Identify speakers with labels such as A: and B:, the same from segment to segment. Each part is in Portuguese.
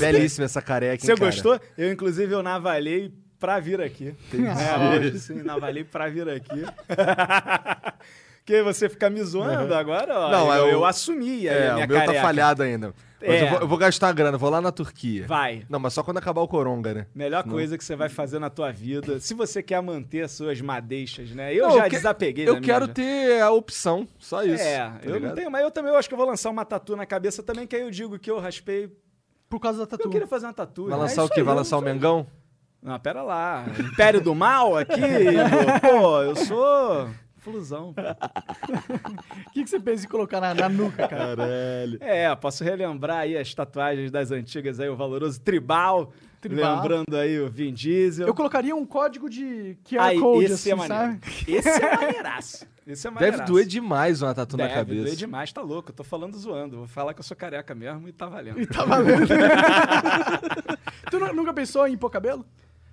A: Belíssima essa careca, hein,
B: Você
A: cara?
B: gostou? Eu, inclusive, eu navalhei pra vir aqui. É, lógico, sim, navalhei pra vir aqui. que você fica me zoando agora, ó.
A: Não,
B: eu,
A: é o-
B: eu assumi a
A: É,
B: minha
A: o meu
B: careca.
A: tá falhado ainda. Mas
B: É.
A: eu, vou, eu vou gastar a grana, vou lá na Turquia.
B: Vai.
A: Não, mas só quando acabar o coronga, né?
B: Melhor coisa que você vai fazer na tua vida, se você quer manter as suas madeixas, né?
A: Não,
B: Eu já
A: que-
B: desapeguei
A: Eu
B: da minha
A: quero
B: já.
A: ter a opção, só isso.
B: É,
A: tá
B: eu não
A: ligado?
B: tenho, mas eu também eu acho que eu vou lançar uma tatu na cabeça também, que aí eu digo que eu raspei.
C: Por causa da
B: Eu
C: tatu.
B: queria fazer uma tatu.
A: Vai
B: né?
A: lançar
B: É
A: o
B: isso
A: quê?
B: aí,
A: Vai
B: eu-
A: lançar o Mengão?
B: Não, Ah, pera lá. Império do Mal aqui? Igor? Pô, eu sou flusão. pô.
C: O que, que você pensa em colocar na, na nuca, cara?
A: Caralho.
B: É, posso relembrar aí as tatuagens das antigas aí, o valoroso Tribal.
C: Tribal.
B: Lembrando aí o Vin Diesel.
C: Eu colocaria um código de QR
B: Aí,
C: Code,
B: esse
C: assim,
B: é maneiro.
C: sabe?
B: Esse é maneiraço. Esse
A: Deve
B: é maneiraço.
A: doer demais uma tatu na
B: Deve
A: cabeça.
B: doer demais, tá louco. Eu tô falando zoando. Vou falar que eu sou careca mesmo e tá valendo.
C: E tá valendo. tu nu- nunca pensou em pôr cabelo?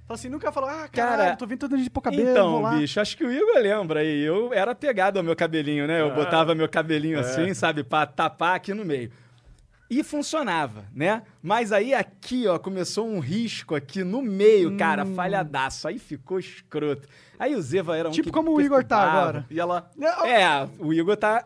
C: Fala assim, nunca falou, ah, cara,
B: Cara,
C: eu tô vendo todo dia de pôr cabelo, vou
B: Então,
C: lá.
B: bicho, acho que o Igor lembra aí. Eu era pegado ao meu cabelinho, né? Eu botava meu cabelinho assim, sabe, pra tapar aqui no meio. E funcionava, né? Mas aí aqui, ó, começou um risco aqui no meio, cara,
C: Hum.
B: falhadaço. Aí ficou escroto. Aí o Zeva era um
C: Tipo
B: que
C: como o Igor tá
B: perturbava.
C: agora.
A: E ela...
C: Não,
B: É, o Igor tá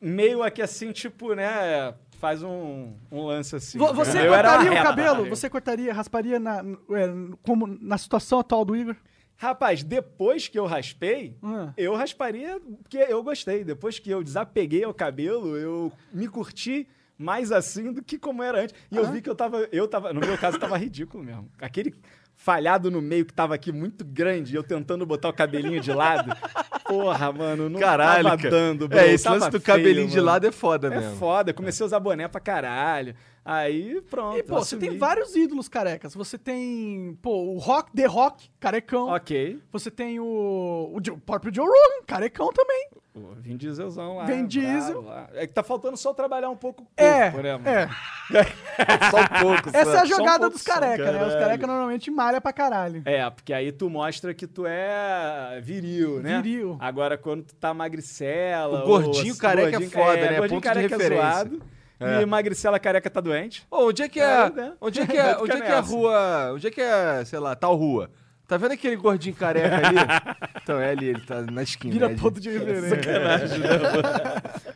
B: meio aqui assim, tipo, né? Faz um, um lance assim.
C: vo- Você
B: Eu era
C: cortaria o
B: reta,
C: cabelo?
B: né?
C: Você cortaria, rasparia na, é, como, na situação atual do Igor?
B: Rapaz, depois que eu raspei,
C: Ah.
B: eu rasparia porque eu gostei. Depois que eu desapeguei o cabelo, eu me curti mais assim do que como era antes. E eu vi que eu tava, eu tava, no meu caso tava ridículo mesmo. Aquele falhado no meio que tava aqui muito grande, eu tentando botar o cabelinho de lado. Porra, mano, não
A: Caralho,
B: tava
A: cara.
B: dando, bro.
A: é, esse
B: Tava
A: lance do
B: feio,
A: cabelinho de
B: mano.
A: lado é foda
B: É
A: mesmo.
B: foda, comecei a usar boné pra caralho. Aí pronto.
C: E, pô, você tem
B: assumi.
C: vários ídolos carecas. Você tem, pô, o Rock, The Rock, carecão.
B: Ok.
C: Você tem o, o, Jo- o próprio Joe Rogan, carecão também.
B: Pô, Vin Dieselzão lá.
C: Vin
B: bravo
C: Diesel.
B: lá. É que tá faltando só trabalhar um pouco o corpo,
C: É,
B: né, mano?
C: é.
A: Só um pouco.
C: Essa é
A: só.
C: a jogada
B: pouco
C: dos
B: só,
C: carecas, né? Os
A: caralho.
C: carecas normalmente malha pra caralho.
B: É, porque aí tu mostra que tu é viril, né?
C: Viril.
B: Agora, quando tu tá
A: O
B: magricela... ou
A: gordinho
B: assim,
A: careca é foda, né? É ponto
B: Gordinho
A: de
B: careca
A: referência.
B: é zoado. E magricela careca tá doente.
A: Ô, onde é que é,
B: É, né?
A: onde é que
B: Vai
A: é,
B: ficar
A: onde é que é a
B: nessa.
A: rua, onde é que é, sei lá, tal rua? Tá vendo aquele gordinho careca ali? então é ali, ele tá na esquina.
C: Vira
A: é ali.
C: ponto de referência.
A: É.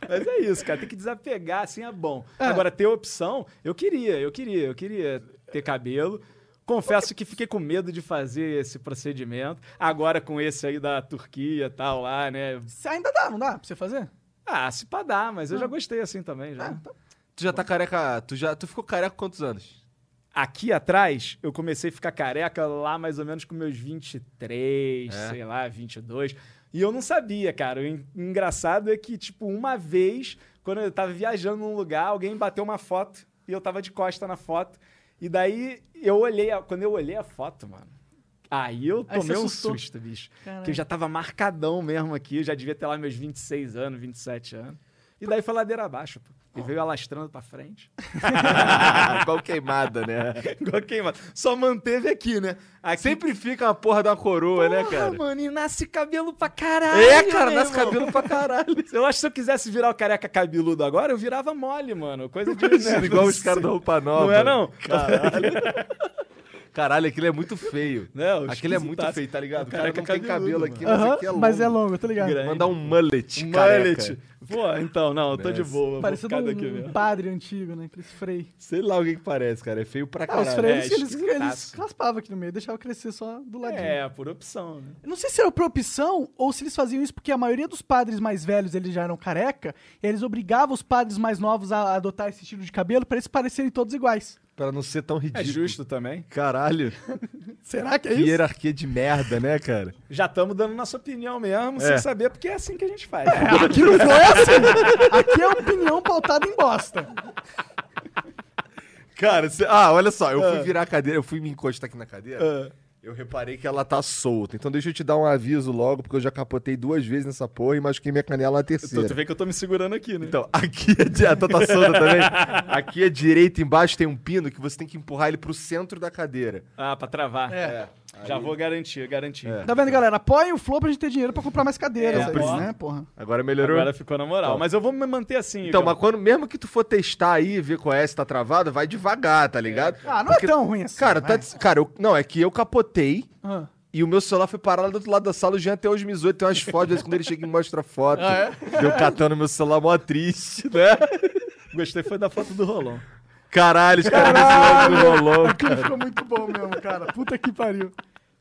B: Mas é isso, cara. Tem que desapegar, assim é bom. Agora, ter opção, eu queria, eu queria, eu queria ter cabelo. Confesso que fiquei com medo de fazer esse procedimento. Agora, com esse aí da Turquia e tal lá, né?
C: Você ainda dá, não dá pra você fazer?
B: Ah, se pá dá, mas eu já gostei assim também, já.
A: Tu já tá careca, tu já, tu ficou careca com quantos anos?
B: Aqui atrás, eu comecei a ficar careca lá mais ou menos com meus 23,
C: É.
B: sei lá, 22. E eu não sabia, cara. O en- engraçado é que, tipo, uma vez, quando eu tava viajando num lugar, alguém bateu uma foto e eu tava de costa na foto. E daí, eu olhei, a- quando eu olhei a foto, mano, aí eu
C: Aí você
B: tomei um
C: assustou.
B: susto, bicho.
C: Caralho.
B: Que eu já tava marcadão mesmo aqui, eu já devia ter lá meus 26 anos, 27 anos. E daí foi ladeira abaixo, pô. E veio alastrando pra frente.
A: Igual queimada, né?
B: Igual queimado. Só manteve aqui, né? Aqui,
A: Sempre fica uma porra da coroa, né, cara?
B: mano, e nasce cabelo pra caralho.
A: É, cara,
B: meu
A: nasce
B: irmão.
A: cabelo pra caralho.
B: Eu acho que se eu quisesse virar o careca cabeludo agora, eu virava mole, mano. Coisa de. né?
A: Igual os caras da roupa nova.
B: Não é, não?
A: Caralho, aquilo é muito feio.
B: Não,
A: aquilo é muito
B: esquisitaço.
A: feio, tá ligado? O
B: O
A: cara,
B: careca
A: não tem cabelo
B: cabeludo,
A: aqui,
C: Aham,
A: mas aqui é longo.
C: mas é longo, tá ligado?
B: Grande.
A: Mandar um mullet,
B: Mullet.
A: careca.
B: Pô, então, não, eu tô de
A: Desce.
B: boa. vou
C: Parecendo
B: ficar
C: um
B: daqui mesmo.
C: padre antigo, né? Aqueles frei.
A: Sei lá o que que parece, cara. É feio pra
C: Ah,
A: caralho.
C: os freios,
B: é
C: eles, eles
B: esquisitaço.
C: raspavam aqui no meio, deixavam crescer só do ladinho.
B: É, por opção, né?
C: Eu Não sei se era por opção ou se eles faziam isso porque a maioria dos padres mais velhos eles já eram careca e eles obrigavam os padres mais novos a adotar esse estilo de cabelo pra eles parecerem todos iguais.
A: Pra não ser tão
B: É
A: ridículo.
B: justo também.
A: Caralho.
C: Será que é
A: Que
C: isso?
A: hierarquia de merda, né, cara?
B: Já estamos dando nossa opinião mesmo,
A: É.
B: sem saber, porque é assim que a gente faz.
C: Aqui não foi assim. Aqui é opinião pautada em bosta.
A: Cara, cê- ah, olha só. Eu fui virar a cadeira, eu fui me encostar aqui na cadeira.
B: Ah.
A: Eu reparei que ela tá solta. Então deixa eu te dar um aviso logo, porque eu já capotei duas vezes nessa porra e machuquei minha canela na
B: Tu, Então, tu
A: terceira.
B: vê que eu tô me segurando aqui, né?
A: Então, aqui é di- a tua tá solta também. Aqui é à direita embaixo tem um pino que você tem que empurrar ele pro centro da cadeira.
B: Ah, pra travar.
C: É.
B: Já vou garantir, garantir.
C: Tá vendo, galera? Apoiem o Flow pra gente ter dinheiro pra comprar mais cadeiras,
B: É,
C: aí,
B: ó.
C: né, porra?
A: Agora melhorou?
B: Agora ficou na moral.
A: Então.
B: Mas eu vou me manter assim.
A: Então,
B: cara.
A: mas quando, mesmo que tu for testar aí e ver qual é, se tá travado, vai devagar, tá ligado?
C: Ah, não
A: Porque-
C: é tão ruim assim.
A: Cara, tá,
C: vai.
A: des- cara eu- não, é que eu capotei
C: Ah.
A: e o meu celular foi parado do outro lado da sala, o Jean até hoje me zoa, tem umas fotos, às vezes quando ele chega e me mostra foto. Deu catando meu celular mó triste, né?
B: Gostei foi da foto do Rolon.
A: Caralho, os caras me zoando com o Rolon, cara.
C: Ficou muito bom mesmo, cara. Puta que pariu.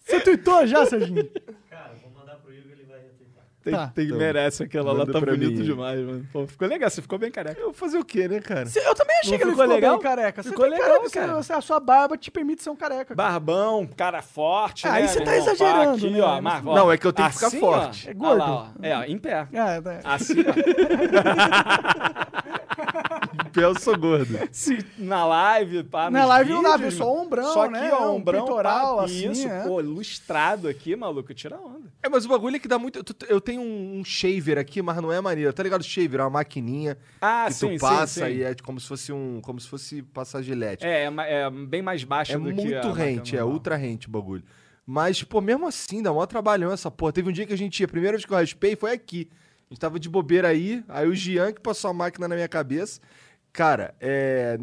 C: Você tuitou já, Serginho?
D: Cara, vou mandar pro Igor, ele vai retweetar.
B: Tem,
C: Tá.
B: tem-
A: Então,
B: merece aquela lá,
A: manda
B: tá
A: pra
B: bonito
A: mim.
B: demais, mano. Pô, ficou legal, você ficou bem careca.
A: Eu vou fazer o quê, né, cara?
C: Cê- Eu também achei
B: Não
C: que ele
B: ficou
C: ficou
B: legal?
C: bem careca. Você
B: Ficou
C: tem
B: legal,
C: careca,
B: cara.
C: você- a sua barba te permite ser um careca. cara.
B: Barbão, cara forte,
C: Ah,
B: né?
C: aí você tá
B: meu irmão? Pá,
C: exagerando,
B: aqui,
C: né?
B: ó, mas, ó,
A: Não, é que eu tenho que ficar
B: assim,
A: forte.
B: Ó,
C: É gordo.
B: Olha lá, ó. É, ó, em pé.
C: É, né?
B: Assim, ó.
A: Em pé eu sou gordo.
B: Se- na live, pá,
C: Na
B: nos
C: live não dá,
B: vídeos,
C: é só
B: mano.
C: ombrão,
B: Só aqui,
C: né? É
B: ó,
C: um
B: ombrão,
C: peitoral,
B: pá,
C: assim,
B: Isso,
C: é.
B: pô, lustrado aqui, maluco, tira onda.
A: É, mas o bagulho é que dá muito. tu- tu- Eu tenho um um shaver aqui, mas não é maneiro. Tá ligado? Shaver é uma maquininha
B: Ah,
A: que
B: sim,
A: tu passa
B: sim, sim.
A: e é como se fosse um. Como se fosse passar gilete.
B: É, é, ma- é bem mais baixo
A: É
B: do que a
A: muito
B: marca
A: rente, é
B: normal.
A: ultra rente o bagulho. Mas, pô, mesmo assim, dá mó trabalhão essa porra. Teve um dia que a gente ia, a primeira vez que eu raspei foi aqui. A gente tava de bobeira aí, aí o Jean que passou a máquina na minha cabeça. Cara, é.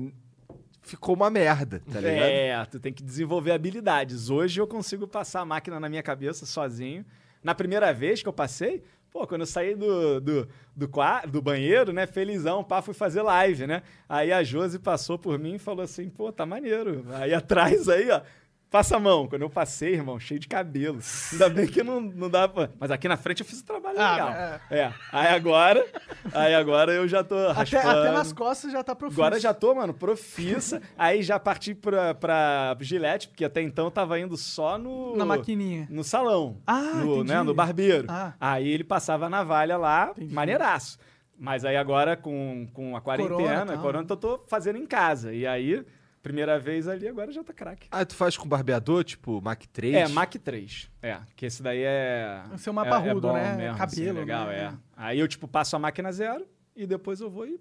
A: Ficou uma merda, tá ligado?
B: É, tu tem que desenvolver habilidades. Hoje eu consigo passar a máquina na minha cabeça sozinho. Na primeira vez que eu passei, pô, quando eu saí do, do, do, qua- do banheiro, né, felizão, pá, fui fazer live, né? Aí a Josi passou por mim e falou assim, pô, tá maneiro. Aí atrás, aí, ó, passa a mão. Quando eu passei, irmão, cheio de cabelo. Ainda bem que não, não dá pra... Mas aqui na frente eu fiz o trabalho
C: Ah,
B: legal.
C: mas
B: É, aí agora, aí agora eu já tô
C: Até,
B: raspando.
C: até nas costas já tá profundo.
B: Agora já tô, mano, profissa. aí já parti pra, pra Gillette, porque até então eu tava indo só no.
C: Na maquininha.
B: No salão.
C: Ah,
B: no,
C: entendi.
B: né, no barbeiro.
C: Ah.
B: Aí ele passava a navalha lá, maneiraço. Mas aí agora com, com a
C: Corona,
B: quarentena,
C: tal.
B: corona, então eu tô fazendo em casa. E aí, primeira vez ali, agora já tá craque.
A: Ah, tu faz com barbeador, tipo, Mac 3?
B: É, Mac 3. É, que esse daí é.
C: Esse é o mais barrudo,
B: bom
C: né?
B: Mesmo,
C: Cabelo,
B: assim, é legal,
C: né?
B: é. Aí eu, tipo, passo a máquina zero e depois eu vou e.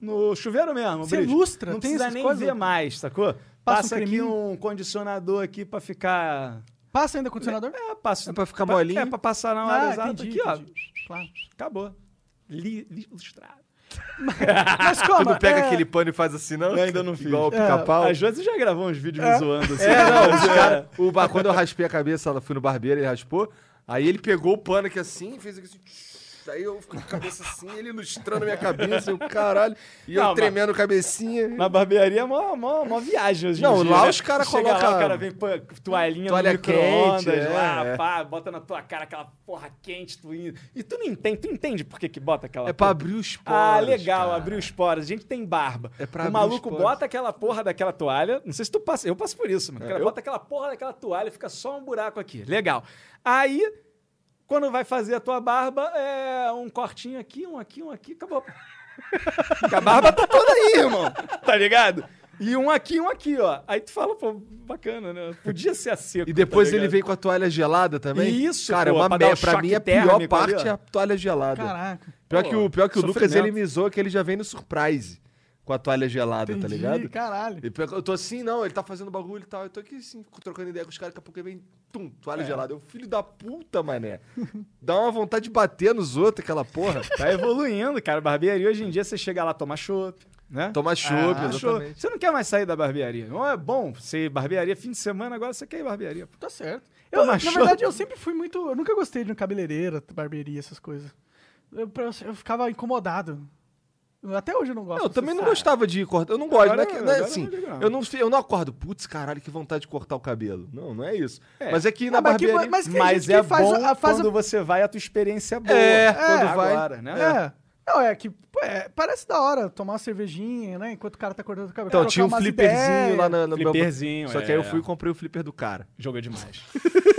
B: No chuveiro mesmo,
C: Você
B: Brito.
C: lustra,
B: Não
C: tem
B: precisa
C: essas
B: nem
C: coisas?
B: ver mais, sacou?
C: Passa um
B: Passa aqui
C: creminho.
B: um condicionador aqui pra ficar.
C: Passa ainda condicionador?
B: É, passa.
A: É pra ficar molinho?
B: É, pra passar na hora
C: Ah,
B: exata
C: entendi,
B: aqui,
C: entendi. Claro.
B: ó. Acabou. Li, li- lustrado.
C: Mas como?
A: Tu não pega
C: É,
A: aquele pano e faz assim, não?
B: Ah, Eu ainda não fiz.
A: Igual o
B: É.
A: pica-pau.
B: Às vezes já gravou uns vídeos me zoando assim.
A: É, não, os cara, o ba- quando eu raspei a cabeça, ela fui no barbeiro, ele raspou. Aí ele pegou o pano aqui assim, fez aqui assim. tsh, Aí eu fiquei com a cabeça assim, ele ilustrando minha cabeça, eu caralho. E
B: Não,
A: eu
B: mas-
A: tremendo a cabecinha.
B: Na barbearia é mó, mó, mó viagem hoje em
A: Não,
B: dia,
A: lá
B: né?
A: os cara
B: Chega
A: coloca-
B: lá, o cara vem pô, toalhinha
A: Toalha
B: no micro-ondas,
A: quente, é,
B: lá,
A: é.
B: pá, bota na tua cara aquela porra quente, tu... in- E tu não entende, tu entende por que que bota aquela
A: É pra
B: porra?
A: abrir os poros.
B: Ah, legal,
A: cara.
B: abriu os poros. A gente tem barba.
A: É pra
B: o
A: abrir
B: maluco
A: os poros.
B: bota aquela porra daquela toalha. Não sei se tu passa. Eu passo por isso, mano. O cara
A: É, eu-
B: bota aquela porra daquela toalha, fica só um buraco aqui. Legal. Aí, quando vai fazer a tua barba, é um cortinho aqui, um aqui, um aqui, acabou. Porque a barba tá toda aí, irmão. Tá ligado? E um aqui, um aqui, ó. Aí tu fala, pô, bacana, né? Podia ser a seco.
A: E depois
B: tá
A: ele
B: ligado?
A: veio com a toalha gelada também.
B: Isso,
A: cara, é
B: pô,
A: uma
B: pra dar
A: me-
B: o
A: pra mim
B: choque
A: a pior
B: térmico
A: parte
B: ali, ó.
A: é a toalha gelada.
C: Caraca.
A: Pior
B: Pô,
A: que o, pior que o Lucas,
B: sofrimento.
A: ele me zoa que ele já vem no surprise com a toalha gelada, tá
C: entendi,
A: ligado?
C: Caralho.
A: E pior que Eu tô assim, não, ele tá fazendo bagulho e tal. Eu tô aqui assim, trocando ideia com os caras, daqui a pouco ele vem, tum,
B: É.
A: toalha gelada. Eu, filho da puta, mané. Dá uma vontade de bater nos outros, aquela porra.
B: Tá evoluindo, cara. Barbearia hoje em dia você chega lá, toma chopp, né?
A: Toma chopp,
B: Ah, show.
A: exatamente.
B: Você não quer mais sair da barbearia. Não é bom ser barbearia fim de semana, agora você quer ir barbearia. pô.
C: Tá certo.
B: Toma
C: Eu, na
B: chopp.
C: verdade, eu sempre fui muito. Eu nunca gostei de cabeleireira, barbearia, essas coisas. Eu, pra- eu ficava incomodado. Até hoje eu não gosto.
A: Não, eu também
C: você
A: não
C: sabe.
A: gostava de cortar. Eu não gosto,
B: Agora-
A: né? que- né,
B: agora eu
A: assim,
B: não digo não.
A: eu, não, fi- eu não acordo, putz, caralho, que vontade de cortar o cabelo. Não, não é isso.
B: É.
A: Mas é que na
C: Ah, mas que-
A: barbearia...
C: mas que a
B: Mas
C: gente
B: é
C: que faz
B: bom
C: a- faz a-
B: quando você vai, a tua experiência é boa.
A: É,
B: quando
A: quando
B: vai.
A: vai.
B: Agora, né?
C: É. Não, é que pô, é, parece da hora tomar uma cervejinha, né? Enquanto o cara tá cortando o cabelo.
A: Então,
C: trocar
A: tinha um
C: umas
A: flipperzinho
C: ideias.
A: lá na- no meu...
B: Flipperzinho,
A: Só que
B: é.
A: aí eu fui e comprei o flipper do cara.
B: Jogou demais.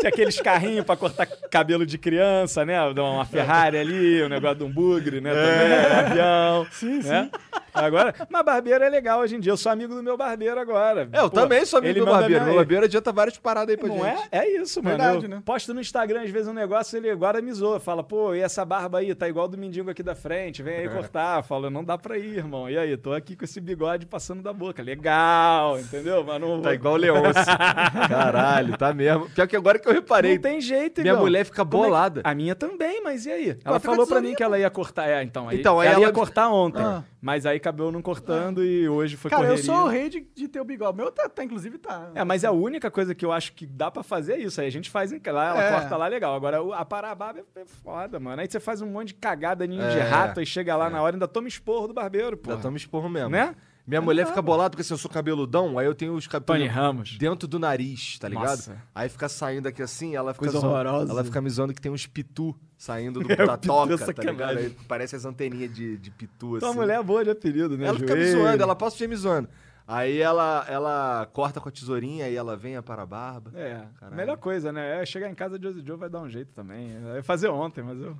B: Tinha aqueles carrinhos pra cortar cabelo de criança, né? Uma Ferrari ali, o negócio de um bugre, né? Também, um avião. Sim, né? sim. Agora, mas barbeiro é legal hoje em dia. Eu sou amigo do meu barbeiro agora.
A: É, eu
B: Pô,
A: também sou amigo
B: ele
A: do
B: manda
A: barbeiro.
B: minha-
A: Meu barbeiro adianta várias paradas aí pra
B: Não
A: gente.
B: é? É isso, mano.
C: Verdade,
B: eu
C: né?
B: posto no Instagram, às vezes, um negócio, ele agora me zoa. Fala, pô, e essa barba aí? Tá igual do mendigo aqui da frente, vem aí cortar. Fala, não dá pra ir, irmão. E aí, tô aqui com esse bigode passando da boca. Legal, entendeu? Mas não,
A: Tá igual o Leôncio. Caralho, tá mesmo. Pior que agora que eu reparei.
B: não tem jeito,
A: Minha
B: irmão.
A: mulher fica
B: Como é que-
A: bolada.
B: A minha também, mas e aí?
A: Ela
B: Ela
A: fica
B: falou pra mim
A: desanimada.
B: que ela ia cortar. É, então, aí,
A: Então, aí
B: ela, Ah.
A: ela
B: ia
A: des-
B: cortar ontem.
C: Ah.
B: Mas aí acabou não cortando e hoje foi
C: Cara, eu
B: correria.
C: sou o rei de, de ter o bigode. Meu tá, tá, inclusive, tá.
B: É, mas a única coisa que eu acho que dá pra fazer é isso. Aí a gente faz em lá, ela
C: É.
B: corta lá legal. Agora o- a parababa é é foda, mano. Aí você faz um monte de cagada ninho de
A: É.
B: rato e chega lá na hora e ainda toma esporro do barbeiro, pô.
A: Já toma esporro mesmo.
B: Né?
A: Minha mulher fica bolada porque assim, eu sou cabeludão, aí eu tenho os
B: Tony
A: cabelos
B: Ramos.
A: dentro do nariz, tá ligado?
B: Nossa.
A: Aí fica saindo aqui assim, ela fica
B: Coisa
A: zoando-
B: horrorosa.
A: Ela fica me zoando que tem uns pitu saindo do,
B: É, o
A: da
B: pitu é
A: toca, tá
B: sacanagem.
A: ligado? Aí parece as anteninhas de, de pitu, assim.
B: Tua mulher é boa de apelido, né?
A: Ela fica me
B: Joelho.
A: zoando, ela passa o dia me zoando. Aí ela, ela corta com a tesourinha e ela vem para a barba.
B: É,
A: Caralho.
B: melhor coisa, né? É chegar em casa de Josie Joe vai dar um jeito também. Eu ia fazer ontem, mas eu.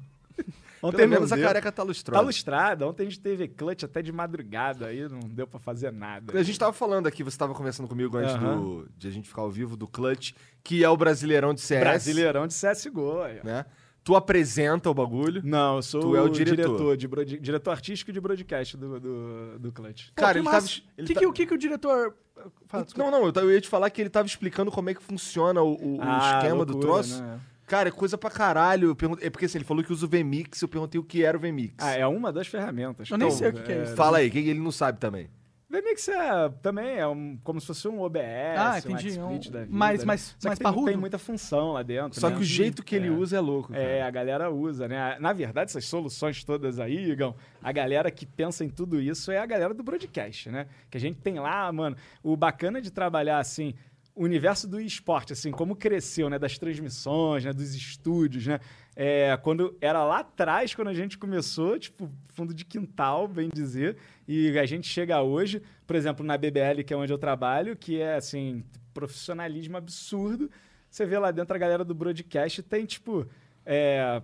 B: Ontem
A: Pelo
B: não
A: menos a
B: deu.
A: careca tá
B: Tá
A: lustrosa.
B: lustrada. Ontem a gente teve clutch até de madrugada, aí não deu pra fazer nada.
A: A gente tava falando aqui, você tava conversando comigo antes
B: Aham.
A: do, de a gente ficar ao vivo do Clutch, que é o Brasileirão de CS.
B: Brasileirão de CSGO. Aí, ó.
A: Né? Tu apresenta o bagulho.
B: Não, eu sou
A: Tu é o
B: o
A: diretor.
B: diretor, de brod- diretor artístico de broadcast do, do, do Clutch.
C: Pô,
A: cara,
C: que
A: ele
C: massa.
A: tava- ele
C: que,
A: tá-
C: que, o que, que o diretor. ah, Fala, desculpa.
A: Não, não, eu, ta- eu ia te falar que ele tava explicando como é que funciona o, o- o
B: Ah,
A: esquema do
B: loucura,
A: troço.
B: né?
A: Cara, é coisa pra caralho. Eu perguntei- é porque assim, ele falou que usa o VMix, eu perguntei o que era o VMix.
B: Ah, é uma das ferramentas.
C: Eu nem
B: Então,
C: sei o que que é isso.
A: Fala aí, que ele não sabe também.
B: Vmix é, também é um- como se fosse um OBS,
C: Ah,
B: um
C: entendi,
B: XSplit
C: um-
B: da vida.
C: mais-
B: né?
C: mais-
B: Só que
C: mais
B: tem- não
C: parrudo?
B: Tem muita função lá dentro.
A: Só
B: né?
A: que o jeito que ele
B: É.
A: usa é louco, cara.
B: É, a galera usa, né? Na verdade, essas soluções todas aí, Igão, a galera que pensa em tudo isso é a galera do broadcast, né? Que a gente tem lá, mano. O bacana de trabalhar assim. O universo do esporte, assim, como cresceu, né? Das transmissões, né? Dos estúdios, né? É, quando era lá atrás, quando a gente começou, tipo, fundo de quintal, bem dizer, e a gente chega hoje, por exemplo, na BBL, que é onde eu trabalho, que é, assim, profissionalismo absurdo. Você vê lá dentro a galera do broadcast, tem, tipo, é,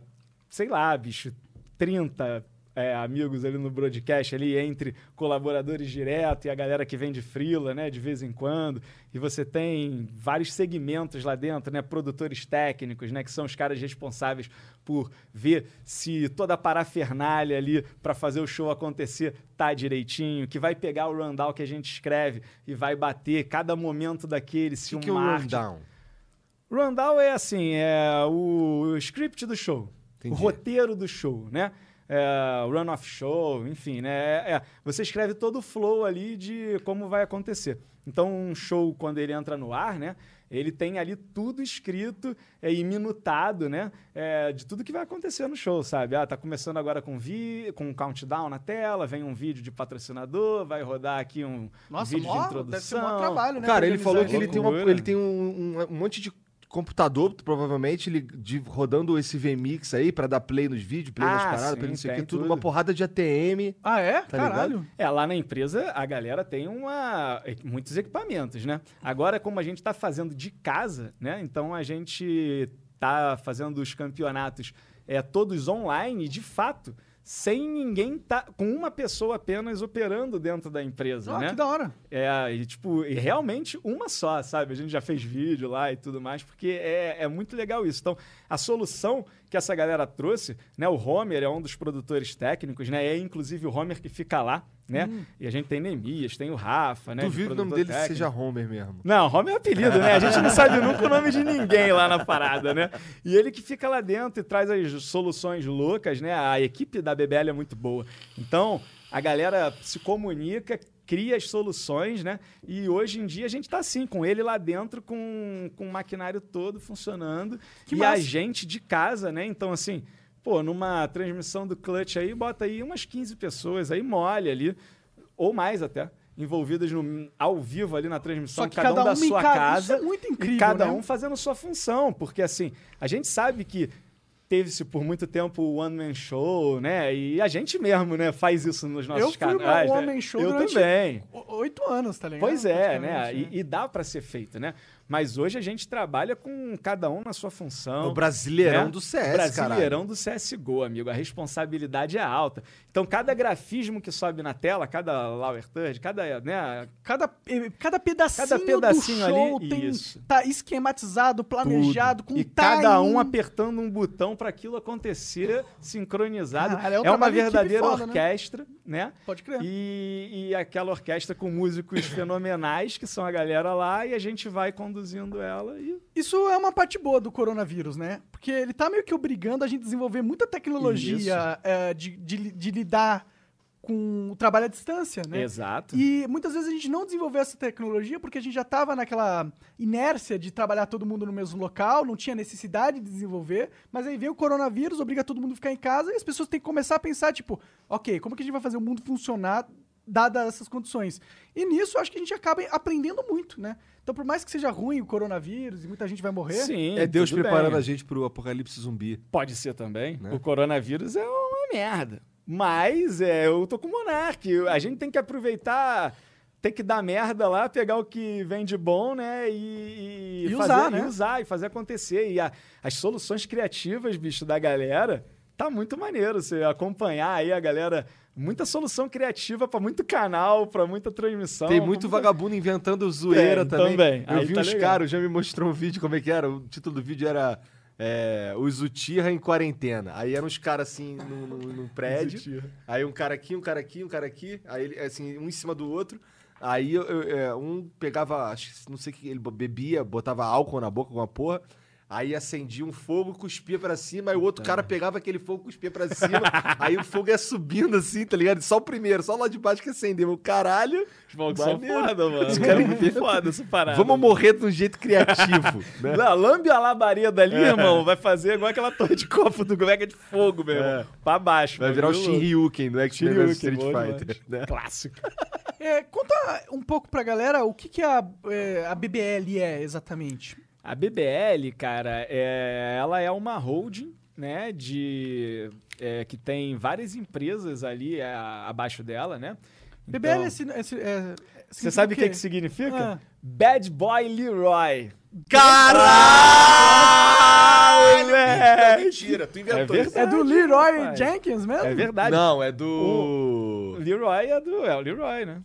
B: sei lá, bicho, 30 é, amigos ali no broadcast, ali entre colaboradores direto e a galera que vem de frila, né, de vez em quando. E você tem vários segmentos lá dentro, né, produtores técnicos, né, que são os caras responsáveis por ver se toda a parafernália ali para fazer o show acontecer tá direitinho, que vai pegar o rundown que a gente escreve e vai bater cada momento daquele, se um
A: O que,
B: uma
A: que é o
B: arte
A: rundown?
B: Rundown é assim, é o, o script do show,
A: Entendi.
B: o roteiro do show, né? É, run of show, enfim, né? É, é, você escreve todo o flow ali de como vai acontecer. Então, um show, quando ele entra no ar, né? Ele tem ali tudo escrito é, e minutado, né? É, de tudo que vai acontecer no show, sabe? Ah, tá começando agora com, vi com um countdown na tela, vem um vídeo de patrocinador, vai rodar aqui um
C: Nossa,
B: vídeo
C: mó,
B: de introdução.
C: deve ser um maior trabalho, né?
A: Cara,
C: pra
A: ele falou que
C: organizar
A: ele
C: isso.
A: tem, uma-
B: Loucura.
A: ele tem um, um- um monte de computador, provavelmente, ele de- rodando esse VMix aí pra dar play nos vídeos, play nas
B: Ah,
A: paradas,
B: sim,
A: play não sei o que,
B: tem
A: tudo.
B: tudo.
A: Uma porrada de ATM.
C: Ah, é?
A: Tá
C: Caralho.
B: É, lá na empresa a galera tem uma, muitos equipamentos, né? Agora, como a gente está fazendo de casa, né? Então a gente está fazendo os campeonatos é, todos online, e de fato, sem ninguém tá com uma pessoa apenas operando dentro da empresa,
C: Ah,
B: né?
C: que da hora.
A: Então,
B: É, e tipo, e realmente uma só, sabe? A gente já fez vídeo lá e tudo mais, porque é, é muito legal isso. Então, a solução que essa galera trouxe, né? O Homer é um dos produtores técnicos, né? É inclusive o Homer que fica lá, né? E a gente tem Neemias, tem o Rafa, né? de
A: Hum. Duvido o nome
B: produtor
A: dele
B: técnico.
A: seja Homer mesmo.
B: Não, Homer é apelido, né? A gente não sabe nunca o nome de ninguém lá na parada, né? E ele que fica lá dentro e traz as soluções loucas, né? A equipe da BBL é muito boa. Então, a galera se comunica, cria as soluções, né? E hoje em dia a gente tá assim, com ele lá dentro, com, com o maquinário todo funcionando.
C: Que
B: e
C: massa.
B: a gente de casa, né? Então, assim... Pô, numa transmissão do clutch aí, bota aí umas 15 pessoas, aí molha ali, ou mais até, envolvidas no, ao vivo ali na transmissão,
C: Só que
B: cada, um da
C: em
B: sua
C: casa.
B: casa,
C: Isso é muito incrível.
B: e cada
C: né?
B: um fazendo sua função, porque assim, a gente sabe que teve-se por muito tempo o One Man Show, né? E a gente mesmo, né, faz isso nos nossos
C: Eu fui um
B: canais. né?
C: One Man Show
B: Eu
C: durante-
B: também.
C: O- Oito anos, tá ligado?
B: Pois é, né?
C: Praticamente,
B: E, e dá pra ser feito, né? Mas hoje a gente trabalha com cada um na sua função.
A: O brasileirão
B: né?
A: do CS, cara.
B: Brasileirão do CSGO, amigo. A responsabilidade é alta. Então, cada grafismo que sobe na tela, cada Lower Third, cada, né,
C: Cada, eh, cada pedacinho,
B: Cada pedacinho
C: do show
B: ali,
C: tem,
B: isso.
C: tá esquematizado, planejado, com
B: e
C: timing.
B: cada um apertando um botão para aquilo acontecer sincronizado.
C: Caralho, é um
B: uma
C: trabalho de equipe
B: verdadeira
C: foda, né? É.
B: orquestra, né?
C: Pode crer.
B: E, e aquela orquestra com músicos fenomenais, que são a galera lá, e a gente vai conduzindo ela e
C: Isso é uma parte boa do coronavírus, né? Porque ele tá meio que obrigando a gente a desenvolver muita tecnologia eh, de, de li- de lidar com o trabalho à distância, né?
B: Exato.
C: E muitas vezes a gente não desenvolveu essa tecnologia porque a gente já estava naquela inércia de trabalhar todo mundo no mesmo local, não tinha necessidade de desenvolver, mas aí vem o coronavírus, obriga todo mundo a ficar em casa e as pessoas têm que começar a pensar, tipo, ok, como que a gente vai fazer o mundo funcionar dadas essas condições? E nisso eu acho que a gente acaba aprendendo muito, né? Então por mais que seja ruim o coronavírus e muita gente vai morrer,
B: Sim,
A: É Deus
B: tudo
A: preparando
B: bem.
A: a gente pro apocalipse zumbi.
B: Pode ser também.
A: Né?
B: O coronavírus é uma merda. Mas é, eu tô com o Monark. A gente tem que aproveitar, tem que dar merda lá, pegar o que vem de bom, né? E,
C: E
B: fazer,
C: usar, né?
B: E usar, e fazer acontecer. E a- as soluções criativas, bicho, da galera, tá muito maneiro. Você acompanhar aí a galera. Muita solução criativa pra muito canal, pra muita transmissão.
A: Tem
B: pra
A: muito
B: muita-
A: vagabundo inventando zoeira
B: Então, Tem,
A: também.
B: também.
A: Eu
B: Aí
A: vi
B: tá
A: uns
B: legal.
A: caras, já me mostrou um vídeo, como é que era? O título do vídeo era é, Os Utirra em Quarentena. Aí eram uns caras assim num- num num prédio. Aí um cara aqui, um cara aqui, um cara aqui. Aí ele, assim, um em cima do outro. Aí eu- eu- é, um pegava, acho que não sei o que, ele bebia, botava álcool na boca, alguma porra. Aí acendia um fogo, cuspia pra cima, aí o outro cara pegava aquele fogo, cuspia pra cima, aí o fogo ia subindo assim, tá ligado? Só o primeiro, só lá de baixo que acendeu. O caralho,
B: Os malucos são
A: Maneiro.
B: foda, mano.
A: Os caras
B: Muito foda essa parada.
A: vamos morrer de um jeito criativo. né?
B: Lá, lambe a labareda ali, irmão. Vai fazer igual aquela torre de copo do Mega de Fogo, meu irmão. Pra baixo.
A: Vai virar o
B: bagulho louco.
A: Shinryuken do X-Men vs Street
B: bom demais.
A: Fighter. né?
B: Clássico.
C: É, conta um pouco pra galera o que, que a, é, a BBL é exatamente.
B: A BBL, cara, é, ela é uma holding, né, de é, que tem várias empresas ali é, abaixo dela, né?
C: BBL é, sin- é sin- é-
B: Você
C: significa
B: sabe o que,
C: quê?
B: que significa?
C: Ah.
B: Bad Boy Leroy.
A: Caralho!
B: Moleque!
A: Mentira, tu
B: É
A: inventou isso.
B: verdade.
C: É do Leroy
B: rapaz.
C: Jenkins mesmo?
B: É verdade.
A: Não, é do.
B: Leroy é do. É o Leroy, né?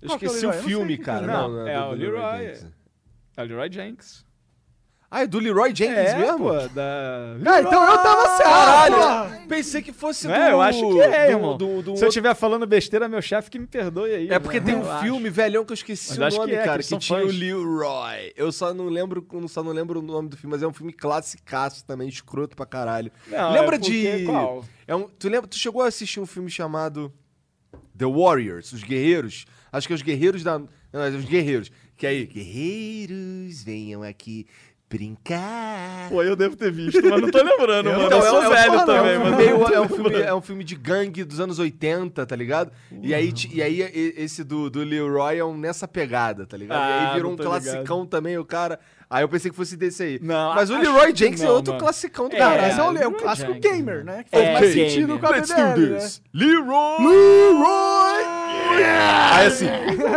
A: Eu
C: Qual que é o
A: esqueci o
C: Leroy? Eu não sei
A: filme,
C: que
A: cara.
B: que é.
A: Não,
B: Não,
A: não,
B: é o
A: do
B: Leroy.
A: Jenkins.
B: É o Leroy Jenks.
A: Ah, é do Leroy Jenkins
B: é,
A: mesmo?
B: pô, da.
C: Ah, então eu tava certo! porra.
A: Caralho! Pensei que fosse
B: Não
A: do.
B: é, eu acho que é,
A: do-
B: irmão.
A: do- do
B: Se eu
A: outro-
B: estiver falando besteira, meu chefe que me perdoe aí.
A: É porque
B: né?
A: tem
B: Eu
A: um
B: acho.
A: filme velhão que eu esqueci
B: Mas
A: o
B: eu acho
A: nome,
B: que é, que
A: cara,
B: eles
A: que,
B: são
A: tinha o
B: fãs.
A: Leroy. Eu só não lembro, só não lembro o nome do filme, mas é um filme classicaço também, escroto pra caralho.
B: Não,
A: lembra
B: é porque-
A: de
B: qual?
A: É um, tu lembra, tu chegou a assistir um filme chamado The Warriors, os guerreiros? Acho que é os guerreiros da, não, é os guerreiros, que aí, guerreiros, venham aqui brincar.
B: Pô, eu devo ter visto, mas não tô lembrando, mano.
A: Então,
B: eu sou
A: é um-
B: velho
A: é um-
B: também,
A: é um
B: mano.
A: meio- é um filme, é um filme de gangue dos anos 80, tá ligado? E aí, ti- e aí e- esse do, do Leroy é um nessa pegada, tá ligado? e
B: Ah,
A: aí virou
B: não
A: um
B: tô
A: classicão também, o cara. Aí eu pensei que fosse desse aí.
B: Não,
A: Mas o
B: acho
A: Leroy
B: que
A: Jenkins é
B: não,
A: outro
B: mano.
A: classicão do
B: É,
C: Cara,
A: caralho.
C: esse é o,
B: Leroy
C: é o clássico
B: Jenkins,
C: gamer,
B: né?
C: né? Que faz
B: É,
C: mais
B: gamer.
C: sentido com a BBL, né?
A: Leroy! Leroy! Aí assim.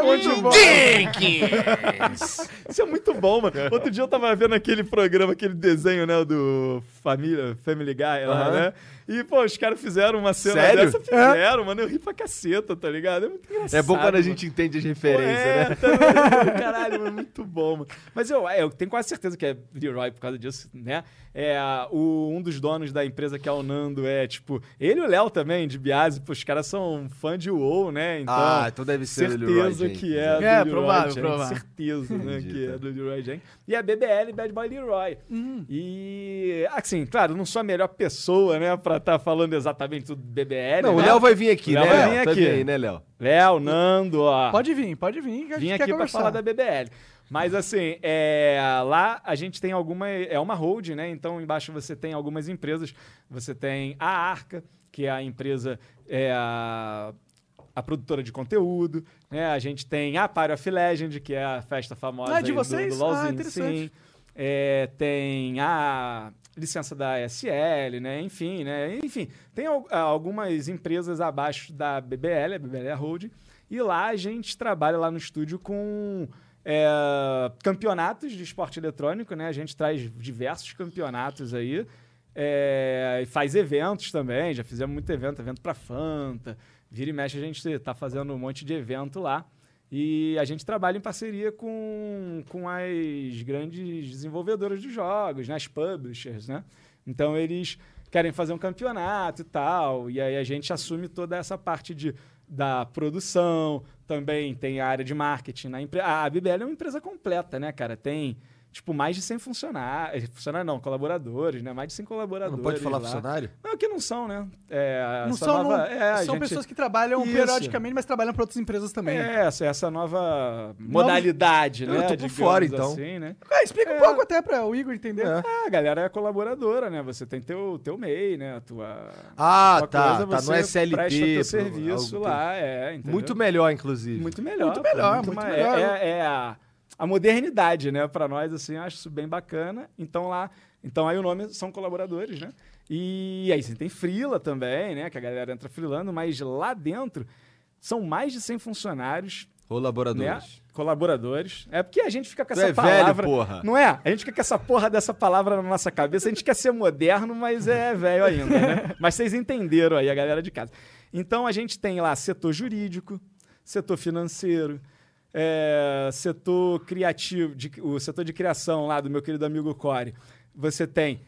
B: Muito bom.
A: Jenkins!
B: Isso é muito bom, mano. Outro dia eu tava vendo aquele programa, aquele desenho, né, do Família, Family Guy lá,
A: Aham.
B: né? E, pô, os caras fizeram uma cena
A: Sério?
B: dessa, fizeram, mano. Eu ri pra caceta, tá ligado? É muito engraçado.
A: É bom quando a
B: mano.
A: gente entende as referências,
B: é,
A: né?
B: tá- caralho, é muito bom, mano. Mas eu, eu tenho quase certeza que é Leroy por causa disso, né? É, o, um dos donos da empresa que é o Nando é, tipo, ele e o Léo também, de Biase, pô, os caras são um fã de WoW, né? Então,
A: ah, então deve ser o Leroy
B: certeza
A: Jenkins,
B: que
A: né?
B: é do
C: É,
B: Leroy
C: provável,
B: Jenkins,
C: provável.
B: Certeza, né,
A: Entendi,
B: que
A: tá.
B: é do Leroy Jenkins. E a BBL, Bad Boy Leroy.
C: Hum.
B: E, assim, claro, não sou a melhor pessoa, né, pra estar falando exatamente tudo do BBL.
A: Não, o
B: né?
A: Léo vai vir aqui,
B: Léo
A: né?
B: vai
A: Léo?
B: vir
A: Tá
B: aqui.
A: bem aí, né, Léo?
B: Léo, Nando, ó.
C: né? Pode vir, pode vir, que a gente
B: Vim
C: quer
B: aqui pra
C: conversar.
B: falar da BBL. Mas assim, é, lá a gente tem alguma. É uma hold, né? Então embaixo você tem algumas empresas. Você tem a Arca, que é a empresa. É a, a produtora de conteúdo, né? A gente tem a Party of Legend, que é a festa famosa
C: Ah, é de
B: aí do-
C: vocês?
B: do LoLzinho,
C: Ah, interessante.
B: sim. é, tem a licença da SL, né? Enfim, né? Enfim, tem al- algumas empresas abaixo da BBL, a BBL é a Holding, e lá a gente trabalha lá no estúdio com é, campeonatos de esporte eletrônico, né? A gente traz diversos campeonatos aí. é, e faz eventos também, já fizemos muito evento, evento pra Fanta. Vira e mexe, a gente tá fazendo um monte de evento lá. E a gente trabalha em parceria com, com as grandes desenvolvedoras de jogos, né? as publishers, né? Então eles querem fazer um campeonato e tal, e aí a gente assume toda essa parte de, da produção, também tem a área de marketing na empresa. A BBL é uma empresa completa, né, cara? Tem, tipo, mais de 100 funcionários, funcionários não, colaboradores, né? Mais de 100 colaboradores
A: Não pode falar
B: lá.
A: funcionário?
B: Não, que não são, né? É,
C: Não
B: essa
C: são,
B: nova-
C: não-
B: é, a
C: são
B: gente-
C: pessoas que trabalham
B: Isso.
C: periodicamente, mas trabalham para outras empresas também. né?
B: é, essa, essa nova modalidade,
A: né? Eu
B: né?
A: tô por
B: digamos
A: fora, então.
B: assim, né?
C: Ah, explica um pouco até para o Igor entender.
A: É.
B: Ah, a galera é colaboradora, né? Você tem teu, teu MEI, né? A tua.
A: Ah,
B: tua
A: tá.
B: coisa,
A: Tá no
B: você
A: SLT.
B: Presta teu
A: pro-
B: serviço
A: algo-
B: lá, é. entendeu?
A: Muito melhor, inclusive.
B: Muito melhor.
C: Muito
B: pô,
C: melhor, muito
B: ma-
C: melhor.
B: É, é- é a, a modernidade, né? Pra nós, assim, eu acho isso bem bacana. Então lá. Então aí o nome são colaboradores, né? E aí você tem Frila também, né? Que a galera entra frilando, mas lá dentro são mais de 100 funcionários né?
A: Colaboradores.
B: Colaboradores. É porque a gente fica com
A: Tu
B: essa
A: é velho,
B: palavra.
A: porra.
B: Não é? A gente fica com essa porra dessa palavra na nossa cabeça. A gente quer ser moderno, mas é velho ainda, né? Mas vocês entenderam aí, a galera de casa. Então a gente tem lá setor jurídico, setor financeiro, é, setor criativo, de- o setor de criação lá do meu querido amigo Core. Você tem.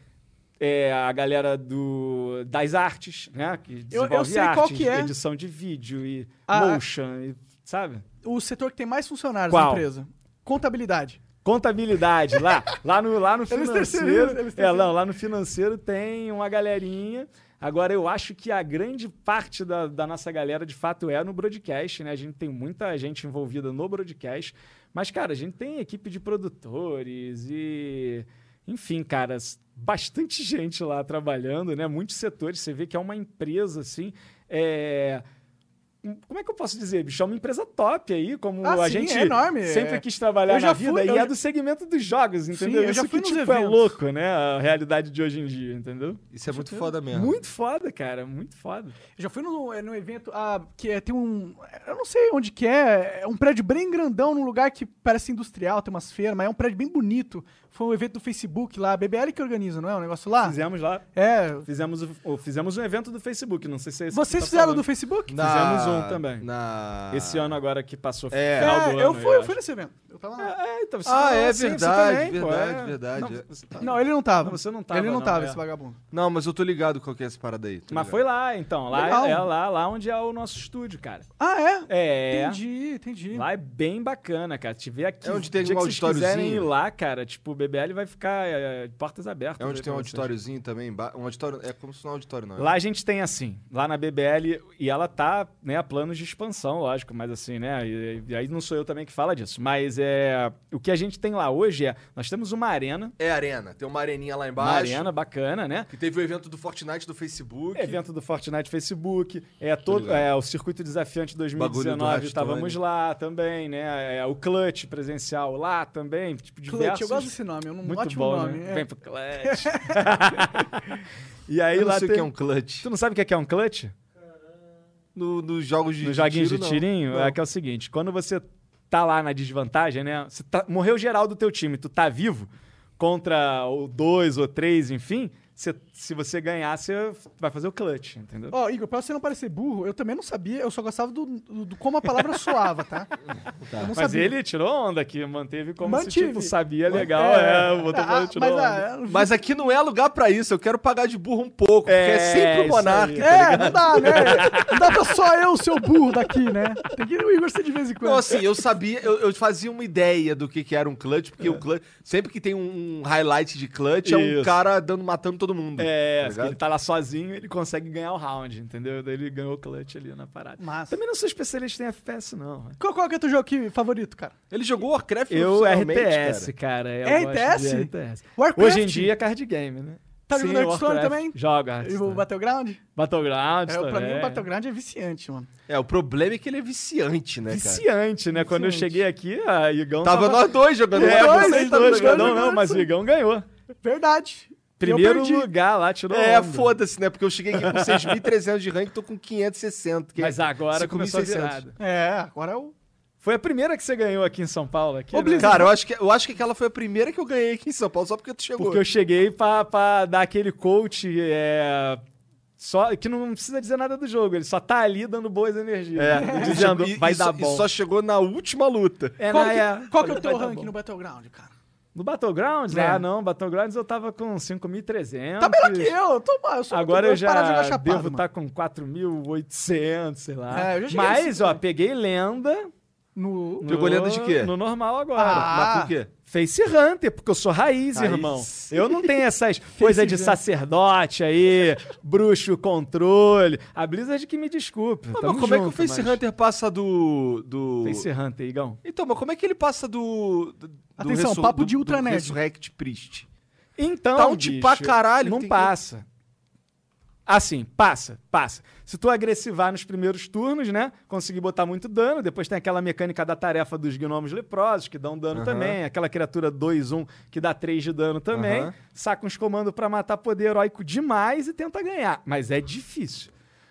B: é, a galera do, das artes, né? Que
C: Eu- eu
B: desenvolve
C: sei qual
B: artes,
C: que é.
B: edição de vídeo e
C: Ah,
B: motion, e, sabe?
C: O setor que tem mais funcionários
B: Qual?
C: na empresa. Contabilidade.
B: contabilidade lá, lá no, lá no
C: Eles
B: financeiro.
C: terceirizam, eles
B: É,
C: terceirizam.
B: não, lá no financeiro tem uma galerinha. Agora, eu acho que a grande parte da, da nossa galera, de fato, é no broadcast, né? A gente tem muita gente envolvida no broadcast. Mas, cara, a gente tem equipe de produtores e. Enfim, cara, s- bastante gente lá trabalhando, né? Muitos setores. Você vê que é uma empresa, assim. É... um- Como é que eu posso dizer, bicho? É uma empresa top aí, como
C: Ah,
B: a
C: sim,
B: gente
C: é enorme,
B: sempre
C: é.
B: quis trabalhar
C: Eu já
B: na vida
C: fui-
B: e
C: eu
B: é
C: já-
B: do segmento dos jogos, entendeu?
C: eu já
B: Isso
C: fui
B: que,
C: nos
B: tipo, é
C: eventos.
B: louco, né? A realidade de hoje em dia, entendeu?
A: Isso é muito foda mesmo.
B: Muito foda, cara. Muito foda.
C: Eu já fui num, é, num evento ah, que é- tem um. Eu não sei onde que é. É um prédio bem grandão, num lugar que parece industrial, tem umas feiras, mas é um prédio bem bonito. Foi um evento do Facebook lá, a BBL que organiza, não é? Um negócio lá?
B: Fizemos lá.
C: É.
B: Fizemos, o- o- fizemos um evento do Facebook. Não sei se é esse que
C: Vocês
B: tá
C: fizeram
B: falando.
C: do Facebook?
B: Fizemos um também.
A: na-
B: Esse ano agora que passou
A: Ah. É.
B: final
C: É,
B: do ano.
C: eu fui, eu
B: acho.
C: fui nesse evento. Eu tava lá.
B: É, é, então, você
A: Ah,
B: tá-
A: é
B: sim, você
A: verdade,
B: também, pô,
A: verdade,
B: é.
A: verdade.
B: Não, você tá-
C: Não, ele não tava.
B: Não, você não tava,
C: Ele não,
B: não,
C: tava,
B: é.
C: esse vagabundo.
A: Não, mas eu tô ligado qual que é essa parada aí. tô
B: Mas
A: ligado.
B: foi lá, então. Lá
C: Legal.
B: é lá, lá onde é o nosso estúdio, cara.
C: Ah, é?
B: É.
C: Entendi, entendi.
B: Lá é bem bacana, cara. Tiver aqui.
A: É onde tem
B: o dia
A: um
B: que vocês quiserem ir
A: auditóriozinho.
B: lá, cara, tipo, o BBL vai ficar é, de portas
A: É
B: abertas.
A: onde
B: aí
A: tem um
B: pra vocês.
A: auditóriozinho também. emba- Um auditório... É como se não é um auditório, não. é?
B: Lá a gente tem assim, lá na BBL, e ela tá, né, a planos de expansão, lógico, mas assim, né, e, e aí não sou eu também que fala disso, mas é, o que a gente tem lá hoje é, nós temos uma arena,
A: É arena. Tem uma areninha lá
B: uma
A: embaixo.
B: arena bacana, né,
A: Que teve o evento do Fortnite do Facebook.
B: Evento do Fortnite Facebook, é todo
A: ligado.
B: é, o Circuito Desafiante
A: Bagulho do
B: 2019, estávamos
A: Hearthstone.
B: lá também, né? É, o Clutch presencial lá também, tipo diversos.
C: Clutch, eu gosto desse nome, é um
B: Muito
C: ótimo
B: bom,
C: nome.
B: né?
C: é.
B: Vem pro Clutch. e aí
A: Eu não
B: lá
A: sei o
B: tem...
A: que é um clutch.
B: Tu não sabe o que é que é um clutch?
A: No- Nos jogos de
B: Nos joguinhos
A: tiro,
B: de
A: não.
B: tirinho?
A: Não.
B: É que é o seguinte, quando você tá lá na desvantagem, né? Você tá- morreu geral do teu time, tu tá vivo contra o dois ou três, enfim, você- se você ganhar, você vai fazer o clutch, entendeu?
C: Ó, Igor, pra você não parecer burro, eu também não sabia, eu só gostava do, do- do como a palavra soava, tá? Eu não
B: Mas ele tirou onda aqui, manteve como se
C: Mantive.
B: tipo sabia legal, é, o outro
C: ah,
B: falou, tirou
C: mas,
B: onda.
C: ah,
A: Mas aqui não é lugar pra isso. Eu quero pagar de burro um pouco. porque é
B: É,
A: sempre o
B: isso
A: monarca.
B: aí.
A: tá
C: é, não dá, né? Não dá pra só eu ser o burro daqui, né? Tem que o Igor ser de vez em quando.
A: Não, assim, eu sabia, eu, eu fazia uma ideia do que, que era um clutch, porque o clutch. Sempre que tem um highlight de clutch, é um
B: É. Isso.
A: cara dando, matando todo mundo.
B: É,
A: tá
B: porque ele
A: ligado?
B: tá lá sozinho, ele consegue ganhar o round, entendeu? Daí ele ganhou o clutch ali na parada.
C: Massa.
B: Também não sou especialista em FPS, não.
C: Qual, qual que é o teu jogo aqui, favorito, cara?
A: Ele jogou Warcraft
B: Eu,
A: profissionalmente,
B: RTS, cara. eu gosto de
C: RTS?
B: RTS.
C: Warcraft?
B: Hoje em dia é card game, né?
C: Tá jogando
B: Sim,
C: Hearthstone
B: Warcraft.
C: também?
B: Joga.
C: E o
B: Hearthstone.
C: Battleground?
B: Battleground
C: É, pra mim,
B: também.
C: o Battleground é viciante, mano.
A: É, o problema é que ele é viciante, né, cara?
B: Viciante, né? Quando eu
C: Viciante.
B: cheguei aqui, a Igão
A: Tava nós dois jogando.
B: É,
A: Warcraft.
B: vocês
C: tava
B: dois,
C: jogando
B: não, não, mas o
C: Hearthstone.
B: Igão ganhou.
C: Verdade. E eu
B: Primeiro
C: perdi.
B: lugar lá, tirou
A: É,
B: onda.
A: foda-se, né? Porque eu cheguei aqui com 6.300 de rank, tô com 560. que é
B: Mas
A: 5.600.
B: agora começou a virada.
C: É, agora é o.
B: Foi a primeira que você ganhou aqui em São Paulo? Aqui, né?
A: Cara, eu acho, que, eu acho que aquela foi a primeira que eu ganhei aqui em São Paulo, só porque tu chegou.
B: Porque eu cheguei pra, pra dar aquele coach é, só, que não precisa dizer nada do jogo, ele só tá ali dando boas energias.
A: É,
B: dizendo,
A: e- e
B: vai
A: só-
B: dar bom.
A: E só chegou na última luta.
B: É,
C: qual
B: na-
C: que,
B: é,
C: qual que é
B: falei,
C: o teu
B: vai dar
C: rank
B: bom.
C: no Battleground, cara?
B: No Battlegrounds?
C: É.
B: Ah, não. Battlegrounds eu tava com 5.300.
C: Tá melhor que eu. eu Tô, eu sou muito
B: Agora
C: doido
B: eu
C: de parar de
B: já
C: jogar chapado,
B: devo tá
C: mano.
B: estar com 4.800, sei lá.
C: É, eu já cheguei
B: Mas,
C: nesse
B: ó, peguei lenda.
C: No...
A: Pegou
B: no-
A: lenda de quê?
B: No normal agora.
C: Ah.
A: Mas por quê?
B: Face Hunter, porque eu sou raiz,
A: Raiz.
B: irmão. Eu não tenho essas coisas de sacerdote aí, bruxo, controle. A Blizzard que me desculpe.
A: Ah,
B: tamo
A: mas como é que o
B: junto,
A: Face
B: mas-
A: Hunter passa do. do...
B: Face Hunter, Igão.
A: Então, mas como é que ele passa do. do do
C: Atenção,
A: ressur-
C: papo
A: do-
C: de ultra
A: do
C: nerd.
A: Resurrect Priest.
B: Então,
A: Tá um de
B: bicho,
A: pra caralho que
B: não
A: tem que-
B: passa. Assim, passa, passa. Se tu agressivar nos primeiros turnos, né? Conseguir botar muito dano. Depois tem aquela mecânica da tarefa dos gnomos leprosos, que dão dano
A: Aham.
B: também. Aquela criatura 2-1 que dá 3 de dano também.
A: Aham.
B: Saca uns comandos pra matar poder heróico demais e tenta ganhar. Mas é difícil.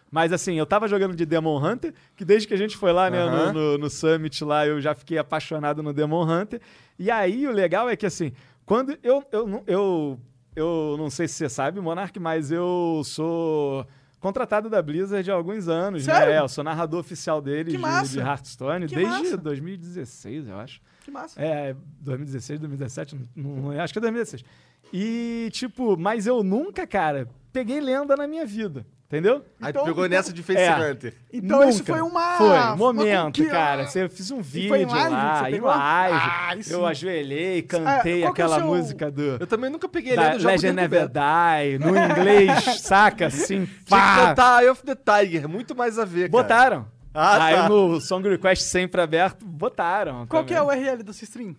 B: Mas assim, eu tava jogando de Demon Hunter, que desde que a gente foi lá, né,
A: Aham.
B: no, no- no Summit lá, eu já fiquei apaixonado no Demon Hunter. E aí o legal é que assim, quando eu eu não- eu, eu não sei se você sabe, Monark, mas eu sou contratado da Blizzard há alguns anos,
C: Sério?
B: né? É, eu sou narrador oficial deles de,
C: Que massa!
B: de Hearthstone
C: Que
B: desde
C: massa!
B: 2016, eu acho.
C: Que massa.
B: É, 2016, 2017, não, não- acho que é 2016. E, tipo, mas eu nunca, cara, peguei lenda na minha vida, entendeu?
A: Aí tu
C: Então-
A: pegou nessa de Face
B: É.
A: Hunter.
C: Então
B: Nunca.
C: isso foi uma.
B: Foi, um
C: uma
B: momento,
C: conquista.
B: cara. Você- Eu fiz um vídeo
C: foi em live que
B: lá,
C: você
B: em
C: pegou?
B: live.
C: Ah, isso
B: eu
C: não-
B: ajeelei, cantei
C: Ah, qual que é o
B: aquela
C: seu-
B: música do.
A: Eu também nunca peguei
B: Da
A: lenda já
B: Legend Never Die, no inglês, saca? Assim,
A: Tinha que
B: pá.
A: cantar Eye of the Tiger, muito mais a ver, cara.
B: Botaram.
A: Ah,
B: Aí
A: tá.
B: no Song Request sempre aberto, botaram.
C: Qual que é
B: também.
C: o URL da sua stream?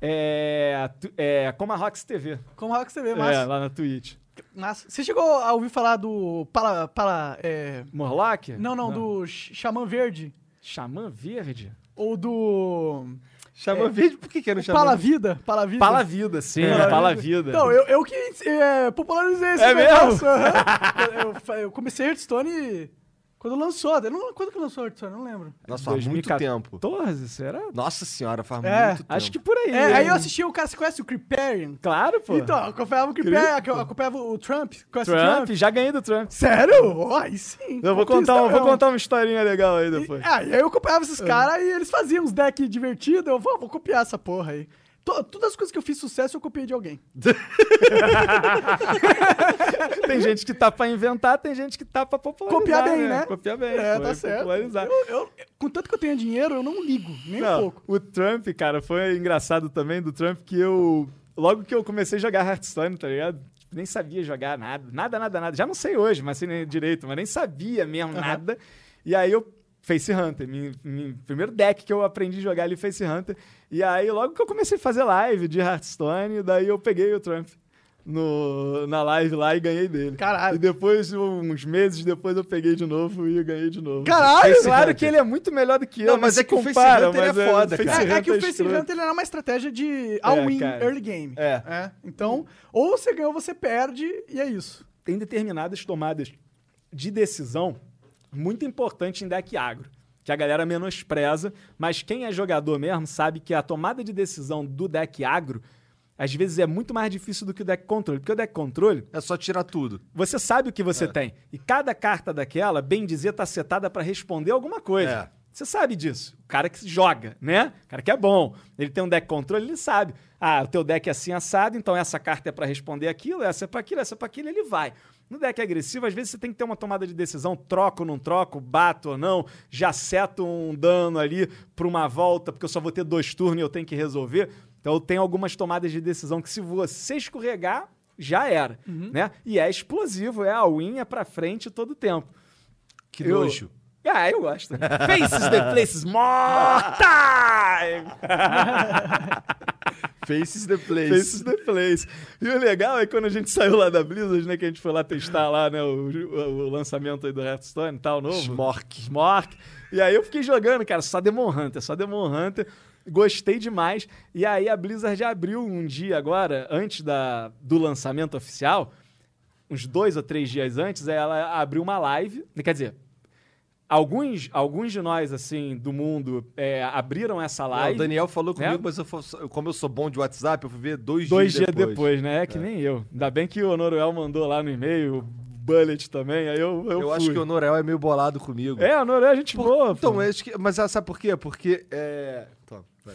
B: É, tu- é como a Rox TV.
C: Como Rock TV,
B: É,
C: massa.
B: lá na Twitch.
C: massa. Você chegou a ouvir falar do. Pala, pala, é...
B: Morlock?
C: Não, não, do X- Xamã Verde.
B: Xamã Verde?
C: Ou do.
B: É.
A: Chama verde, por que que não
C: O
A: chama
C: Pala Vida. Pala Vida.
B: Pala Vida, sim.
C: É.
B: Pala Vida.
C: Não, eu, eu que é, popularizei esse
B: É
C: negócio. aham. eu, eu fa- eu comecei Hearthstone quando lançou. Eu não, quando que lançou Hearthstone? Eu não lembro.
A: Nossa, faz muito tempo.
B: 14, será?
A: Nossa senhora, faz
C: É,
A: muito tempo.
B: Acho que por aí.
C: Então. É, aí eu
B: né?
C: assisti o cara, você conhece o Creeparian?
B: Claro, pô.
C: Então, eu acompanhava o Creeparian, eu acompanhava o Trump. Conhece o
B: Trump,
C: Trump?
B: já ganhei do Trump.
C: Sério? Ó, Aí sim.
B: Eu vou contar, um- vou
C: conquistão.
B: contar um. É. uma historinha legal aí depois.
C: E, ah, e aí eu acompanhava esses caras e eles faziam uns decks divertidos. Eu vou, vou copiar essa porra aí. To- todas as coisas que eu fiz sucesso eu copiei de alguém.
B: Tem gente que tá pra inventar, tem gente que tá pra popularizar.
C: Copiar bem, né?
B: Copiar bem.
C: É,
B: pô,
C: tá certo.
B: Popularizar.
C: Eu, eu, contanto que eu tenha dinheiro, eu não ligo, nem um
B: Não,
C: pouco.
B: O Trump, cara, foi engraçado também do Trump que eu. Logo que eu comecei a jogar Hearthstone, tá ligado? Nem sabia jogar nada, nada, nada, nada. Já não sei hoje, mas assim, nem direito, mas nem sabia mesmo nada. E aí eu. Face Hunter, mi- mi- primeiro deck que eu aprendi a jogar ali, Face Hunter. E aí, logo que eu comecei a fazer live de Hearthstone, daí eu peguei o Trump no, na live lá e ganhei dele.
C: Caralho.
B: E depois, uns meses depois, eu peguei de novo e ganhei de novo.
C: Caralho!
B: É claro
A: Hunter.
B: que ele é muito melhor do que eu.
A: Não, mas
B: se
A: é que o Face
B: compara,
A: Hunter
B: mas
A: é foda,
B: o Face
A: cara.
C: É, é que o
B: Hunter
C: Face
B: escroto.
C: Hunter ele era uma estratégia de all-win,
B: tá É, cara.
C: early game.
A: É.
C: Então, ou você ganhou, você perde, e é isso.
B: Tem determinadas tomadas de decisão muito importante em deck agro, que a galera menospreza, mas quem é jogador mesmo sabe que a tomada de decisão do deck agro às vezes é muito mais difícil do que o deck controle, porque o deck controle
A: É só tirar tudo.
B: Você sabe o que você tem. E cada carta daquela, bem dizer, tá setada pra responder alguma coisa.
A: É.
B: Você sabe disso. O cara que joga, né? O cara que é bom. Ele tem um deck controle, ele sabe. Ah, o teu deck é assim assado, então essa carta é pra responder aquilo, essa é pra aquilo, essa é pra aquilo, ele vai. No deck agressivo, às vezes você tem que ter uma tomada de decisão, troco ou não troco, bato ou não, já seto um dano ali pra uma volta, porque eu só vou ter dois turnos e eu tenho que resolver. Então tem algumas tomadas de decisão que se você escorregar, já era, né? E é explosivo, é a unha pra frente todo tempo.
A: Que
B: Eu-
A: nojo.
B: Ah, eu gosto. Faces the places morta!
A: Faces the place.
B: Faces the Place. E o legal é que quando a gente saiu lá da Blizzard, né? Que a gente foi lá testar lá, né? O, o- o lançamento aí do Hearthstone e tal, novo.
A: Smork.
B: Smork. E aí eu fiquei jogando, cara, só Demon Hunter, só Demon Hunter. Gostei demais. E aí a Blizzard abriu um dia agora, antes da, do lançamento oficial, uns dois ou três dias antes, ela abriu uma live. Quer dizer, alguns, alguns de nós, assim, do mundo, é, abriram essa
A: Ah,
B: live.
A: o Daniel falou comigo,
B: Né?
A: mas eu fo- como eu sou bom de WhatsApp, eu fui ver dois,
B: Dois
A: dias
B: dias
A: depois.
B: depois, né? É que nem eu. Ainda bem que o Noruel mandou lá no e-mail, o Bullet também, aí eu, eu,
A: Eu, acho
B: fui.
A: que o Norel é meio bolado comigo.
B: É, o Noruel é gente boa, pô.
A: Então, acho que- mas ah, sabe por quê? Porque é. Toma, vai.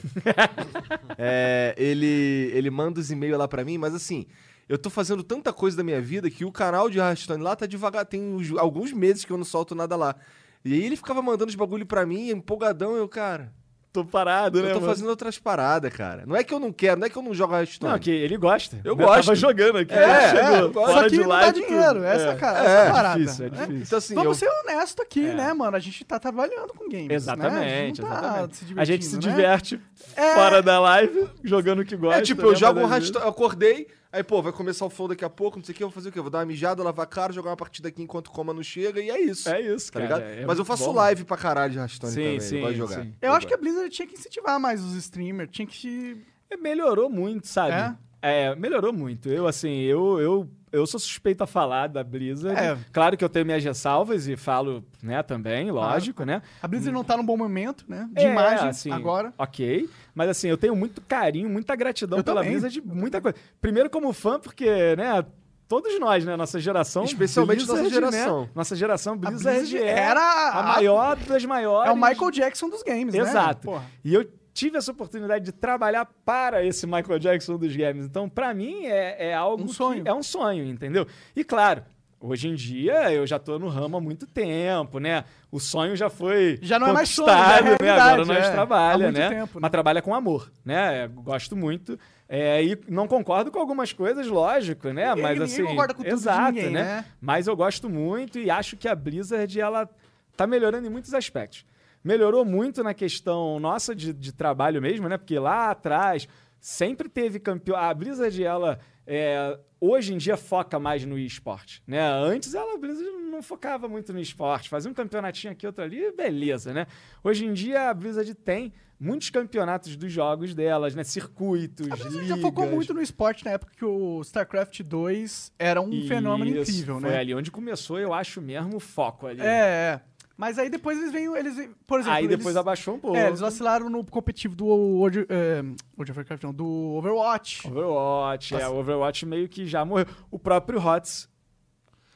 A: É, ele, ele manda os e-mails lá pra mim, mas assim, eu tô fazendo tanta coisa da minha vida que o canal de Hearthstone lá tá devagar. Tem uns- alguns meses que eu não solto nada lá. E aí ele ficava mandando os bagulho pra mim, empolgadão, eu, cara.
B: Tô parado, né?
A: eu tô
B: mano?
A: fazendo outras paradas, cara. Não é que eu não quero, não é que eu não jogo Hearthstone.
B: Não, que ele gosta.
A: Eu
B: né?
A: gosto.
B: Tava jogando aqui.
A: É,
B: né?
A: é, eu
B: chegou.
A: gosto.
B: fora
C: Só que
B: de
C: não dá
B: live e tudo.
C: dinheiro. Essa, é, cara, essa é a
B: É
C: parada.
B: difícil, é
C: né?
B: difícil.
A: Então, assim, eu,
C: Vamos ser honesto aqui, né, mano? A gente tá trabalhando com
A: assim,
C: games. né?
B: Exatamente,
C: a gente não tá
B: exatamente.
C: se
B: a gente se
C: divertindo, né?
B: diverte
C: É.
B: fora da live, jogando o que gosta.
A: É tipo,
B: né?
A: eu jogo um
B: Mas às
A: Hearthstone, eu acordei, aí, pô, vai começar o flow daqui a pouco, não sei o que, eu vou fazer o quê? Eu vou dar uma mijada, lavar a cara, jogar uma partida aqui enquanto o coma não chega, e é isso.
B: vezes- É isso,
A: tá
B: cara.
A: ligado?
B: é
A: Mas eu
B: muito
A: faço
B: bom.
A: live pra caralho de Hearthstone
B: Sim,
A: também,
B: sim,
A: vai jogar.
B: sim.
C: Eu acho que a Blizzard tinha que incentivar mais os streamers, tinha que.
B: É, Melhorou muito, sabe? É? melhorou muito. Eu, assim, eu, eu, eu sou suspeito a falar da Blizzard.
C: É.
B: Claro que eu tenho minhas ressalvas e falo, né, também, lógico, né?
C: A Blizzard não tá num bom momento, né? De
B: É,
C: imagem
B: assim,
C: agora.
B: Ok. Mas assim, eu tenho muito carinho, muita gratidão
C: Eu
B: pela
C: também.
B: Blizzard, muita coisa. Primeiro como fã, porque, né, todos nós, né, nossa geração...
A: Especialmente nossa
B: Blizzard, né?
A: geração.
B: Nossa geração
C: A
B: Blizzard, era
C: era
B: a maior das maiores.
C: É o Michael Jackson dos games, né?
B: Exato.
C: Porra.
B: E eu tive essa oportunidade de trabalhar para esse Michael Jackson dos games. Então, pra mim, é, é algo.
C: Um
B: que-
C: sonho.
B: é um sonho, entendeu? E claro. Hoje em dia eu já tô no ramo há muito tempo, né? O sonho já foi
C: Já não é mais sonho,
B: conquistado,
C: já é
B: né? Agora
C: realidade,
B: nós
C: é.
B: trabalha,
C: Há muito
B: né?
C: tempo, né?
B: Mas trabalha com amor, né? Eu gosto muito. é, e não concordo com algumas coisas, lógico, né?
C: Ninguém-
B: Mas
C: ninguém
B: assim,
C: concorda com tudo de
B: exato,
C: ninguém,
B: né?
C: né?
B: Mas eu gosto muito e acho que a Blizzard ela tá melhorando em muitos aspectos. Melhorou muito na questão nossa de, de trabalho mesmo, né? Porque lá atrás sempre teve campeão. A Blizzard ela é, hoje em dia foca mais no esporte, né? Antes ela a Blizzard não focava muito no esporte, fazia um campeonatinho aqui outro ali, beleza, né? Hoje em dia a Blizzard tem muitos campeonatos dos jogos delas, né? Circuitos,
C: A
B: ligas.
C: Blizzard já focou muito no esporte na época que o StarCraft 2 era um fenômeno
B: Isso,
C: incrível,
B: foi
C: né?
B: ali onde começou, eu acho mesmo, o foco ali.
C: É, é. Mas aí depois eles vêm. Eles, vêm- por exemplo,
B: Aí depois
C: eles,
B: abaixou um pouco.
C: é, eles vacilaram no competitivo do World, é, World of Warcraft, não, do Overwatch.
B: Overwatch, é,
C: Nossa.
B: o Overwatch meio que já morreu. O próprio HOTS,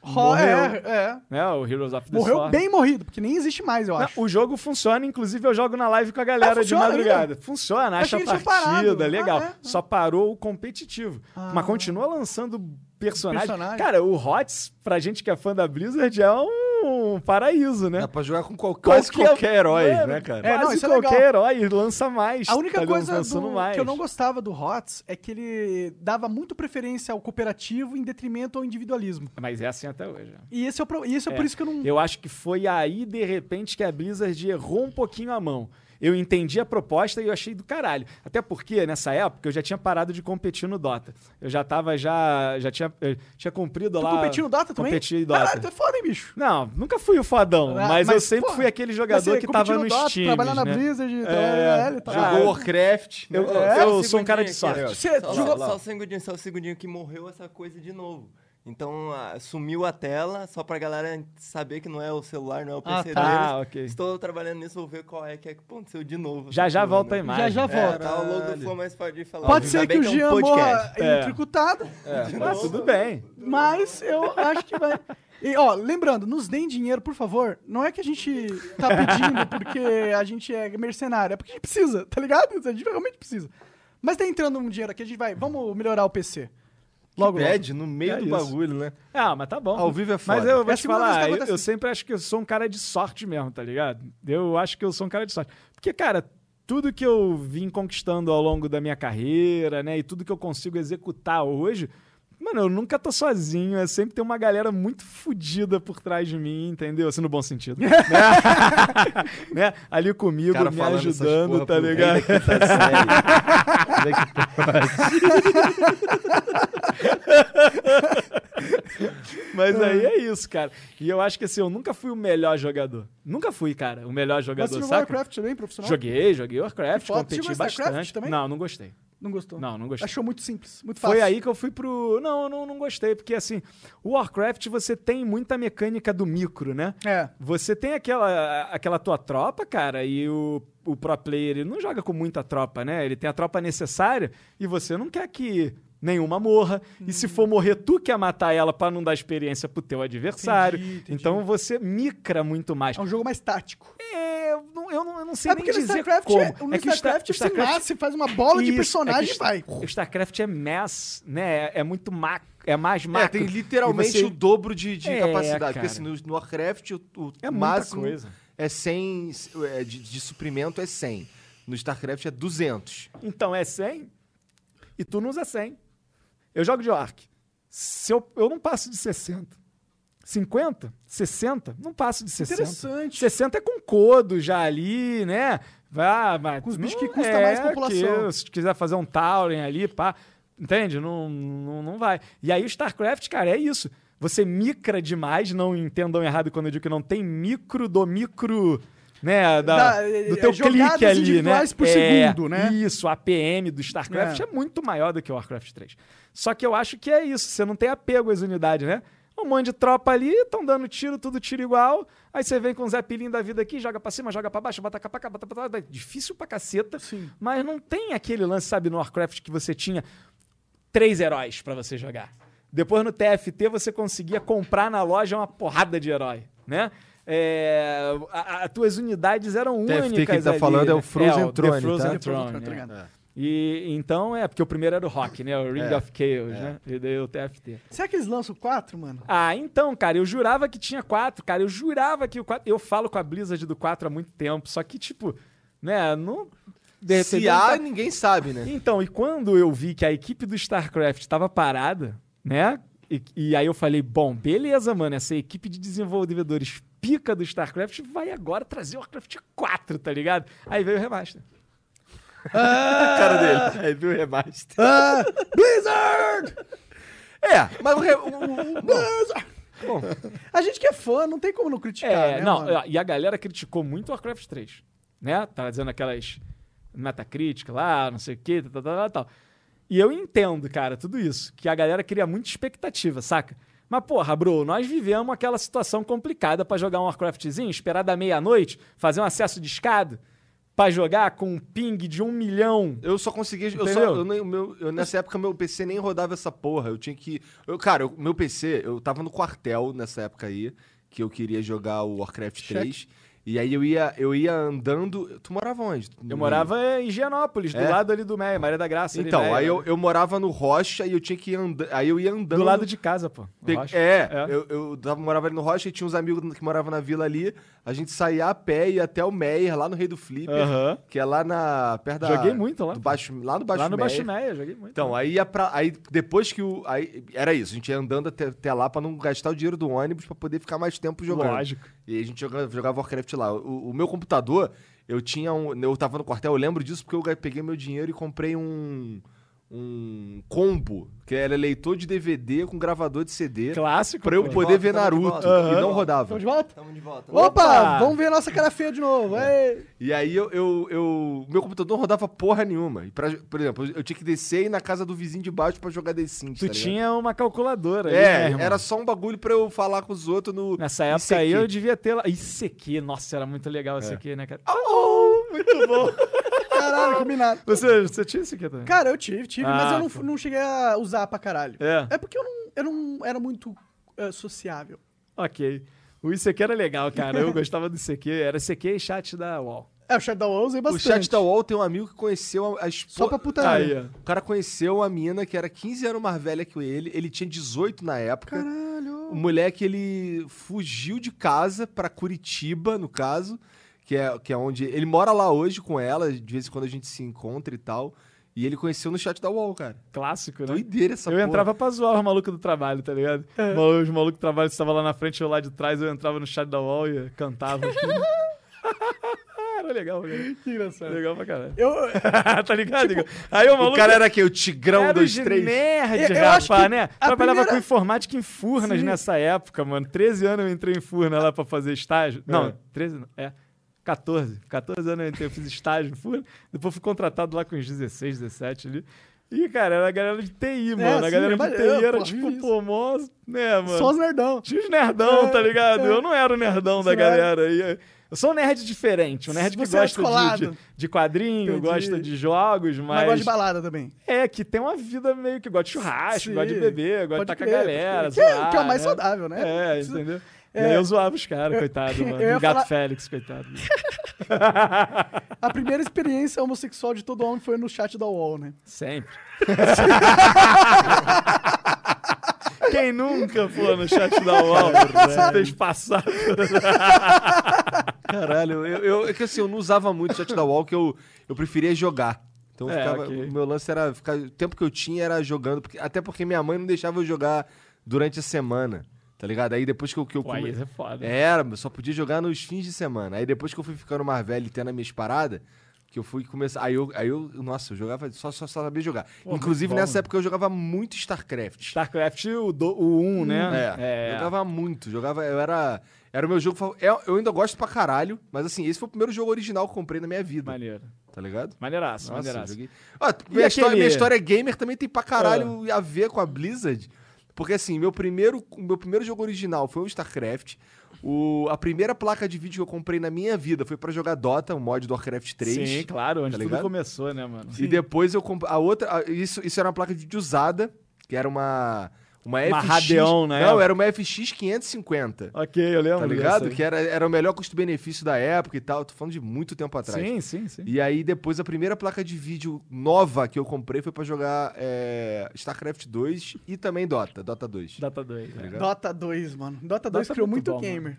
C: Ro-
B: morreu.
C: É, é.
B: né, o Heroes of the
C: Morreu
B: Storm.
C: bem morrido, porque nem existe mais, eu
B: Não,
C: acho.
B: o jogo funciona, inclusive eu jogo na live com a galera
C: Ah,
B: de
C: funciona
B: madrugada. Funciona, acha
C: Achei que
B: partida,
C: eles tinham parado.
B: legal.
C: Ah, é?
B: Só parou o competitivo.
C: Ah.
B: Mas continua lançando personagem.
C: Personagem.
B: Cara, o HOTS, pra gente que é fã da Blizzard, é um paraíso, né?
A: Dá pra jogar com qualquer, um
B: Quase
A: É
B: é
A: quase qualquer herói, né, cara?
C: É,
B: Quase
C: não, isso é
B: qualquer
C: legal.
B: herói lança mais.
C: A única
B: tá
C: coisa
B: lançando
C: do-
B: mais.
C: que eu não gostava do HOTS é que ele dava muito preferência ao cooperativo em detrimento ao individualismo.
B: Mas é assim até hoje.
C: E esse é, o pro- e esse é,
B: É.
C: por isso que eu não.
B: Eu acho que foi aí, de repente, que a Blizzard errou um pouquinho a mão. Eu entendi a proposta e eu achei do caralho. Até porque, nessa época, eu já tinha parado de competir no Dota. Eu já tava, já. Já tinha, eu tinha cumprido
C: Tu
B: lá.
C: competiu no Dota também?
B: Competi no Dota.
C: Caralho, tu é foda, hein, bicho?
B: Não, nunca fui o fodão,
C: Ah,
B: mas, eu
C: mas,
B: sempre
C: pô,
B: fui aquele
C: Mas
B: jogador
C: você
B: que
C: competiu
B: tava
C: no
B: nos
C: Dota,
B: times.
C: Trabalhar na
B: né?
C: Blizzard, é,
B: É,
C: trabalhar na L e tal.
B: Ah,
A: Jogou Warcraft.
B: eu-
A: né?
B: eu-
A: Só
B: eu
A: um
B: sou um cara de
A: segundinho aqui,
B: sorte.
C: Você
A: ó.
E: É, Só,
A: Só
C: jogou-
A: lá, lá.
E: só o segundinho, só o segundinho que morreu essa coisa de novo. Então ah, sumiu a tela, só pra galera saber que não é o celular, não é o
C: Ah,
E: PC
B: tá.
E: deles.
B: Ah, ok.
E: Estou trabalhando nisso, vou ver qual é que é que aconteceu de novo.
B: Já já volta a
E: aí.
B: imagem.
C: já
E: É,
C: volta.
E: tá ao longo do
A: Caralho.
E: flow, mas pode falar.
C: Pode
E: Ainda
C: ser que
E: bem
C: o
E: é
C: Jean
E: um podcast.
C: morra
B: É.
C: eletricutado,
B: Ah, tudo bem.
C: mas eu acho que vai. E, ó, lembrando, nos deem dinheiro, por favor. Não é que a gente tá pedindo porque a gente é mercenário, é porque a gente precisa, tá ligado? A gente realmente precisa. Mas tá entrando um dinheiro aqui, a gente vai. Vamos melhorar o PC. Logo,
A: Que
C: logo.
A: bad, no meio
B: É
A: do
B: isso.
A: bagulho, né?
B: Ah, mas tá bom.
A: Ao vivo é foda.
B: Mas eu vou
C: É a
B: te
C: segunda vez que
B: falar, eu,
C: acontece.
B: eu sempre acho que eu sou um cara de sorte mesmo, tá ligado? Eu acho que eu sou um cara de sorte. Porque, cara, tudo que eu vim conquistando ao longo da minha carreira, né, e tudo que eu consigo executar hoje, Mano, eu nunca tô sozinho, é sempre tem uma galera muito fodida por trás de mim, entendeu? Assim, no bom sentido. né? Né? Ali comigo,
E: cara
B: me
E: falando essas
B: ajudando,
E: porra
B: tá
E: pro rei da
B: ligado?
E: quinta série.
B: Mas aí é isso, cara. E eu acho que assim, eu nunca fui o melhor jogador. Nunca fui, cara, o melhor
C: Mas você
B: jogador,
C: jogou
B: saca?
C: Warcraft também, profissional?
B: Joguei, joguei Warcraft,
C: Foda,
B: competi
C: chegou a StarCraft
B: bastante.
C: também?
B: Não, não gostei.
C: Não gostou?
B: Não, não gostei.
C: Achou muito simples, muito fácil.
B: Foi aí que eu fui pro. Não, não, não gostei, porque assim, o Warcraft você tem muita mecânica do micro, né?
C: É.
B: Você tem aquela, aquela tua tropa, cara, e o, o pro player ele não joga com muita tropa, né? Ele tem a tropa necessária e você não quer que nenhuma morra. E se
C: Hum.
B: for morrer, tu quer matar ela pra não dar experiência pro teu adversário.
C: Entendi, entendi.
B: Então você micra muito mais.
C: É um jogo mais tático.
B: É, eu, não, eu não- eu não sei
C: é
B: nem
C: porque no
B: dizer
C: StarCraft,
B: como.
C: é- no
B: É que o Star-
C: StarCraft,
B: o
C: você nasce, faz uma bola de
B: Isso,
C: personagem
B: é
C: e
B: que
C: vai.
B: O StarCraft é mass, né? É muito mac, é mais
A: É,
B: macro.
A: tem literalmente
B: E você-
A: o dobro de, de
B: É,
A: capacidade. Porque
B: cara.
A: assim, no, no Warcraft, o, o
B: É muita
A: máximo
B: coisa.
A: é 100, é, de, de suprimento é 100. No StarCraft é 200.
B: Então é 100 e tu não usa 100. Eu jogo de orc. Se eu, eu não passo de 60. 50? 60? Não passo de 60.
C: Interessante.
B: 60 é com codo já ali, né? Vá, mas
C: Com os
B: não-
C: bichos que custa
B: é
C: mais população.
B: que se quiser fazer um Tauren ali, pá. Entende? Não, não, não vai. E aí o StarCraft, cara, é isso. Você micra demais, não entendam errado quando eu digo que não tem micro do micro, né? da-
C: Da- é,
B: do teu
C: jogadas
B: clique ali, né?
C: individuais por segundo, né?
B: Isso, a APM do StarCraft
C: É.
B: é. muito maior do que o Warcraft 3. Só que eu acho que é isso, você não tem apego às unidades, né? Um monte de tropa ali, estão dando tiro, tudo tiro igual. Aí você vem com o Zé Pilinho da vida aqui, joga pra cima, joga pra baixo, bota cá pra cá, bota pra lá. Difícil pra caceta.
C: Sim.
B: Mas não tem aquele lance, sabe, no Warcraft que você tinha três heróis pra você jogar. Depois no TFT você conseguia comprar na loja uma porrada de herói, né? É, a- a- as tuas unidades eram
A: TFT que
B: únicas.
A: ele tá
B: ali,
A: falando é o
B: né?
A: Frozen
B: o The
A: Throne,
B: Frozen
A: tá?
B: Throne,
C: Tá
B: é.
C: ligado?
B: E então é, porque o primeiro era o Rock, né? O Ring
A: É,
B: of Chaos, né? E daí o TFT.
C: Será que eles lançam quatro, mano?
B: Ah, então, cara, eu jurava que tinha quatro, cara. Eu jurava que o quatro. Eu falo com a Blizzard do 4 há muito tempo, só que, tipo, né, não. de repente
A: Se
B: não
A: há,
B: tá-
A: ninguém sabe, né?
B: então, e quando eu vi que a equipe do StarCraft estava parada, né? E, e aí eu falei, bom, beleza, mano, essa equipe de desenvolvedores pica do StarCraft vai agora trazer o Warcraft 4, tá ligado? Aí veio o remaster.
E: cara dele. Aí viu o remaster.
A: É, mas o. re- o- o- bom,
C: A gente que é fã, não tem como não criticar,
B: É,
C: né,
B: não,
C: mano?
B: e a galera criticou muito o Warcraft 3, né? Tava dizendo aquelas metacritica lá, não sei o que, tal, tal, tal, tal. E eu entendo, cara, tudo isso, que a galera cria muita expectativa, saca? Mas, porra, bro, nós vivemos aquela situação complicada pra jogar um Warcraftzinho, esperar da meia-noite, fazer um acesso de escada, pra jogar com um ping de um milhão.
A: eu só consegui. Eu só,
B: Entendeu?
A: eu nem- o meu, eu- nessa época, meu PC nem rodava essa porra. Eu tinha que. eu- cara, o meu PC, eu tava no quartel nessa época aí, que eu queria jogar o Warcraft 3. E aí eu ia, eu ia andando. Tu morava onde?
B: Eu morava em Higienópolis, do
A: Hum. É?
B: lado ali do Meia, Maria da Graça. ali,
A: Então,
B: Meia,
A: aí eu, eu morava no Rocha e eu tinha que andar. Aí eu ia andando.
B: Do lado de casa, pô. eu
A: Pe-
B: acho.
A: É,
B: É.
A: eu, eu tava- morava ali no Rocha e tinha uns amigos que moravam na vila ali. A gente saía a pé e ia até o Meier, lá no Rei do Flipper,
B: Aham.
A: que é lá na. Perto da,
B: Joguei muito lá,
A: do
B: pô.
A: baixo, lá no Baixo
B: Lá no
A: Meier.
B: Baixo Meia, joguei muito.
A: Então, aí ia pra. Aí depois que o. Aí, era isso, a gente ia andando até, até lá pra não gastar o dinheiro do ônibus pra poder ficar mais tempo jogando.
B: Lógico.
A: E aí a gente jogava, jogava Warcraft lá. O, o meu computador, eu tinha um. Eu tava no quartel, eu lembro disso porque eu ga- peguei meu dinheiro e comprei um. Um combo, que era leitor de DVD com gravador de CD.
B: Clássico.
A: Pra eu
B: pô.
A: poder ver
E: Tamo de
A: Naruto.
E: volta.
A: E
E: Aham.
A: não rodava.
C: Estamos Então, de volta?
E: Tamo de volta.
C: Opa,
B: Opa! É.
C: vamos ver a nossa cara feia de novo. Ei.
A: E aí eu, eu, eu- Meu computador não rodava porra nenhuma. E pra- por exemplo, eu tinha que descer e ir na casa do vizinho de baixo pra jogar The Sims.
B: Tu
A: tá ligado?
B: tinha uma calculadora. ali, né,
A: É,
B: irmão?
A: era só um bagulho pra eu falar com os outros no.
B: Nessa
A: ICQ.
B: época aí eu devia ter lá. ICQ, nossa, era muito legal isso aqui, né, cara?
C: Caralho, combinado.
B: Você, você tinha ICQ também?
C: Cara, eu tive, tive, mas
B: Ah,
C: eu não,
B: pô.
C: não cheguei a usar pra caralho.
B: É.
C: É porque eu não, eu não era muito eh, sociável.
B: Ok. O ICQ era legal, cara. Eu gostava do ICQ. Era ICQ e chat da UOL.
C: É, o chat da UOL usei
A: O
C: bastante.
B: tá-
A: chat da UOL tem um amigo que conheceu a, a esposa.
C: Só pra
B: Aí,
C: putaria.
B: ó.
A: O cara conheceu a mina que era 15 anos mais velha que ele. Ele tinha 18 na época.
C: Caralho.
A: O moleque, ele fugiu de casa pra Curitiba, no caso, que é, que é onde. Ele mora lá hoje com ela, de vez em quando a gente se encontra e tal. E ele conheceu no chat da UOL, cara.
B: Clássico, né?
A: Doideira essa
B: eu
A: porra.
B: entrava pra zoar os malucos do trabalho, tá ligado? Mal- Os malucos do trabalho estavam lá na frente, eu lá de trás, eu entrava no chat da wall e cantava. Era legal, cara.
C: Que engraçado.
B: Legal pra caralho.
C: Eu,
B: tá ligado? Igor? Aí o maluco. né?
A: O cara era aqui, o Tigrão
B: era
A: dos
B: de
A: três.
B: nerd,
C: Eu- eu
B: rapaz,
C: acho que
B: né?
C: a
B: Trabalhava
C: primeira-
B: com informática em Furnas
C: Sim.
B: nessa época, mano. 13 anos eu entrei em Furnas lá pra fazer estágio. Não, 13 não, é. 14. 14 anos eu entrei, eu fiz estágio em Furnas. Depois fui contratado lá com uns 16, 17 ali. E, cara, era a galera de TI, mano. a
C: sim,
B: galera
C: é
B: de
C: maneiro,
B: TI era
C: pô,
B: tipo,
C: isso.
B: pô, mó, né, mano?
C: só os nerdão.
B: Tinha os nerdão,
C: É,
B: tá ligado?
C: é.
B: Eu não era o nerdão da
C: Você não era?
B: galera. E, Eu sou um nerd diferente, um nerd que
C: Você é
B: gosta de- de,
C: descolado.
B: de quadrinho,
C: Entendi.
B: gosta de jogos, mas.
C: Mas gosto de balada também.
B: É, que tem uma vida meio que gosta de churrasco,
C: Sim,
B: gosta de beber, gosta de
C: pode
B: estar com a
C: crer,
B: galera.
C: pode crer. Que é-
B: zoar,
C: que é o mais
B: né?
C: saudável, né? Não
B: É,
C: precisa-
B: entendeu?
C: É.
B: E aí eu zoava os caras, coitado,
C: eu
B: mano.
C: ia
B: O gato
C: falar-
B: Félix, coitado.
C: A primeira experiência homossexual de todo homem foi no chat da UOL, né?
B: Sempre. Quem nunca foi no chat da
C: É
B: UOL né? se fez passar?
A: Caralho, eu, eu- é que assim, eu não usava muito chat da UOL, que eu, eu preferia jogar. Então eu
B: É,
A: ficava,
B: ok.
A: o meu lance era ficar. O tempo que eu tinha era jogando, porque- até porque minha mãe não deixava eu jogar durante a semana, tá ligado? Aí depois que eu, que eu
B: Pô, aí
A: come-
B: isso é foda.
A: Era, eu só podia jogar nos fins de semana. Aí depois que eu fui ficando mais velho e tendo as minhas paradas, que eu fui começar. Aí eu, aí eu nossa, eu jogava, só, só, só sabia jogar. Inclusive
B: muito bom,
A: nessa
B: né?
A: época eu jogava muito StarCraft.
B: StarCraft, o, do, o 1,
C: Hum,
B: né?
A: É, Jogava muito, jogava. Eu era. Era o meu jogo favorito. Eu eu ainda gosto pra caralho, mas assim, esse foi o primeiro jogo original que eu comprei na minha vida.
B: Maneiro.
A: Tá ligado? Nossa,
B: Maneiraço,
A: eu
B: maneiraço.
A: joguei. Ó, minha, história,
B: aquele- Ah.
A: minha história é gamer também tem pra caralho a ver com a Blizzard. Porque assim, meu primeiro, o meu primeiro jogo original foi o StarCraft. O, a primeira placa de vídeo que eu comprei na minha vida foi pra jogar Dota, um mod do Warcraft 3.
B: Sim, claro, onde
A: tá
B: tudo
A: ligado?
B: começou, né, mano?
A: E depois eu comprei. A outra. a- isso, isso era uma placa de vídeo usada, que era uma. Uma,
B: Uma
A: FX.
B: Radeon, né?
A: Não, era uma FX 550.
B: Ok, eu lembro.
A: Tá
B: dessa
A: ligado?
B: aí.
A: Que era, era o melhor custo-benefício da época e tal. Tô falando de muito tempo
C: é
A: atrás.
B: Sim, sim, sim.
A: E aí, depois, a primeira placa de vídeo nova que eu comprei foi pra jogar é, StarCraft 2 e também Dota, Dota 2.
B: Data 2.
A: Tá
B: né?
A: ligado?
C: Dota 2, mano. Dota 2
B: Dota é
C: criou
B: muito
C: muito,
B: bom,
C: gamer.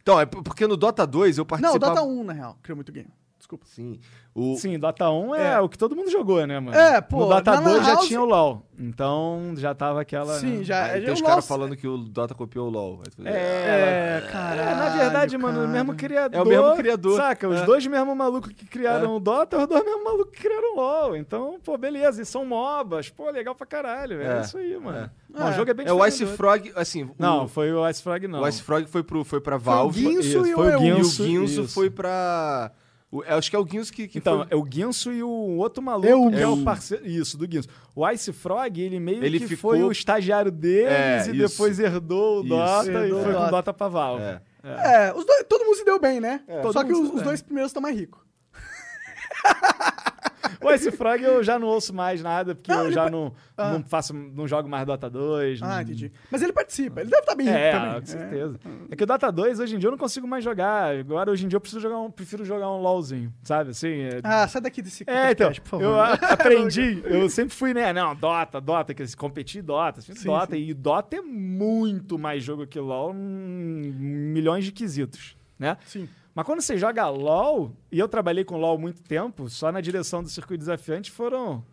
A: Então, é p- porque no Dota 2 eu
C: Não,
A: participava...
C: Dota 1, na real, criou muito gamer. Desculpa.
A: Sim. O...
B: um. Sim, Dota 1 é, o que todo mundo jogou, né, mano?
C: É, pô,
B: No Dota
C: na Lan
B: 2 já
C: House-
B: tinha o LOL. Então já tava aquela.
C: Sim,
B: né?
C: já. é
A: aí
C: já-
A: tem os
C: o
A: caras
C: LoL-
A: falando que o Dota copiou o LoL.
B: É,
C: É, caralho.
B: é, na verdade, mano, o
C: cara.
B: mesmo criador.
A: É o mesmo criador.
B: Saca? Os
A: É.
B: dois mesmo malucos que criaram o Dota, os dois mesmo malucos que criaram o LoL. Então, pô, beleza. E são MOBAs. Pô, legal pra caralho. É,
A: É,
B: isso aí, mano.
C: é.
B: Bom, o jogo é bem
A: É o
B: diferente
A: Ice
B: do outro.
A: Frog, assim... o-
B: Não, foi o Ice Frog, não.
A: O Ice Frog foi, pro, foi pra
C: Foi o
A: Valve.
C: Guinso
B: isso,
C: e
B: foi o
C: o E1.
A: E o
B: Guinso,
A: Guinso
B: isso.
A: foi pra... o- eu acho que é o Guinso que... que
B: Então,
A: foi-
B: é o Guinso e o outro maluco
C: Eu-
B: que é o
C: Eu.
B: parceiro. Isso, do Guinso. O Ice Frog, ele meio
A: Ele
B: que
A: ficou-
B: foi o estagiário deles
A: É,
B: e
A: isso.
B: depois herdou o
A: Isso.
B: Dota
C: Herdou
B: e
C: o
B: foi com o
C: Dota.
B: Dota pra Valve.
A: É.
C: É, os dois, todo mundo se deu bem, né?
B: É, todo
C: Só que
B: mundo se
C: os,
B: deu
C: os
B: bem.
C: dois primeiros estão mais ricos.
B: O Ice Frog eu já não ouço mais nada, porque
C: Não,
B: eu
C: ele
B: já
C: pa-
B: não,
C: Ah.
B: não faço, não jogo mais Dota 2. não-
C: Ah, entendi. Mas ele participa, ele deve estar bem
B: Hum.
C: rico
B: É,
C: também.
B: com certeza. É. que o Dota 2 hoje em dia eu não consigo mais jogar. Agora hoje em dia eu preciso jogar um, prefiro jogar um LOLzinho, sabe? Assim, é-
C: Ah, sai daqui desse
B: É, então,
C: podcast, por favor.
B: eu a- aprendi, eu sempre fui, né, não, Dota, Dota, que competir Dota, sempre
C: Sim,
B: Dota, e Dota é muito mais jogo que LoL, em milhões de quesitos, né?
C: Sim.
B: Mas quando você joga LoL, e eu trabalhei com LoL muito tempo, só na direção do circuito desafiante foram,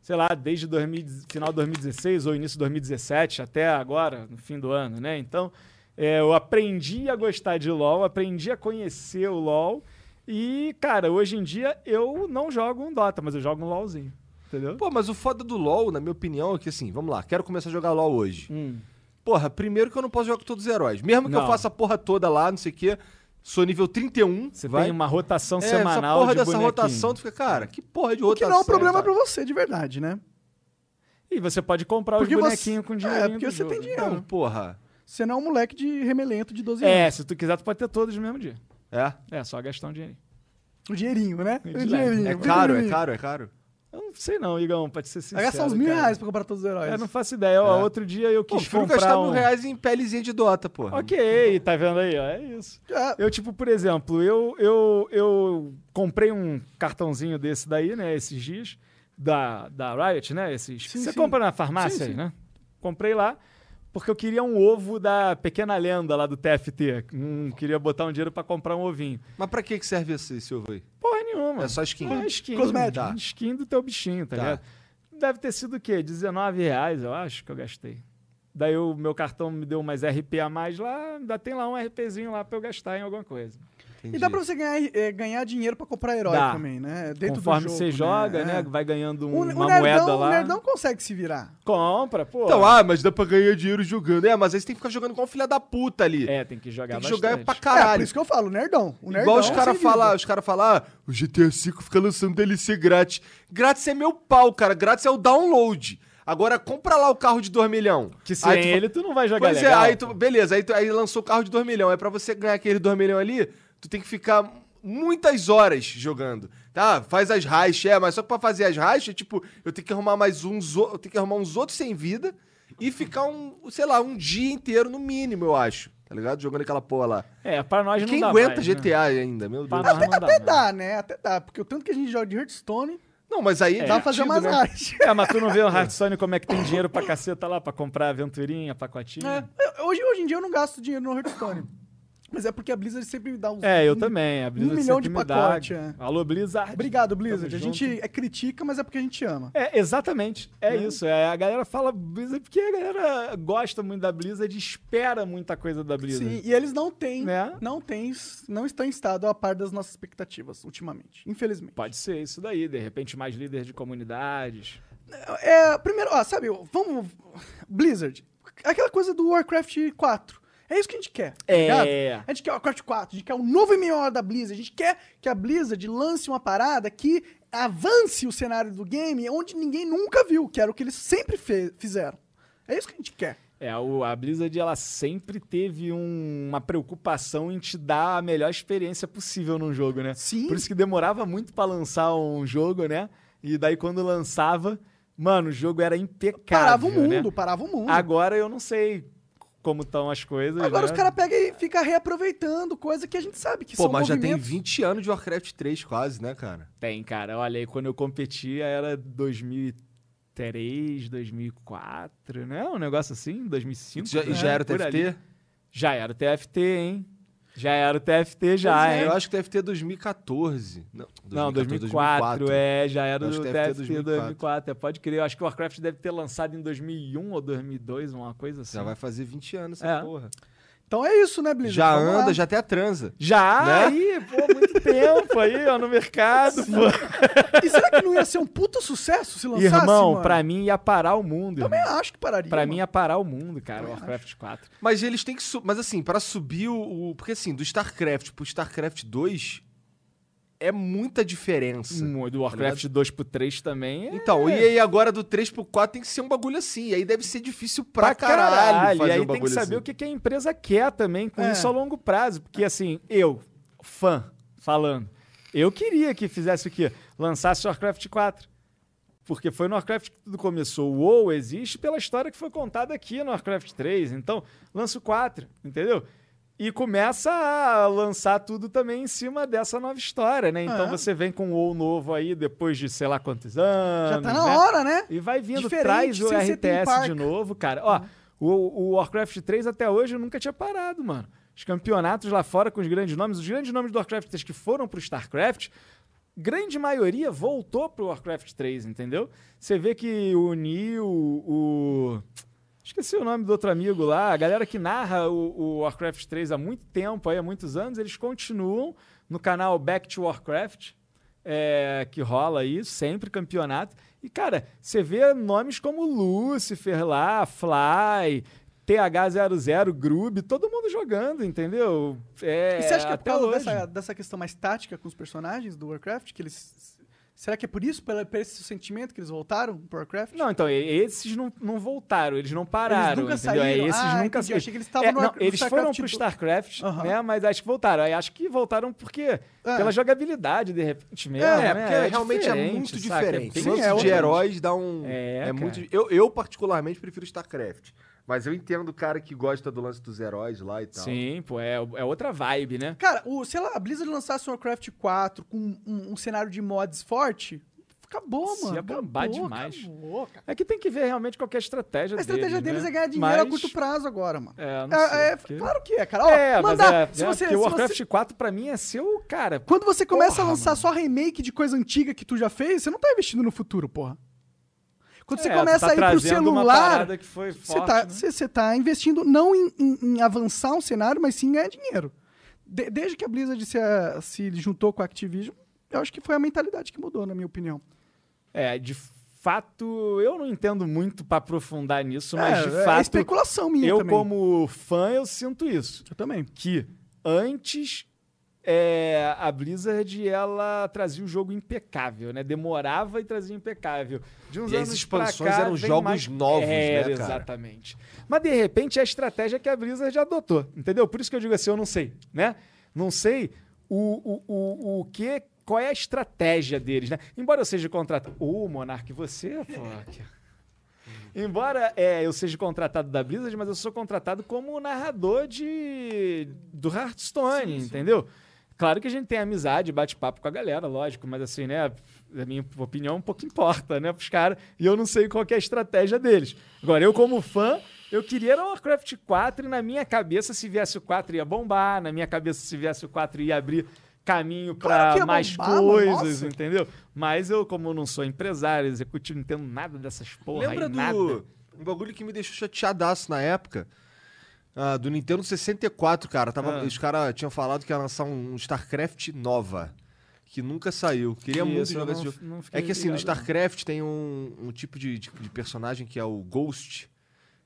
B: sei lá, desde 2000, final de 2016 ou início de 2017 até agora, no fim do ano, né? Então, é, eu aprendi a gostar de LoL, aprendi a conhecer o LoL. E, cara, hoje em dia eu não jogo um Dota, mas eu jogo um LoLzinho. Entendeu?
A: Pô, mas o foda do LoL, na minha opinião, é que assim, vamos lá, quero começar a jogar LoL hoje.
B: Hum.
A: Porra, primeiro que eu não posso jogar com todos os heróis. Mesmo que
B: Não.
A: eu faça a porra toda lá, não sei o quê, sou nível 31.
B: Você
A: vai.
B: tem uma rotação
A: é,
B: semanal
A: Essa porra
B: de
A: dessa
B: bonequinho.
A: rotação, tu fica, cara, que porra de
C: O que
A: rotação.
C: não é um problema
B: tá.
A: cara?
C: pra você, de verdade, né?
B: E você pode comprar
C: Porque
B: os
C: você-
B: bonequinhos com dinheiro.
C: é, porque você tem dinheiro.
A: Não, porra.
C: Você não é um moleque de remelento de 12
B: É,
C: anos.
B: se tu quiser, tu pode ter todos no mesmo dia.
A: É.
B: É, só gastar um dinheirinho.
C: O dinheirinho, né? O
B: Dinheirinho.
C: dinheirinho.
A: É
C: o
A: caro, é
C: pequenininho.
A: caro, é caro.
B: Eu não sei não, Igão, pode ser sincero.
C: Vai gastar uns mil
B: cara.
C: reais É. pra comprar todos os heróis.
B: Eu não faço ideia. Ó, Outro dia eu
A: Pô,
B: quis
A: prefiro
B: comprar
A: gastar
B: um...
A: mil reais em pelezinha de Dota, porra.
B: Ok, tá vendo aí? Ó, é isso.
C: É,
B: Eu, tipo, por exemplo, eu, eu, eu comprei um cartãozinho desse daí, né? Esses dias, da, da Riot, né? Esses, que
C: Sim,
B: você
C: sim.
B: compra na farmácia
C: Sim,
B: aí,
C: sim.
B: né? Comprei lá, porque eu queria um ovo da pequena lenda lá do TFT. Hum, queria botar um dinheiro pra comprar um ovinho.
A: Mas pra que que serve esse, esse ovo aí?
B: Porra nenhuma. nenhuma.
A: É só skin.
B: Uma skin.
A: Cosmética.
B: Tá. Skin do teu bichinho, tá,
A: Tá.
B: ligado? Deve ter sido o quê? 19 reais, eu acho, que eu gastei. Daí o meu cartão me deu umas RP a mais lá, ainda tem lá um RPzinho lá pra eu gastar em alguma coisa.
C: E dá pra você ganhar, eh, ganhar dinheiro pra comprar herói
B: Dá.
C: também, né? Dentro
B: Conforme
C: do jogo,
B: você joga, né?
C: É.
B: Vai ganhando um-
C: O, o
B: uma
C: nerdão,
B: moeda
C: o
B: lá.
C: nerdão consegue se virar. É,
B: Compra, pô.
A: Então, ah, mas dá pra ganhar dinheiro jogando. É, mas aí você tem que ficar jogando igual um filho da puta ali.
B: é, tem que jogar
A: tem que jogar
B: bastante.
A: pra
C: É,
A: caralho.
C: por isso que eu falo, o nerdão. O nerdão é um
A: Igual os
C: se
A: caras
C: vira.
A: falam, os cara fala, ah, o GTA V fica lançando DLC grátis. Grátis é meu pau, cara. Grátis é o download. Agora compra lá o carro de 2 milhão.
B: Que sem
A: Aí tu fa-
B: ele tu não vai jogar
A: Pois
B: legal.
A: é, aí tu,
B: pô.
A: beleza, aí, tu- aí lançou o carro de 2 milhões. É pra você ganhar aquele 2 milhões ali, tu tem que ficar muitas horas jogando. Tá, faz as rachas, é, mas só que pra fazer as rachas, tipo, eu tenho que arrumar mais uns, o- eu tenho que arrumar uns outros sem vida e ficar um, sei lá, um dia inteiro no mínimo, eu acho. Tá ligado? Jogando aquela porra lá.
B: É, pra nós não
A: Quem
B: dá
A: aguenta
B: mais, né?
A: GTA ainda, meu
B: Pra
A: Deus.
B: nós não
C: Até
B: mais.
C: dá, né? Até dá. Porque o tanto que a gente joga de Hearthstone,
A: Não, mas aí
C: dá pra fazer umas
A: né?
C: artes.
B: É, mas tu não vê o Hard Sony como é que tem dinheiro pra caceta lá, pra comprar aventurinha, pacotinho? É,
C: É, Hoje, hoje em dia eu não gasto dinheiro no Hearthstone. Mas é porque a Blizzard sempre me dá uns.
B: É,
C: um
B: eu também. A Blizzard
C: Tipo, milhão
B: sempre
C: de
B: me dá.
C: pacote, é.
B: Alô, Blizzard.
C: Obrigado,
B: Tamo
C: Blizzard. A
B: junto.
C: gente é, critica, mas é porque a gente ama.
B: É, exatamente. É
C: Né?
B: isso. É, a galera fala Blizzard porque a galera gosta muito da Blizzard e espera muita coisa da Blizzard.
C: Sim, e eles não têm,
B: Né?
C: não têm, não estão em estado a par das nossas expectativas ultimamente, infelizmente.
B: Pode ser isso daí. De repente, mais líderes de comunidades.
C: É, primeiro, ó, sabe, vamos. Blizzard. Aquela coisa do Warcraft 4. É isso que a gente quer. tá ligado?
B: É,
C: A gente quer o Warcraft 4, a gente quer um novo MMO da Blizzard, a gente quer que a Blizzard lance uma parada que avance o cenário do game onde ninguém nunca viu, que era o que eles sempre fe- fizeram. É isso que a gente quer.
B: É, o- a Blizzard ela sempre teve um- uma preocupação em te dar a melhor experiência possível num jogo, né?
C: Sim.
B: Por isso que demorava muito pra lançar um jogo, né? E daí quando lançava, mano, o jogo era impecável.
C: Parava o
B: né?
C: mundo, parava o mundo.
B: Agora eu não sei como estão as coisas.
C: Agora
B: né?
C: os caras pegam e ficam reaproveitando coisa que a gente sabe que
A: Pô,
C: são
A: mas já tem
C: movimentos-
A: 20 anos de Warcraft 3 quase, né, cara?
B: Tem, cara. Olha aí, quando eu competia era 2003, 2004, né? Um negócio assim, 2005.
A: E já, e
B: né?
A: já era o
B: Por
A: TFT?
B: ali. Já era o TFT, hein? Já era o TFT, já,
A: Pois é,
B: hein?
A: Eu acho que o TFT é 2014. Não, 2014,
B: Não, 2004, é, já era o
A: Acho
B: TFT
A: que deve ter
B: 2004.
A: 2004,
B: é, pode crer. Eu acho que o Warcraft deve ter lançado em 2001 ou 2002, uma coisa assim.
A: Já vai fazer 20 anos essa
B: É.
A: porra.
C: Então é isso, né, Blizzard?
A: já
C: Vamos lá.
A: anda, já até transa.
B: Já,
A: Né?
B: aí, pô, muito tempo aí, ó, no mercado, pô.
C: E será que não ia ser um puta sucesso se lançasse,
B: Irmão,
C: mano?
B: pra mim ia parar o mundo.
C: Também
B: irmão.
C: acho que pararia.
B: Pra mim
C: mano.
B: ia parar o mundo, cara, o
C: Também
B: Warcraft 4.
A: Mas eles têm que. su- Mas assim, pra subir o, o- Porque assim, do StarCraft pro StarCraft 2 é muita diferença.
B: Hum, Do Warcraft 2 pro 3 também. é
A: Então, e aí agora do 3 pro 4 tem que ser um bagulho assim. E aí deve ser difícil pra, caralho, fazer
B: E aí
A: um
B: tem
A: bagulho
B: que saber
A: assim.
B: o que, que a empresa quer também com
C: É.
B: isso a longo prazo. Porque, assim, eu, fã, falando, eu queria que fizesse o quê? Lançasse Warcraft 4. Porque foi no Warcraft que tudo começou. O WoW existe pela história que foi contada aqui no Warcraft 3. Então, lança o 4, entendeu? E começa a lançar tudo também em cima dessa nova história, né? Então
C: É.
B: você vem com o WoW novo aí depois de sei lá quantos anos.
C: Já tá
B: né?
C: na hora, né?
B: E vai vindo,
C: Diferente,
B: traz o
C: sem ser theme
B: RTS de
C: park.
B: novo, cara. Ó, o, o Warcraft 3 até hoje nunca tinha parado, mano. Os campeonatos lá fora com os grandes nomes, os grandes nomes do Warcraft 3 que foram pro StarCraft, grande maioria voltou pro Warcraft 3, entendeu? Você vê que o Neil, o... Esqueci o nome do outro amigo lá, a galera que narra o, o Warcraft 3 há muito tempo, aí, há muitos anos, eles continuam no canal Back to Warcraft, é, que rola aí, sempre campeonato. E, cara, você vê nomes como Lucifer lá, Fly, TH00, Grub, todo mundo jogando, entendeu? É,
C: E você acha que é por
B: até
C: causa
B: hoje.
C: dessa, dessa questão mais tática com os personagens do Warcraft? Que eles. Será que é por isso, pela- por esse sentimento que eles voltaram pro Warcraft?
B: Não, então, e- esses não, não voltaram, eles não pararam,
C: nunca
B: entendeu? É,
C: saíram.
B: Esses
C: Ah,
B: nunca
C: entendi. Eu achei que eles
B: É,
C: estavam no
B: não,
C: Warcraft- no
B: eles foram
C: StarCraft tipo,
B: pro
C: do-
B: StarCraft,
C: Aham.
B: né? Mas acho que voltaram. Aí acho que voltaram porque
C: É.
B: pela jogabilidade, de repente mesmo.
A: É,
B: né?
A: porque realmente é muito
B: saca?
A: diferente.
B: bem
A: O lance
C: é
A: de
C: outro-
A: heróis dá um.
B: É,
A: É,
B: cara.
A: muito. Eu, eu, particularmente, prefiro StarCraft. Mas eu entendo o cara que gosta do lance dos heróis lá e tal.
B: Sim, pô, é, é outra vibe, né?
C: Cara, o, sei lá, a Blizzard lançasse um Warcraft 4 com um, um cenário de mods forte, Acabou,
B: Se
C: mano.
B: acabar
C: acabou,
B: demais.
C: Acabou, cara.
B: É que tem que ver realmente qual que é a estratégia
C: A estratégia deles
B: né?
C: é ganhar dinheiro a
B: Mas-
C: curto prazo agora, mano.
B: É, não sei,
C: É, é,
B: porque-
C: Claro que é, cara. Ó,
B: é,
C: mandar.
B: mas
C: se
B: é, é
C: você,
B: porque
C: se
B: o Warcraft
C: você-
B: 4 pra mim é seu, cara.
C: Quando você começa
B: Porra,
C: a lançar
B: mano.
C: só remake de coisa antiga que tu já fez, você não tá investindo no futuro, porra. Quando você
B: É,
C: começa
B: tá
C: a ir pro
B: trazendo uma
C: celular,
B: parada que foi
C: você
B: forte, né?
C: tá, você- você tá investindo não em, em- em avançar um cenário, mas sim em ganhar dinheiro. De- desde que a Blizzard se, a- se juntou com a Activision, eu acho que foi a mentalidade que mudou, na minha opinião.
B: É, de fato, eu não entendo muito pra aprofundar nisso, mas
C: é,
B: de
C: é
B: fato,
C: especulação minha
B: eu
C: também.
B: como fã, eu sinto isso.
C: Eu também.
B: Que antes é, a Blizzard, ela trazia o jogo impecável, né? Demorava e trazia impecável. De uns
A: E as
B: anos
A: expansões
B: pra cá,
A: eram
B: vem
A: jogos
B: mais-
A: novos,
B: Era,
A: né, cara?
B: Exatamente. Mas de repente é a estratégia que a Blizzard adotou, entendeu? Por isso que eu digo assim, eu não sei, né? Não sei o, o, o, o que, qual é a estratégia deles, né? Embora eu seja contratado... Ô, Monark, você, é pô, que- Embora é, eu seja contratado da Blizzard, mas eu sou contratado como narrador de do Hearthstone, entendeu? Claro que a gente tem amizade, bate-papo com a galera, lógico, mas assim, né? A minha opinião um pouco importa, né, pros caras. E eu não sei qual que é a estratégia deles. Agora, eu como fã, eu queria era o Warcraft 4 e na minha cabeça, se viesse o 4 ia bombar, na minha cabeça, se viesse o 4 ia abrir caminho
C: Claro
B: pra
C: que ia
B: mais
C: bombar, mano,
B: coisas,
C: nossa.
B: entendeu? Mas eu, como não sou empresário, executivo, não entendo nada dessas porra
A: Lembra
B: aí,
A: do
B: nada.
A: um bagulho que me deixou chateadaço na época? Ah, do Nintendo 64, cara. Tava,
B: Ah.
A: Os caras tinham falado que ia lançar um StarCraft nova. Que nunca saiu. Queria
B: Isso,
A: muito
B: eu
A: jogar
B: não
A: esse
B: f-
A: jogo.
B: não
A: É
B: fiquei
A: que assim, no
C: né?
B: ligado, não.
A: StarCraft tem um, um tipo de, de- de personagem que é o Ghost.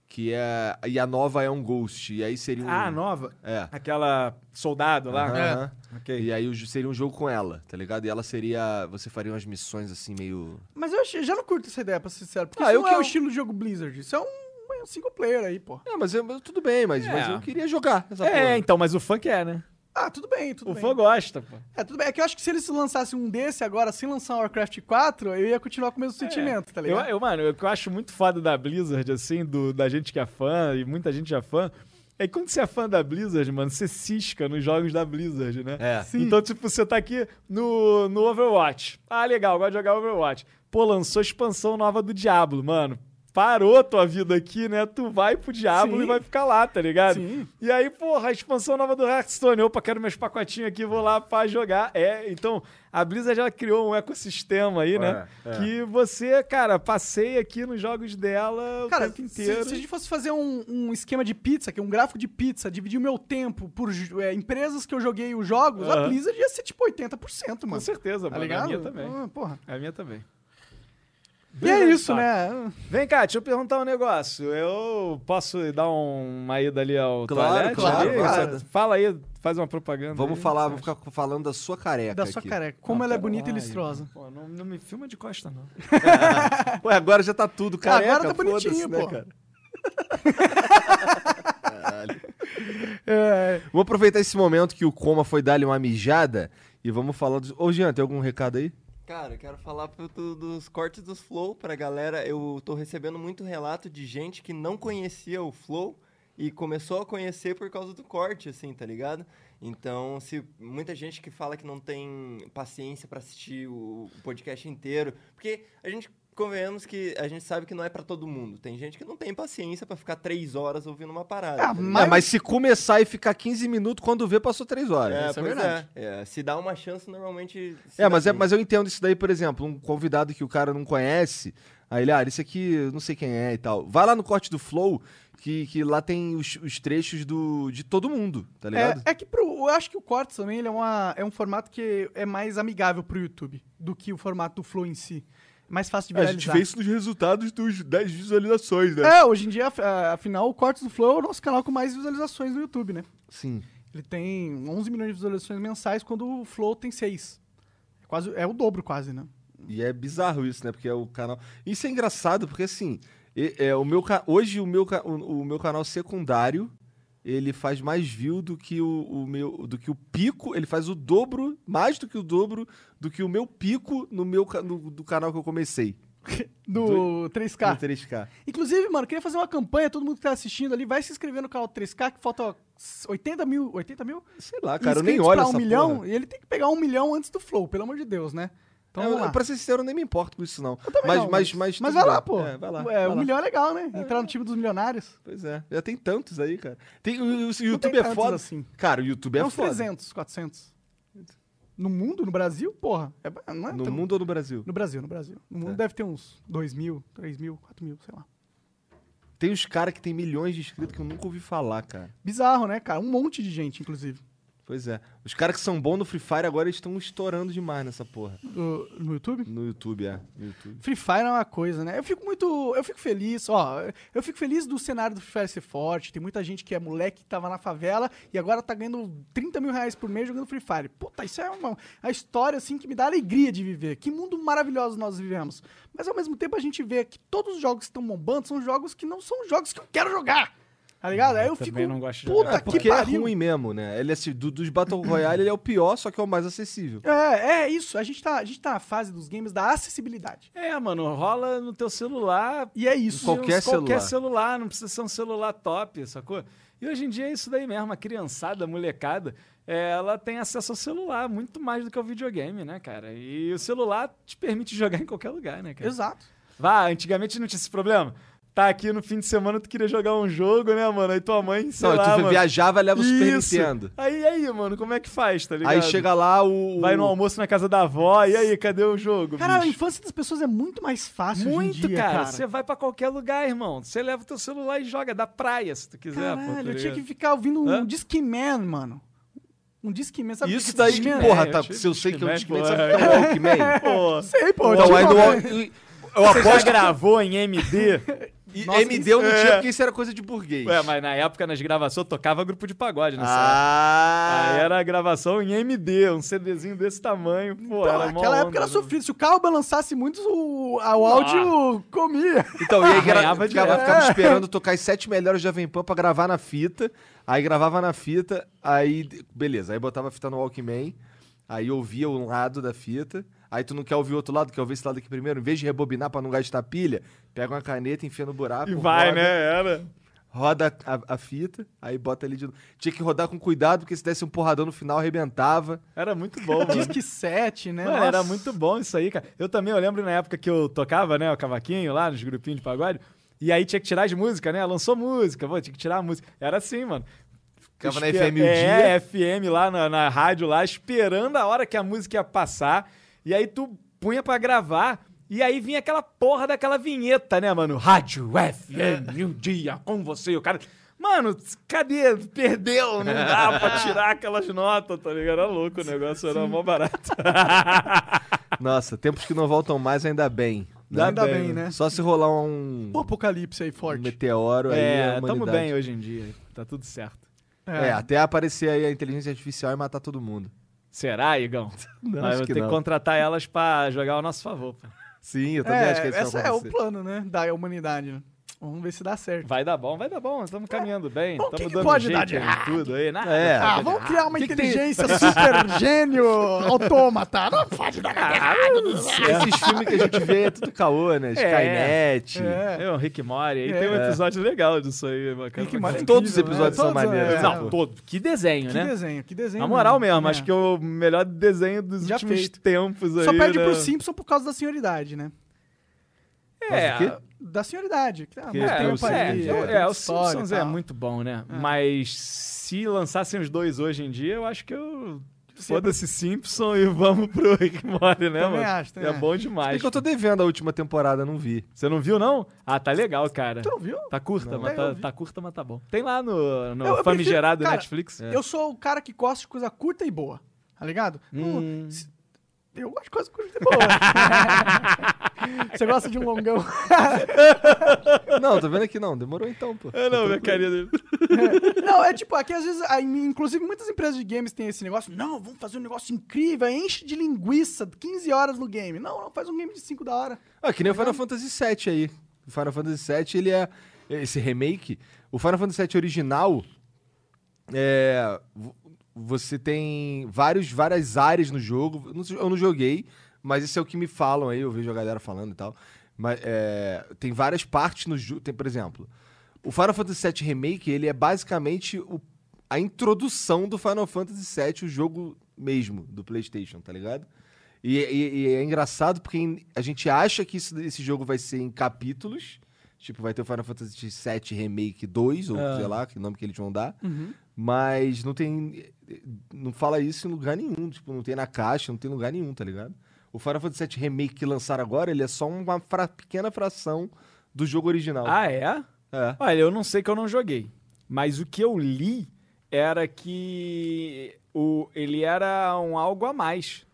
A: Que é. E a nova é um Ghost. E aí seria um.
B: Ah, nova?
A: É.
B: Aquela soldado
C: Ah,
B: lá?
A: Aham.
C: é.
B: Ok.
A: E aí o- seria um jogo com ela, tá ligado? E ela seria. Você faria umas missões assim meio.
C: Mas eu, achei- já não curto essa ideia, pra ser sincero. Porque
A: Ah,
C: isso
A: eu
C: não
A: que
C: é o
A: eu-
C: estilo de jogo Blizzard. Isso é um, é um single player aí, pô.
A: É, mas, eu- mas tudo bem, mas,
B: É.
A: mas eu queria jogar essa
B: é,
A: porra.
B: então, mas o funk é, né?
C: Ah, tudo bem, tudo
B: o
C: bem.
B: fã gosta, pô.
C: É, tudo bem. É que eu acho que se eles lançassem um desse agora, sem lançar um Warcraft 4, eu ia continuar com o mesmo sentimento, tá
B: É, Eu,
C: ligado?
B: eu, mano, eu- o que eu acho muito foda da Blizzard, assim, do, da gente que é fã, e muita gente é fã, é que quando você é fã da Blizzard, mano, você cisca nos jogos da Blizzard, né?
A: É.
C: Sim.
B: Então, tipo, você tá aqui no, no Overwatch. Ah, legal, gosto de jogar Overwatch. Pô, lançou a expansão nova do Diablo, mano. Parou tua vida aqui, né? Tu vai pro Diablo
C: Sim.
B: e vai ficar lá, tá ligado?
C: Sim.
B: E aí, porra, a expansão nova do Hearthstone. Opa, quero meus pacotinhos aqui, vou lá pra jogar. É, então, a Blizzard ela criou um ecossistema aí, né?
A: É, é.
B: Que você, cara, passeia aqui nos jogos dela o
C: Cara,
B: tempo
C: se,
B: inteiro.
C: se a gente fosse fazer um, um esquema de pizza, que é um gráfico de pizza, dividir o meu tempo por ju- é, empresas que eu joguei os jogos, a
B: Aham.
C: Blizzard ia ser tipo 80%,
B: Com
C: mano.
B: certeza,
C: Tá
B: mano. É
C: ligado?
B: A minha também. É
C: Ah, porra.
B: A minha também.
C: E é
B: Blizzard
C: isso,
B: sabe.
C: né?
B: Vem cá, deixa eu perguntar um negócio. Eu posso dar uma ida ali ao
A: Claro,
B: toalete?
A: claro,
B: ali?
A: claro.
B: Fala aí, faz uma propaganda.
A: Vamos
B: aí.
A: falar, vamos ficar falando da sua careca.
C: Da sua
A: aqui.
C: careca. Como
B: Ah,
C: ela é
B: pera
C: bonita e
B: lá,
C: listrosa.
B: Pô, não, não me filma de costa, não.
A: Ué, agora já tá tudo careca.
C: Agora tá
A: foda-se,
C: bonitinho,
A: né,
C: pô.
A: cara?
C: É,
A: Vamos aproveitar esse momento que o Coma foi dar-lhe uma mijada e vamos falar dos. Ô, Jean, tem algum recado aí?
E: Cara, eu quero falar pro- do- dos cortes dos Flow pra galera. Eu tô recebendo muito relato de gente que não conhecia o Flow e começou a conhecer por causa do corte, assim, tá ligado? Então, se muita gente que fala que não tem paciência pra assistir o o podcast inteiro, porque a gente convenhamos que a gente sabe que não é pra todo mundo. Tem gente que não tem paciência pra ficar três horas ouvindo uma parada.
C: Ah,
E: tá ligado?
A: Mas...
C: Mas-
A: É, mas se começar e ficar 15 minutos, quando vê, passou 3 horas.
E: É,
A: Isso é
E: pois
A: verdade.
E: é. É, se dá uma chance, normalmente. se
A: É,
E: dá
A: mas, é,
E: bem.
A: mas eu entendo isso daí, por exemplo, um convidado que o cara não conhece, aí ele, ah, isso aqui eu não sei quem é e tal. Vai lá no corte do Flow, que, que lá tem os, os trechos do, de todo mundo, tá ligado?
C: É, é que pro, eu acho que o Cortes também ele é, uma, é um formato que é mais amigável pro YouTube do que o formato do Flow em si. É mais fácil de
A: a gente
C: viralizar.
A: vê isso nos resultados dos, das visualizações, né?
C: É, hoje em dia, af- ah, afinal, o Cortes do Flow é o nosso canal com mais visualizações no YouTube, né?
A: Sim.
C: Ele tem 11 milhões de visualizações mensais quando o Flow tem 6. É, quase, é o dobro quase, né?
A: E é bizarro isso, né? Porque é o canal. Isso é engraçado, porque assim, e- é, o meu ca- hoje o meu, ca- o, o meu canal secundário ele faz mais view do que o, o meu do que o pico ele faz o dobro mais do que o dobro do que o meu pico no meu ca- no- do canal que eu comecei
C: Do 3K.
A: no 3K
C: Inclusive, mano, queria fazer uma campanha, todo mundo que tá assistindo ali, vai se inscrever no canal 3K, que falta 80 mil, 80 mil?
A: sei lá Ah, cara eu nem
C: inscritos
A: olho
C: pra um
A: essa
C: milhão,
A: porra.
C: e ele tem que pegar um milhão antes do Flow, pelo amor de Deus, né? Então,
A: É, eu-
C: vamos lá.
A: Pra ser sincero, eu nem me importo com isso, não.
C: Eu também
A: mas,
C: não,
A: mas, mas,
C: mas
A: tudo
C: vai lá,
A: bem.
C: pô.
A: É, vai lá.
C: É,
A: vai
C: um
A: lá.
C: milhão é legal, né? Entrar no time dos milionários.
A: Pois é. Já tem tantos aí, cara. Tem, o, o- o
C: Não tem
A: YouTube é
C: tantos
A: foda.
C: assim.
A: Cara, o YouTube é,
C: É uns
A: foda.
C: 300, 400. No mundo, no Brasil, porra. É, ba- não é
A: No
C: tão-
A: mundo ou no Brasil?
C: No Brasil, no Brasil. No mundo
A: Tá.
C: deve ter uns 2 mil, 3 mil, 4 mil, sei lá.
A: Tem uns caras que tem milhões de inscritos que eu nunca ouvi falar, cara.
C: Bizarro, né, cara? Um monte de gente, inclusive.
A: Pois é. Os caras que são bons no Free Fire agora eles estão estourando demais nessa porra.
C: do- no YouTube.
A: No YouTube, é. No YouTube.
C: Free Fire é uma coisa, né? Eu fico muito. Eu fico feliz, ó. Eu fico feliz do cenário do Free Fire ser forte. Tem muita gente que é moleque que tava na favela e agora tá ganhando 30 mil reais por mês jogando Free Fire. Puta, isso é uma, a história, assim, que me dá alegria de viver. Que mundo maravilhoso nós vivemos. Mas ao mesmo tempo a gente vê que todos os jogos que estão bombando são jogos que não são jogos que eu quero jogar. Tá ligado? Aí eu
B: também
C: fico.
B: não gosto de
C: puta
B: jogar.
A: É,
C: que
A: porque é
C: pariu.
A: ruim mesmo, né? Ele é, assim, do- dos Battle Royale, ele é o pior, só que é o mais acessível.
C: É, é isso. A gente, tá, a gente tá na fase dos games da acessibilidade.
B: É, mano, rola no teu celular.
C: E é isso.
A: Qualquer
B: uns- qualquer
A: celular.
B: celular, não precisa ser um celular top, sacou? E hoje em dia é isso daí mesmo, a criançada, a molecada, é, ela tem acesso ao celular muito mais do que ao videogame, né, cara? E o celular te permite jogar em qualquer lugar, né, cara?
C: Exato.
B: Vá, antigamente não tinha esse problema. Tá aqui no fim de semana, tu queria jogar um jogo, né, mano? Aí tua mãe, sei
A: não,
B: lá,
A: e tu
B: mano.
A: viajava e leva o Super
B: Isso.
A: Nintendo.
B: Aí, aí, mano, como é que faz, tá ligado?
A: Aí chega lá o.
B: Vai no almoço na casa da avó, e aí, cadê o jogo?
C: Cara, a
B: bicho?
C: infância das pessoas é muito mais fácil hoje em
B: Muito,
C: dia,
B: cara. Você vai pra qualquer lugar, irmão. Você leva o teu celular e joga da praia, se tu quiser. pô, tá
C: Caralho, eu tinha
B: ligado?
C: que ficar ouvindo um
B: Hã?
C: Discman, mano. Um Discman, sabe? o
A: Isso
C: é
A: daí, que,
C: Discman?
A: porra,
B: É,
A: tá,
B: eu tive
A: se eu sei que é um Discman,
B: Discman,
A: sabe
B: pô,
A: o que é um Walkman?
B: Pô,
C: Sei, pô.
A: Então, aí
C: eu
A: no
C: tinha um-
A: Walk- eu
B: você já
A: aposto que
B: gravou em MD?
A: E
C: Nossa,
A: MD
C: isso-
A: eu não tinha
B: é.
A: porque isso era coisa de burguês.
B: Ué, mas na época, nas gravações, tocava grupo de pagode nessa época.
A: Ah,
B: Aí era a gravação em MD, um CDzinho desse tamanho, pô,
C: Pô,
B: era mó
C: Então, naquela época
B: onda,
C: era
B: né?
C: sofrido. Se o carro balançasse muito, o, a- o
A: Ah.
C: áudio comia.
A: Então, e aí que era-
B: Arranhava
A: ficava,
B: direto. É.
A: ficava esperando tocar as sete melhores de Jovem Pan pra gravar na fita. Aí gravava na fita, aí. Beleza, aí botava a fita no Walkman, aí ouvia um lado da fita. Aí tu não quer ouvir o outro lado, quer ouvir esse lado aqui primeiro. Em vez de rebobinar pra não gastar pilha, pega uma caneta, enfia no buraco.
B: E vai,
A: roda,
B: né? Era.
A: Roda a, a fita, aí bota ali de novo. Tinha que rodar com cuidado, porque se desse um porradão no final, arrebentava.
B: Era muito bom, mano.
C: Disque 7, né?
B: Mano,
C: Nossa.
B: era muito bom isso aí, cara. Eu também, eu lembro na época que eu tocava, né, o cavaquinho lá nos grupinhos de pagode. E aí tinha que tirar as músicas, né? Lançou música, pô, tinha que tirar a música. Era assim, mano.
A: Ficava na
B: Espe-
A: FM o
B: É,
A: dia.
B: FM lá na, na rádio, lá, esperando a hora que a música ia passar. E aí tu punha pra gravar. E aí vinha aquela porra daquela vinheta, né, mano? Rádio FM,
A: É.
B: um dia com você, o cara. Mano, cadê? Perdeu, não dá pra tirar aquelas notas, tá ligado? Era louco o negócio, era mó barato.
A: Nossa, tempos que não voltam mais, ainda bem. né?
C: Ainda bem, né?
A: Só se rolar um,
C: O apocalipse aí
A: um
C: forte.
A: meteoro aí.
B: É,
A: a
B: estamos
A: humanidade-
B: bem hoje em dia. Tá tudo certo.
A: É. até aparecer aí a inteligência artificial e matar todo mundo.
B: Será, Igão?
A: Não,
B: Nós
A: acho
B: vamos
A: que
B: ter que
A: não.
B: contratar elas pra jogar ao nosso favor. pô.
A: Sim, eu também
C: É,
A: acho que isso
C: essa
A: vai
C: é o
A: acontecer.
C: plano, né? Da humanidade, né? Vamos ver se dá certo.
B: Vai dar bom, vai dar bom. Estamos caminhando bem.
C: Bom, o que
B: Estamos
C: que
B: dando
C: pode
B: jeito
C: dar de
B: em
C: errado?
B: tudo aí. Nada. tá
A: É.
C: Ah, vamos criar uma
A: Que que tem?
C: inteligência super gênio autômata. Não pode
A: Ah,
C: dar nada.
B: Ah,
A: Esses filmes que a gente vê é tudo caô, né? Skynet.
C: É.
B: É o Rick Mori. Aí
C: É.
B: tem um episódio legal disso aí. Bacana.
C: Rick and Morty é
A: Todos os
C: incrível,
A: episódios
C: né?
A: são
C: Todos,
A: maneiros,
C: é.
A: né?
B: Não, todo. Que desenho,
C: Que
B: né?
C: desenho, que desenho.
B: Na moral mesmo,
C: É.
B: acho que é o melhor desenho dos
C: Já
B: últimos
C: feito.
B: tempos aí.
C: Só perde
B: né?
C: pro Simpson por causa da senioridade, né?
B: É,
A: Mas o quê?
C: Da senioridade. Que, ah, muito
A: Que
B: É,
A: tem
B: o
A: o
C: tempo ali,
A: Simpsons,
B: é,
C: tem
B: é, o
C: história e
B: Simpsons é
C: tal.
B: muito bom, né? Mas se lançassem os dois hoje em dia, eu acho que eu.
C: Sim.
B: Foda-se Simpson e vamos pro Rick Mori, né,
C: Também
B: mano?
C: acho, também
B: é
C: acho.
B: bom
A: É
B: demais.
A: que eu tô devendo a última temporada, não vi.
B: Você não viu, não? Ah, tá legal, cara.
C: Tu não viu?
B: Tá curta,
A: Não.
B: mas
C: É,
B: tá,
C: eu vi.
B: tá curta, mas tá bom. Tem lá no, no
C: Eu- eu prefiro-
B: famigerado
C: cara,
B: Netflix.
C: Eu sou o cara que gosta de coisa curta e boa, tá ligado?
B: Hum.
C: Não- se- Eu gosto de coisa curta e boa. Você gosta de um longão?
A: Não, tô vendo aqui não. Demorou então, pô.
B: Ah, não, minha carinha dele.
C: Não, é tipo, aqui às vezes, aí, inclusive muitas empresas de games têm esse negócio. Não, vamos fazer um negócio incrível, aí enche de linguiça, 15 horas no game. Não, não, faz um game de 5 da hora.
A: Ah, que nem o Final Fantasy VII aí. O Final Fantasy VII, ele é. Esse remake. O Final Fantasy VII original. É. vo- Você tem vários, várias áreas no jogo. Eu não sei- Eu não joguei, mas isso é o que me falam aí. Eu vejo a galera falando e tal. Mas é, tem várias partes no jogo. Tem, por exemplo, o Final Fantasy VII Remake, ele é basicamente o- a introdução do Final Fantasy VII, o jogo mesmo, do PlayStation, tá ligado? E, e- e é engraçado porque em- a gente acha que isso- esse jogo vai ser em capítulos. Tipo, vai ter o Final Fantasy VII Remake 2, ou
B: Ah.
A: sei lá, que nome que eles vão dar.
C: Uhum.
A: Mas não tem. Não fala isso em lugar nenhum. Tipo, não tem na caixa, não tem em lugar nenhum, tá ligado? O Final Fantasy VII Remake que lançaram agora, ele é só uma fra- pequena fração do jogo original.
B: Ah, é?
A: É.
B: Olha, eu não sei que eu não joguei. Mas o que eu li era que o, ele era um algo a mais.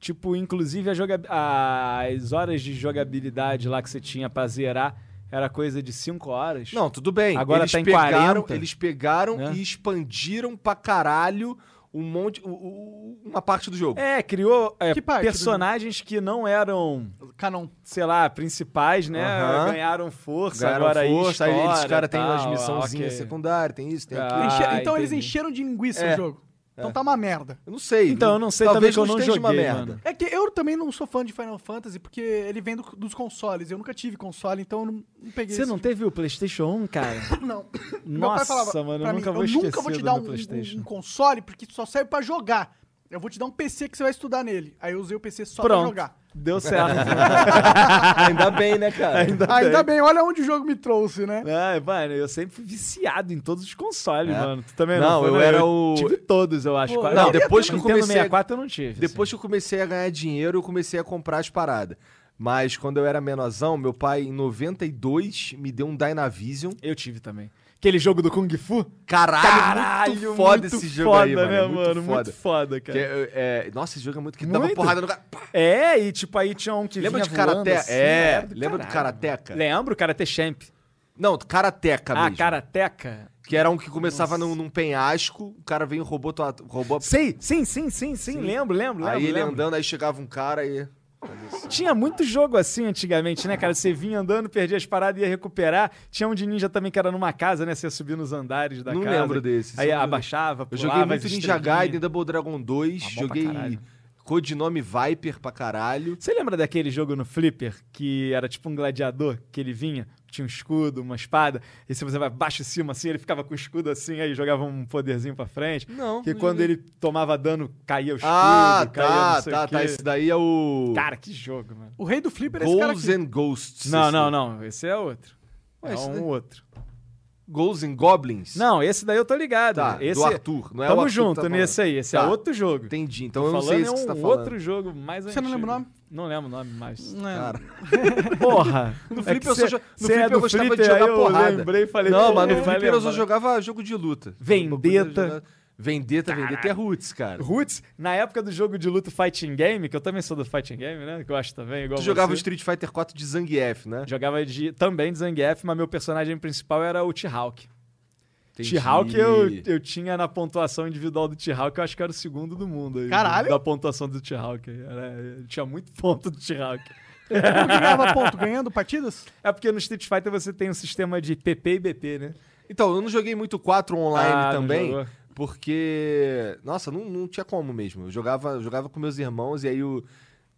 B: Tipo, inclusive a joga- as horas de jogabilidade lá que você tinha pra zerar era coisa de 5 horas.
A: Não, tudo bem.
B: Agora
A: eles
B: tá em
A: pegaram,
B: 40,
A: Eles pegaram
B: né?
A: e expandiram pra caralho um monte. u- u- uma parte do jogo.
B: É, criou é,
C: Que parte do-
B: personagens que não eram,
C: Canon.
B: sei lá, principais, né?
A: Aham.
B: Ganharam força,
A: Ganharam
B: agora
A: força,
B: aí
A: aí
B: história,
A: eles, cara, tem umas
B: tal,
A: missãozinhas
B: ok.
A: secundárias, tem isso, tem
B: Ah.
A: aquilo.
C: Enche- então eles
B: entendi.
C: encheram de linguiça
A: É,
C: o jogo. Então tá uma merda.
A: Eu não sei.
B: Então, eu não sei
A: talvez
B: também que eu não
A: esteja uma
B: joguei,
A: merda.
B: mano.
C: É que eu também não sou fã de Final Fantasy, porque ele vem do- dos consoles. Eu nunca tive console, então eu não, não peguei
B: Você
C: isso.
B: não teve o PlayStation 1, cara?
C: Não. Meu pai
B: Nossa,
C: falava
B: mano,
C: pra
B: eu
C: mim,
B: nunca vou
C: eu
B: esquecer
C: nunca vou te
B: do
C: dar
B: meu
C: um,
B: PlayStation.
C: um- um console, porque só serve pra jogar. Eu vou te dar um PC que você vai estudar nele. Aí eu usei o PC só pra
B: Pronto.
C: jogar.
B: Deu certo.
E: Ainda bem, né, cara?
B: Tá
C: Ainda bem, olha onde o jogo me trouxe, né?
B: Ah, mano, eu sempre fui viciado em todos os consoles,
A: É.
B: mano. Tu também
A: Não,
B: não, foi,
A: eu
B: né?
A: era o-
B: Tive todos, eu acho.
C: Pô,
B: quase.
A: Não,
C: Eu queria
A: depois que eu
B: Nintendo
A: comecei a
B: 64 eu não tive. assim.
A: Depois que eu comecei a ganhar dinheiro, eu comecei a comprar as paradas. Mas quando eu era menorzão, meu pai, em 92, me deu um Dynavision.
B: assim. Eu tive também. Aquele jogo do Kung Fu?
A: Caralho, muito foda esse jogo aí, mano.
B: né,
A: é muito
B: mano?
A: foda.
B: Muito foda,
A: Que
B: cara.
A: é- é- nossa, esse jogo é muito que dava
B: Muito.
A: porrada no cara. Pá!
B: É, e tipo, aí tinha um que
A: Lembra
B: vinha
A: de Karateca?
B: voando assim,
A: é,
B: era
A: lembra do
B: caralho.
A: Karateca?
B: Lembro, Karate Champ.
A: Não, Karateca
B: Ah,
A: mesmo.
B: Karateca.
A: Que era um que começava
B: Nossa.
A: num, num penhasco, o cara veio e roubou tua. Roubou a...
B: Sei, sim, sim, sim, sim, lembro, lembro,
A: aí
B: lembro,
A: ele
B: lembro.
A: andando, aí chegava um cara e.
B: Tinha muito jogo assim antigamente, né, cara? Você vinha andando, perdia as paradas, ia recuperar. Tinha um de ninja também que era numa casa, né? Você ia subir nos andares da
A: Não
B: casa.
A: lembro desse.
B: Aí ah,
A: Só-
B: abaixava,
A: Eu
B: pulava,
A: joguei muito
B: as
A: Ninja
B: estrelinhas.
A: Gaiden, Double Dragon 2,
B: Ah, bom é pra
A: joguei
B: caralho.
A: codinome Viper pra caralho.
B: Você lembra daquele jogo no Flipper que era tipo um gladiador que ele vinha, tinha um escudo, uma espada, e se você vai baixo e cima assim, ele ficava com o escudo assim, aí jogava um poderzinho pra frente.
A: Não.
B: Que quando ele tomava dano, caía o escudo,
A: Ah,
B: caía não
A: tá,
B: sei
A: tá,
B: o quê.
A: tá. Esse daí é o.
B: Cara, que jogo, mano.
C: O rei do flipper é esse cara
A: Goals
C: aqui.
A: and Ghosts.
B: Não,
A: esse
B: não,
A: daí.
B: não. Esse é outro.
A: Ué,
B: é
A: esse
B: um
A: daí-
B: outro.
A: Goals and Goblins?
B: Não, esse daí eu tô ligado.
A: Tá,
B: esse,
A: do Arthur. Não é o
B: tamo
A: Arthur que
B: junto
A: tá falando.
B: nesse aí. Esse é
A: Tá.
B: outro jogo.
A: Entendi. Então
B: Tô
A: eu não sei
B: falando
A: esse
B: é
A: que você tá
B: um
A: falando.
B: outro jogo mais
C: Você não
B: antigo.
C: lembra o nome?
B: Não lembro o nome mais.
C: É.
A: Cara.
B: Porra!
A: No
B: É
A: Flipper
B: que
A: eu só
B: cê-
A: jo- no
B: cê
A: Flipper
B: é
A: eu
B: do
A: gostava de
B: Flipper,
A: jogar
B: aí eu
A: porrada.
B: lembrei e falei...
A: Não,
B: pô,
A: mano,
B: vai
A: no Flipper eu só
B: lembrar.
A: jogava jogo de luta.
B: Vendetta.
A: Vendetta, Vendetta é Roots, cara.
B: Roots, na época do jogo de luta Fighting Game, que eu também sou do Fighting Game, né? Gosto também, igual
A: Tu jogava o
B: você.
A: Street Fighter 4 de Zangief, né?
B: Jogava de, também de Zangief, mas meu personagem principal era o T-Hawk. T-Hawk eu, eu tinha na pontuação individual do T-Hawk, eu acho que era o segundo do mundo. aí,
C: Caralho!
B: Da pontuação do T-Hawk. Era- Tinha muito ponto do T-Hawk.
C: Como que ganhava ponto? Ganhando partidas?
B: É porque no Street Fighter você tem um sistema de PP e BP, né?
A: Então, eu não joguei muito 4 online
B: Ah, não
A: também,
B: jogou.
A: porque. Nossa, não, não tinha como mesmo. Eu jogava, jogava com meus irmãos e aí o...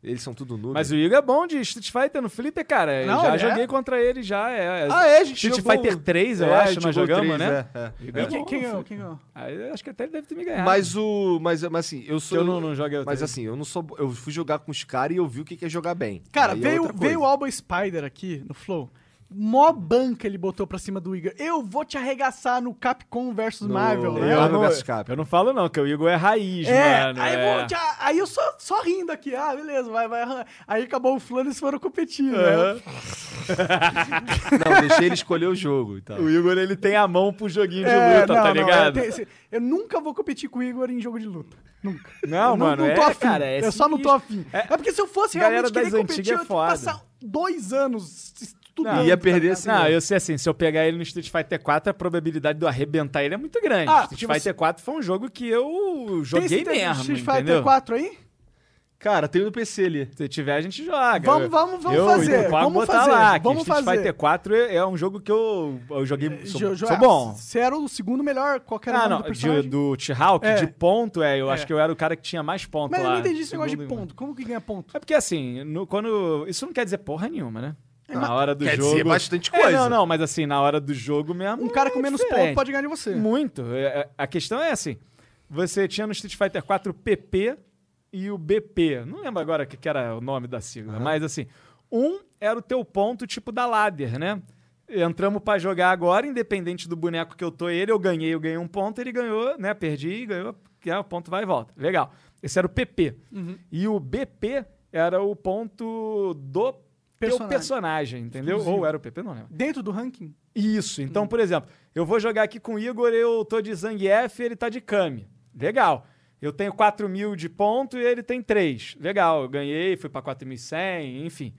A: eles são tudo noob.
B: Mas o Igor é bom de Street Fighter no Flipper, cara. Eu
C: Não,
B: já
C: ele é?
B: joguei contra ele, já. É,
A: Ah, é, a gente
B: Street
A: jogou-
B: Fighter 3, eu
A: É, a
B: acho,
A: gente
B: nós
A: jogou
B: jogamos,
A: três,
B: né?
A: é, é.
B: Igor é
C: quem,
B: bom,
C: quem ganhou?
B: Flipper.
C: Quem ganhou?
B: Aí eu acho que até ele deve ter me
C: É.
B: ganhado. né?
A: Mas o. Mas, mas assim, eu
B: que
A: sou.
B: eu não, não joguei o
A: Mas
B: três.
A: assim, eu não sou. bo- Eu fui jogar com os caras e eu vi o que que é jogar bem.
C: Cara,
A: Aí é
C: veio,
A: outra coisa.
C: veio o Alba Spider aqui no Flow. Mó banca ele botou pra cima do Igor. Eu vou te arregaçar no Capcom vs
A: No-
C: Marvel,
A: Eu
C: né?
A: Marvel
B: não,
A: versus Capcom.
B: eu não falo não, que o Igor é raiz,
C: É,
B: mano.
C: aí,
B: é.
C: vou te a- aí eu só, só rindo aqui. Ah, beleza, vai, vai. arran- Aí acabou o Flano e eles foram competindo. né?
B: Aham.
A: Não, deixei ele escolher o jogo e tal.
B: O Igor, ele tem a mão pro joguinho de
C: É,
B: luta, tá
C: não, não,
B: ligado?
C: eu, tenho- eu nunca vou competir com o Igor em jogo de luta. Nunca.
B: Não,
C: Eu
B: mano,
C: não,
B: é,
C: tô afim.
B: cara, é
C: eu só não tô afim. É, porque se eu fosse
B: Galera
C: realmente querer
B: das
C: competir, eu
B: antigas
C: ia
B: é foda.
C: passar dois anos estudando.
B: Não,
A: ia
C: tá
A: perder
C: ligado?
A: assim.
B: Não, eu sei assim, se eu pegar ele no Street Fighter 4, a probabilidade de eu arrebentar ele é muito grande.
C: Ah,
B: Street
C: porque
B: Fighter 4 foi um jogo que eu
C: Tem
B: joguei
C: esse
B: mesmo,
C: Street
B: entendeu?
C: Fighter 4 aí?
A: Cara, tem no PC ali.
B: Se tiver, a gente joga.
C: Vamos, vamos, vamos
B: eu,
C: fazer,
B: Eu,
C: vamos
B: botar
C: fazer,
B: lá, que
C: vamos
B: Street
C: fazer.
B: Fighter 4 é é um jogo que eu, eu joguei, sou,
C: Jo- jo- é,
B: sou bom.
C: Você era o segundo melhor, qualquer
B: Ah,
C: um
B: não,
C: do personagem.
B: de- do T-Hawk,
C: É.
B: de ponto, é, eu
C: É.
B: acho que eu era o cara que tinha mais ponto
C: Mas eu
B: lá.
C: não entendi esse negócio de
B: segundo e-
C: ponto. Como que ganha ponto?
B: É porque assim, no- quando. Isso não quer dizer porra nenhuma, né? Na hora do
A: É, Quer
B: jogo.
A: dizer, bastante
B: É,
A: coisa.
B: não, não, mas assim, na hora do jogo mesmo.
C: Um cara com
B: é
C: menos
B: diferente.
C: ponto pode ganhar de você.
B: Muito. É, é, A questão é assim: você tinha no Street Fighter 4 PP e o BP. Não lembro agora o que que era o nome da sigla, mas assim, um era o teu ponto tipo da ladder, né? Entramos pra jogar agora, independente do boneco que eu tô ele, eu ganhei, eu ganhei um ponto, ele ganhou, né? Perdi, ganhou, que é o ponto vai e volta. Legal. Esse era o PP.
C: Uhum.
B: E o BP era o ponto do teu
C: Personagem.
B: personagem, entendeu?
C: Exclusivo.
B: Ou era o PP, não lembro.
C: Dentro do ranking?
B: Isso. Então, por exemplo, eu vou jogar aqui com o Igor, eu tô de Zangief e ele tá de Kami. Legal. Eu tenho 4 mil de ponto e ele tem 3. Legal, eu ganhei, fui pra 4.100, enfim.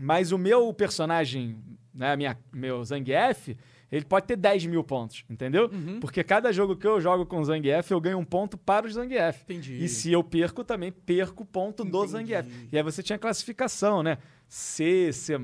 B: Mas o meu personagem, né, minha, meu Zangief, ele pode ter 10 mil pontos, entendeu? Porque cada jogo que eu jogo com o Zangief, eu ganho um ponto para o Zangief.
C: Entendi.
B: E se eu perco, também perco o ponto do
C: Entendi.
B: Zangief. E aí você tinha classificação, né? C, C+,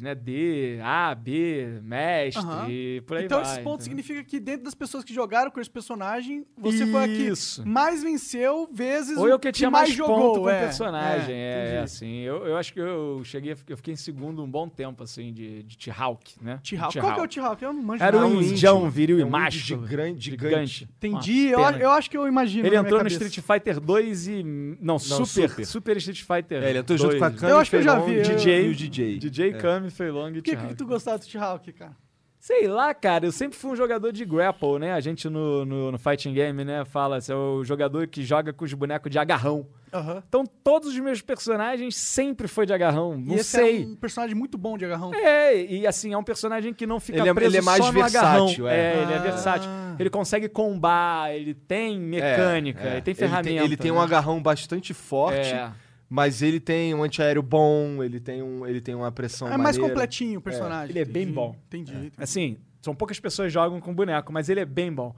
B: né? D, A, B, mestre,
C: Aham.
B: e por aí
C: então
B: vai.
C: esses pontos
B: entendeu?
C: significa que dentro das pessoas que jogaram com esse personagem, você foi aqui
B: Isso.
C: mais venceu vezes
B: Ou
C: o
B: eu que tinha mais, ponto com o personagem.
C: é,
B: É,
C: entendi.
B: assim, eu, eu acho que eu cheguei, a fi- eu fiquei em segundo um bom tempo, assim, de, de T-Hawk, né?
C: T-Hawk.
B: De
C: Qual que é o
B: T-Hawk.
C: T-Hawk? Eu não manjo
B: Era
A: Ah,
B: um
A: um
B: indião
A: índio.
B: viril
A: É
B: e
A: um índio
B: macho.
A: gigan-
B: gigante.
C: Entendi, eu,
B: Uma pena.
C: eu acho que eu imagino.
B: Ele
C: na minha
B: entrou no
C: cabeça.
B: Street Fighter 2 e... Não, Super. Super,
A: Super.
B: Street Fighter né?
A: É, ele entrou junto
B: 2.
A: com a Kami,
C: Eu acho que eu já
A: Feilong,
C: vi, é. eu-
A: DJ e o DJ.
B: DJ Kami, Feilong e
C: Por que,
B: T-Hawk.
C: que tu gostava do T-Hawk, cara?
B: Sei lá, cara, eu sempre fui um jogador de grapple, né? A gente no, no, no fighting game, né, fala, você é o jogador que joga com os bonecos de agarrão.
C: Aham.
B: Então todos os meus personagens sempre foi de agarrão, não
C: E esse
B: sei.
C: é um personagem muito bom de um agarrão.
B: É, e assim, é um personagem que não fica
A: Ele é-
B: preso
A: ele é mais
B: só no
A: versátil,
B: agarrão.
A: é.
B: ele é
C: Ah.
B: versátil. Ele consegue combar, ele tem
A: É,
B: mecânica,
A: é.
B: ele tem
A: Ele
B: ferramenta. né?
A: Ele tem, um agarrão bastante forte,
B: É.
A: mas ele tem um antiaéreo bom, ele tem, um, ele tem uma pressão
C: É mais
A: maneira.
C: completinho o personagem.
B: ele é bem
C: entendi.
B: bom.
C: Entendi. entendi.
B: Assim, são poucas pessoas que jogam com boneco, mas ele é bem bom.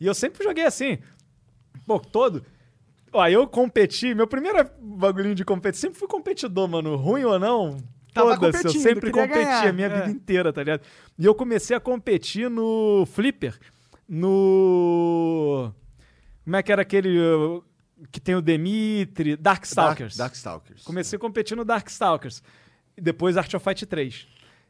B: E eu sempre joguei assim, pô, todo. Ó, eu competi, meu primeiro bagulhinho de competir, sempre fui competidor, mano. Ruim ou não,
C: Tava
B: foda-se, eu
C: competindo,
B: sempre
C: queria
B: competi
C: ganhar,
B: a minha
C: é.
B: vida inteira, tá ligado? E eu comecei a competir no Flipper, no... Como é que era aquele uh, que tem o Demitri? Darkstalkers.
A: Dark, Darkstalkers.
B: Comecei a competir no Darkstalkers. E depois Art of Fight 3.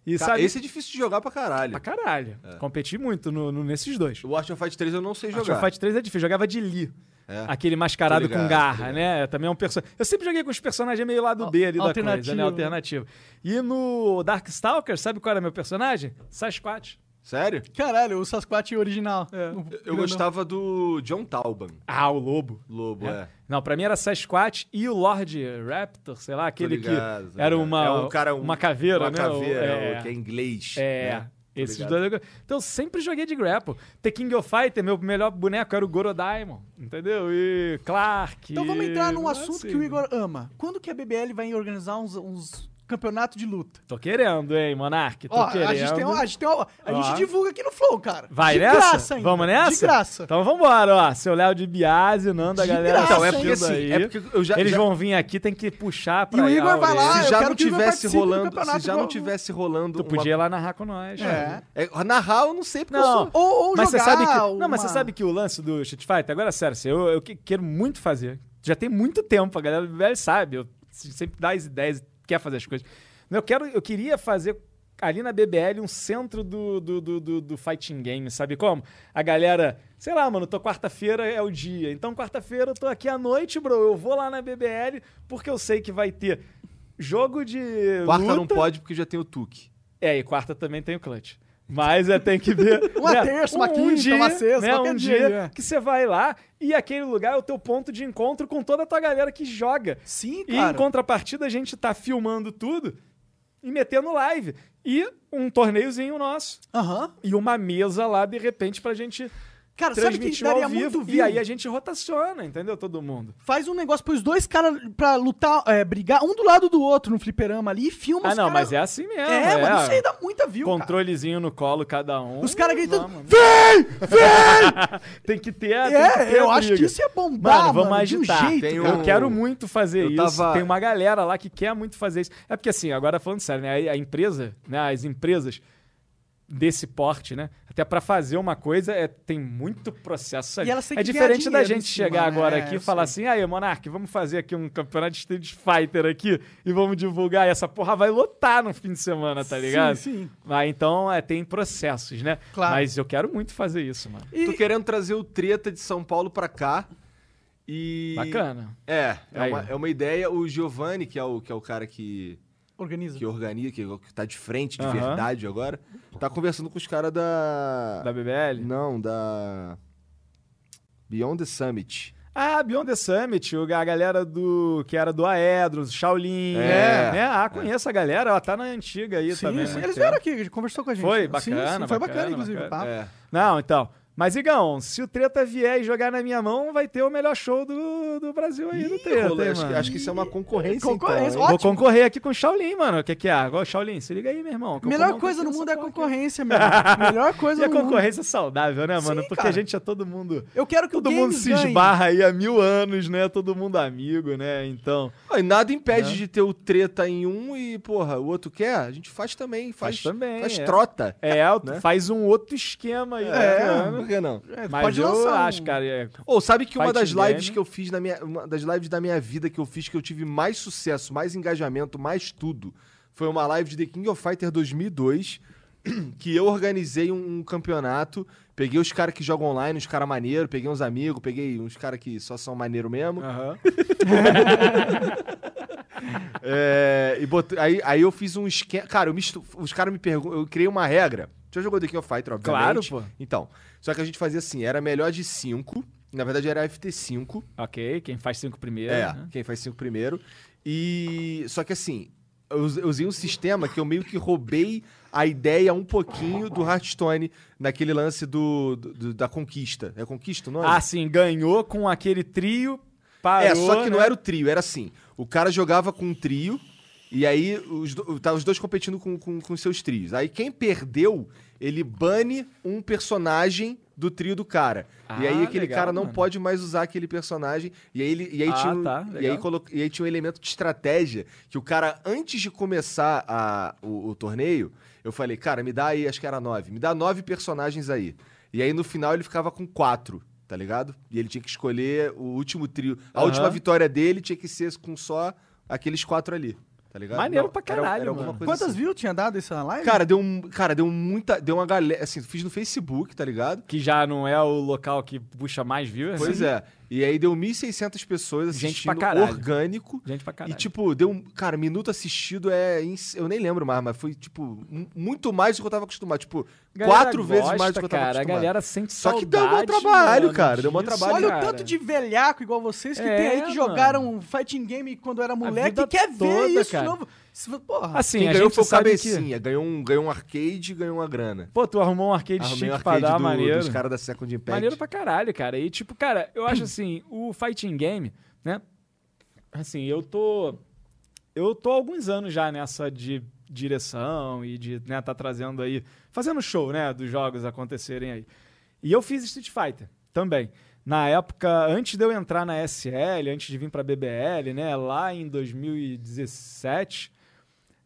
B: E
A: Ca-
B: sabe...
A: Esse é difícil de jogar pra caralho.
B: Pra caralho. Competi muito no, no- nesses dois.
A: O Art of Fight 3 É. eu não sei
B: Art of
A: jogar.
B: Fight 3 é difícil. Eu jogava de Lee.
A: É.
B: Aquele mascarado
A: Tô ligado,
B: com
A: tô
B: garra,
A: ligado.
B: né? Também é um personagem. Eu sempre joguei com os personagens meio lado B ali da coisa,
C: alternativo,
B: né?
C: né?
B: Alternativo. E no Darkstalker, sabe qual era meu personagem? Sasquatch.
A: Sério?
B: É.
C: Caralho, o Sasquatch original. O
A: Eu
C: grandão.
A: gostava do John Talban,
B: Ah, o lobo.
A: Lobo, é.
B: Não, pra mim era Sasquatch e o Lord Raptor, sei lá, aquele
A: ligado,
B: que
A: tô
B: era
A: ligado.
B: uma,
A: É um cara- um-
B: uma caveira,
A: Uma
B: né?
A: caveira,
B: É.
A: o que é inglês.
B: É.
A: né? Tô
B: Esses
C: Tá
A: ligado.
B: dois. eu- Então eu sempre joguei de grapple. The King of Fighter, meu melhor boneco era o Gorodaimon, entendeu? E Clark.
C: Então vamos entrar num
B: e-
C: assunto
B: assim.
C: que o Igor ama. Quando que a BBL vai organizar uns, uns campeonatos de luta?
B: Tô querendo, hein, Monark? Tô
C: Ó,
B: querendo.
C: a gente tem uma- a gente tem uma- a
B: Ó.
C: gente divulga aqui no Flow, cara.
B: Vai
C: de
B: nessa?
C: graça ainda.
B: Vamos nessa?
C: De graça.
B: Então vambora, ó. Seu Léo de Biase, Nando, a
C: De
B: galera.
C: graça,
A: Então, é
B: assistindo
A: porque assim,
B: Ah, aí.
A: é porque eu já,
B: Eles
A: já-
B: vão Ah, vir aqui, tem que puxar pra
C: E o Igor
B: real
C: vai lá,
B: deles.
C: eu
A: se já
C: quero
A: não
C: que o Igor
A: tivesse
C: participe do
A: rolando, se
C: campeonato
A: já não
C: igual-
A: tivesse rolando
B: Tu
A: uma-
B: podia ir lá narrar com nós. né?
C: É.
A: É, narrar eu não sei porque eu
B: Não,
A: sou-
C: Ou, ou
B: mas
C: jogar
B: você sabe que
C: uma-
B: não mas você sabe que o lance do Street Fighter agora sério assim, eu, eu que- quero muito fazer já tem muito tempo a galera do velho sabe eu se- sempre dá as ideias quer fazer as coisas eu quero eu queria fazer ali na BBL um centro do do, do, do- do fighting game sabe como a galera sei lá mano tô quarta-feira é o dia então quarta-feira eu tô aqui à noite bro eu vou lá na BBL porque eu sei que vai ter jogo de
A: Quarta não
B: luta.
A: pode porque já tem o Tuque.
B: É, e quarta também tem o clutch. Mas é, tem que ver. um
C: Uma terça, uma quinta, uma sexta,
B: né,
C: qualquer
B: um
C: dia,
B: dia
C: é.
B: que você vai lá e aquele lugar é o teu ponto de encontro com toda a tua galera que joga.
C: Sim,
B: E
C: cara.
B: em contrapartida, a gente tá filmando tudo e metendo live. E um torneiozinho nosso.
C: Aham.
B: E uma mesa lá, de repente, pra gente
C: Cara, sabe que
B: transmitir
C: daria
B: ao vivo.
C: muito view?
B: E aí a gente rotaciona, entendeu? Todo mundo.
C: Faz um negócio pros dois caras pra lutar, é, brigar um do lado do outro no fliperama ali e filma
B: ah,
C: os
B: não,
C: cara-
B: mas é assim mesmo.
C: É, mano, isso aí dá muita view, cara.
B: Controlezinho no colo, cada um.
C: Os caras gritando,
B: Vamos. Tem
C: vem!
B: que ter.
C: É,
B: Ah, tem que ter
C: eu
B: a
C: acho que
B: briga.
C: isso ia bombar,
B: Mano, vamos
C: de um
B: agitar.
C: jeito.
A: Tem
C: cara.
A: um-
B: Eu quero muito fazer
A: Eu
B: isso.
A: tava-
B: Tem uma galera lá que quer muito fazer isso. É porque, assim, agora falando sério, né? A a empresa, né? As empresas desse porte, né? Até pra fazer uma coisa, é, tem muito processo. sabe?
C: E elas têm
B: é
C: que ganhar
B: diferente da
C: dinheiro em
B: gente
C: cima,
B: chegar
C: né?
B: agora
C: É,
B: aqui e
C: eu
B: falar assim, aí, Monark, vamos fazer aqui um campeonato de Street Fighter aqui e vamos divulgar. E essa porra vai lotar no fim de semana, tá ligado?
C: Sim, sim.
B: Mas então é, tem processos, né?
C: Claro.
B: Mas eu quero muito fazer isso, mano.
C: E-
A: Tô querendo trazer o Treta de São Paulo pra cá E.
B: Bacana.
A: É, é
B: Aí,
A: uma,
B: ó.
A: é uma ideia. O Giovanni, que é o, que é o cara que,
C: Organiza.
A: que organiza, que, que tá de frente de
B: Aham.
A: verdade agora, tá conversando com os caras da.
B: Da BBL?
A: Não, da. Beyond the Summit.
B: Ah, Beyond the Summit, o- a galera do que era do Aedros, Shaolin,
A: É.
B: né? Ah, conheço a galera, ela tá na antiga aí
C: Sim,
B: também.
C: sim,
B: muito
C: eles
B: tempo.
C: vieram aqui, conversou com a gente. né?
B: Foi,
C: Sim, sim,
B: bacana,
C: foi bacana,
B: bacana,
C: inclusive, o
B: bacana.
C: papo.
A: É.
B: Não, então. Mas, Igão, se o Treta vier e jogar na minha mão, vai ter o melhor show do, do Brasil aí no
A: Ih,
B: Treta,
A: rolou,
B: hein,
A: acho, que-
B: mano?
A: acho que isso é uma concorrência.
C: Concorrência,
A: então, hein?
C: ó.
B: Vou
C: ótimo.
B: concorrer aqui com o Shaolin, mano. O que que é? Agora, Shaolin, se liga aí, meu irmão. que eu
C: Melhor
B: como
C: coisa
B: aqui
C: no
B: nessa
C: mundo é a
B: porra aqui.
C: concorrência, meu. irmão. Melhor
B: E
C: coisa
B: a
C: no mundo.
B: concorrência saudável, né, mano?
C: Sim,
B: Porque
C: cara.
B: a gente é todo mundo.
C: Eu quero que
B: Todo
C: o
B: mundo
C: games
B: se
C: ganhe.
B: esbarra aí há mil anos, né? Todo mundo amigo, né? Então.
A: Ah, e nada impede de ter o treta em um e, porra, o outro quer? A gente faz também. Faz,
B: Faz também,
A: Faz
B: é.
A: trota.
B: É,
A: Né?
B: faz um outro esquema aí.
A: É, por
B: né?
A: que não?
C: É,
B: Mas
C: pode
B: eu
C: lançar um-
B: acho, cara. é-
A: Ou sabe que uma
B: Fight
A: das
B: Game.
A: lives que eu fiz na minha. Uma das lives da minha vida que eu fiz que eu tive mais sucesso, mais engajamento, mais tudo. Foi uma live de The King of Fighter 2002. Que eu organizei um, um campeonato. Peguei os caras que jogam online, uns caras maneiro, peguei uns amigos, peguei uns caras que só são maneiro mesmo.
B: Aham.
A: É, e botei- aí, aí eu fiz um esquema. Cara, eu mistu- os caras me perguntam. Eu criei uma regra. Já jogou The King of Fighter, obviamente.
B: Claro, pô.
A: Então. Só que a gente fazia assim: era melhor de 5. Na verdade, era FT5.
B: Ok, quem faz cinco primeiro.
A: É,
B: né?
A: quem faz cinco primeiro. E. Só que assim, eu us- eu usei um sistema que eu meio que roubei a ideia um pouquinho do Hearthstone naquele lance do, do- do- da conquista. É conquista o nome?
B: Ah, sim, ganhou com aquele trio, parou.
A: é, só que não
B: né?
A: era o trio, era assim. O cara jogava com um trio, e aí os, do- tá os dois competindo com, com, com seus trios. Aí quem perdeu, ele bane um personagem do trio do cara. e aí
B: Ah,
A: aquele
B: legal,
A: cara não
B: mano.
A: pode mais usar aquele personagem. E aí, ele, e aí
B: Ah,
A: tinha um,
B: tá,
A: e, aí
B: legal.
A: colo- e aí tinha um elemento de estratégia que o cara, antes de começar a- o, o torneio, eu falei, cara, me dá aí, acho que era nove, me dá nove personagens aí. E aí no final ele ficava com quatro, tá ligado? E ele tinha que escolher o último trio. A
B: Aham.
A: última vitória dele tinha que ser com só aqueles quatro ali, tá ligado?
B: Maneiro pra
A: era-
B: caralho,
A: era alguma
B: mano.
A: coisa
C: Quantas
A: assim.
C: views tinha dado essa live?
A: Cara, deu um, cara, deu muita, deu uma galera, assim, fiz no Facebook, tá ligado?
B: Que já não é o local que puxa mais né? viewers.
A: Pois é. E aí deu 1.600 pessoas
B: Gente pra
A: assistindo
B: caralho.
A: orgânico.
B: Gente pra caralho.
A: E, tipo, deu um. Cara, minuto assistido é. ins- Eu nem lembro mais, mas foi, tipo, mu- muito mais do que eu tava acostumado. Tipo,
B: A galera
A: quatro vezes
B: gosta,
A: mais do que eu tava
B: cara,
A: acostumado.
B: A galera sente
A: Só que
B: saudade.
A: deu mó trabalho,
B: mano,
A: cara, deu mó
B: disso,
A: trabalho.
C: Olha
B: cara.
C: o tanto de velhaco igual vocês que
B: É,
C: tem aí que
B: mano.
C: jogaram um fighting game quando era moleque e
B: vida
C: quer ver
B: toda,
C: isso
B: cara.
C: de novo. Se- Porra.
B: Assim,
A: Quem
B: a
A: ganhou
B: gente
A: foi o
B: sabe Que...
A: Cabecinha. Ganhou, um, ganhou um arcade e ganhou uma grana.
B: Pô, tu arrumou um arcade
A: Arrumei
B: chique
A: um
B: pra
A: arcade
B: dar
A: do-
B: maneiro.
A: dos caras da Second Impact.
B: Maneiro pra caralho, cara. E, tipo, cara, eu acho assim, o fighting game, né? Assim, eu tô. Eu tô há alguns anos já nessa de direção e de, né, tá trazendo aí. Fazendo show, né, dos jogos acontecerem aí. E eu fiz Street Fighter também. Na época, antes de eu entrar na SL, antes de vir pra BBL, né, lá em 2017.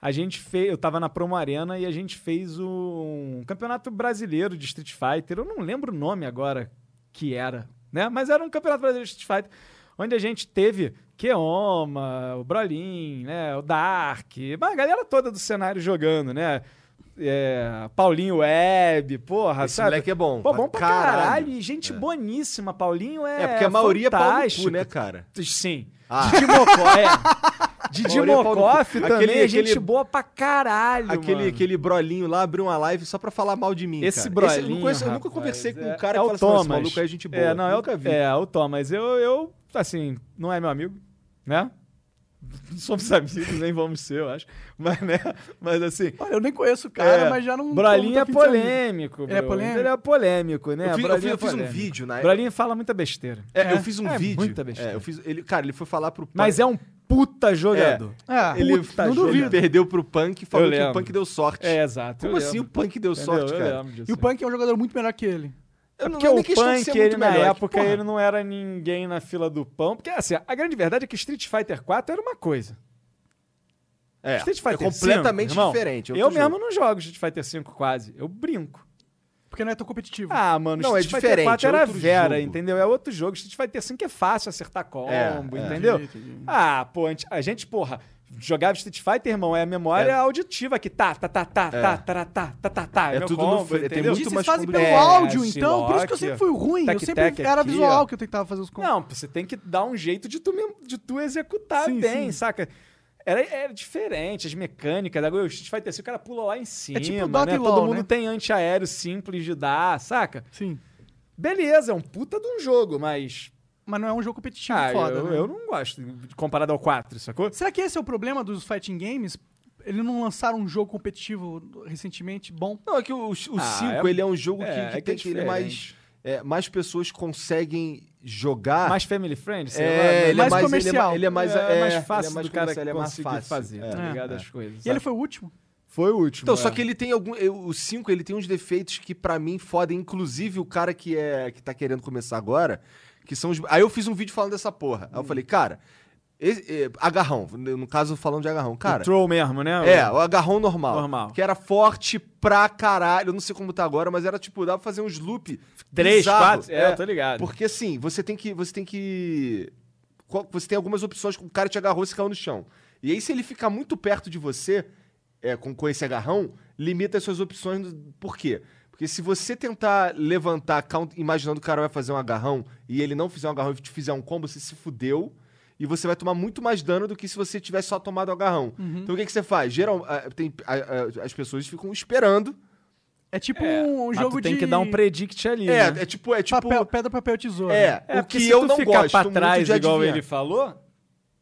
B: A gente fez, eu tava na Promo Arena e a gente fez um campeonato brasileiro de Street Fighter. Eu não lembro o nome agora que era, né? Mas era um campeonato brasileiro de Street Fighter, onde a gente teve Keoma, o Brolin, né? O Dark, uma galera toda do cenário jogando, né? É, Paulinho Web, porra,
A: Esse
B: sabe?
A: moleque é bom.
B: Pô, bom pra caralho, e gente
A: É.
B: boníssima. Paulinho é.
A: É, porque a maioria é pau no
B: fantástico.
A: cu, né, cara?
B: Sim.
A: Ah.
B: Didi Mocó, é. Didi
A: Maioria é pau no cu.
B: Mocoff também
A: Aquele-
B: é gente
A: aquele-
B: boa pra caralho,
A: Aquele,
B: mano.
A: aquele brolinho lá abriu uma live só pra falar mal de mim.
B: Esse
A: cara.
B: brolinho,
A: eu não conheço- eu nunca
B: rapaz,
A: conversei com
B: é-
A: um cara que
B: é
A: fala
B: o
A: assim, "Não, esse
B: Thomas.
A: maluco é gente boa.
B: É, não, é
A: nunca
B: o,
A: vi.
B: É, o Thomas. Eu, eu, assim, não é meu amigo, né? Não somos amigos, nem vamos ser, eu acho. Mas, né? Mas, assim...
C: Olha, eu nem conheço o cara,
B: é,
C: mas já não.
B: Brolinho
A: tá
B: é
C: tô muito afim de ser amigo.
B: polêmico,
C: Ele é
B: bro.
C: polêmico?
B: Ele é polêmico, né?
A: Eu fiz, eu
B: Brolinho
A: fiz- eu
B: é
A: fiz um
B: polêmico.
A: vídeo, né?
B: Brolinho fala muita besteira.
A: É, eu fiz um
B: é
A: vídeo.
B: muita besteira.
A: É, eu fiz, ele, cara, ele foi falar pro É,
B: Mas é um puta jogador.
C: Ah,
A: ele,
B: puta,
A: ele
B: duvido.
A: perdeu pro Punk e falou
B: Eu
A: que o
B: lembro.
A: Punk deu sorte.
B: É, exato.
A: Como
B: eu
A: assim o
B: lembro.
A: Punk deu
B: Entendeu?
A: sorte,
B: Eu
A: cara?
B: lembro
C: E
B: disso.
C: o Punk é um jogador muito melhor que ele.
A: Eu não-
B: Porque
A: não é
B: o
A: nem questão de
B: Punk,
A: ser
B: ele
A: muito
B: na
A: melhor, é que,
B: época,
A: porra,
B: ele não era ninguém na fila do pão. Porque, assim, a grande verdade é que Street Fighter 4 era uma coisa.
A: É,
B: Street
A: é
B: Fighter 5,
A: completamente
B: irmão,
A: diferente. é outro
B: Eu
A: jogo.
B: mesmo não jogo Street Fighter 5 quase. Eu brinco.
C: Porque não é tão competitivo.
B: Ah, mano,
A: Não, é
B: Street Fighter
A: diferente,
B: 4
A: é
B: era
A: outro
B: Vera,
A: jogo.
B: entendeu? É outro jogo. Street Fighter 5 é fácil acertar combo,
A: É, é.
B: entendeu?
C: Entendi, entendi.
B: Ah, pô, a gente- a gente, porra, Jogava Street Fighter, irmão, é a memória auditiva que tá, tá, tá, tá, tá, tá, tá, tá, tá, tá.
A: É
B: meu
A: tudo no
B: combo,
A: fre- tem
B: entendeu?
A: muito
C: Vocês
A: mais
C: fazem pelo
A: combinado.
C: áudio,
B: É,
C: então. Por isso que eu
B: Siloque,
C: sempre fui ruim. Eu
B: tec-tec
C: sempre era
B: aqui,
C: visual
B: ó.
C: que eu tentava fazer os combos.
B: Não, você tem que dar um jeito de tu, mesmo- de tu executar
C: Sim,
B: bem,
C: sim.
B: saca? Era, era diferente, as mecânicas. Agora o Street Fighter, se o cara pula lá em cima,
C: tipo Dota
B: né?
C: e
B: Todo
C: LoL,
B: mundo
C: né?
B: tem antiaéreo simples de dar, saca?
C: Sim.
B: Beleza, é um puta de um jogo, mas...
C: Mas não é um jogo competitivo
B: Ah,
C: foda,
B: eu,
C: né?
B: eu não gosto, comparado ao 4, sacou?
C: Será que esse é o problema dos fighting games? Eles não lançaram um jogo competitivo recentemente bom?
A: Não, é que o 5,
B: Ah, é-
A: ele é um jogo que, que
B: é
A: tem que ele é mais,
B: diferente.
A: é, mais pessoas conseguem jogar.
B: Mais family friend, sei lá.
A: Ah. é,
B: né?
A: ele
C: mais
A: é mais
C: comercial.
A: Ele é, mais,
B: É
A: é,
B: mais
A: ele é
B: fácil
A: mais
B: do cara
A: comercial, ele é mais
B: conseguir
A: fácil.
B: fazer, tá
C: É.
B: ligado?
A: É.
B: As coisas.
C: E ele foi o último?
B: Foi o último.
A: Então, só que ele tem algum. eu- O 5 ele tem uns defeitos que pra mim fodem, inclusive o cara que é que tá querendo começar agora, que são os. Aí eu fiz um vídeo falando dessa porra. Aí eu falei, cara, esse- é, agarrão, no caso falando de agarrão, cara.
B: O troll mesmo, né?
A: É, o agarrão normal.
B: Normal.
A: Que era forte pra caralho. Eu não sei como tá agora, mas era tipo, dá pra fazer uns loop.
B: 3,
A: bizarro.
B: 4. É, eu tô ligado.
A: Porque assim, você tem que. Você tem que. qual- Você tem algumas opções que o cara te agarrou e você caiu no chão. E aí, se ele ficar muito perto de você, é, com, com esse agarrão, limita as suas opções. do- Por quê? Porque se você tentar levantar, count- imaginando que o cara vai fazer um agarrão, e ele não fizer um agarrão e te fizer um combo, você se fudeu. E você vai tomar muito mais dano do que se você tivesse só tomado o agarrão.
B: Uhum.
A: Então o que, que você faz? Geral, ah, tem- ah, ah, as pessoas ficam esperando.
C: É tipo
B: É,
C: um
B: mas
C: jogo
B: tu tem
C: de
B: que dar um predict ali,
A: É,
B: né?
A: é tipo, é tipo.
C: papel, pedra, papel, tesoura. né?
A: É, o
B: porque
A: que
B: se
A: eu
B: tu
A: não
B: ficar
A: gosto
B: pra
A: muito
B: trás,
A: de
B: igual
A: adivinhar.
B: ele falou,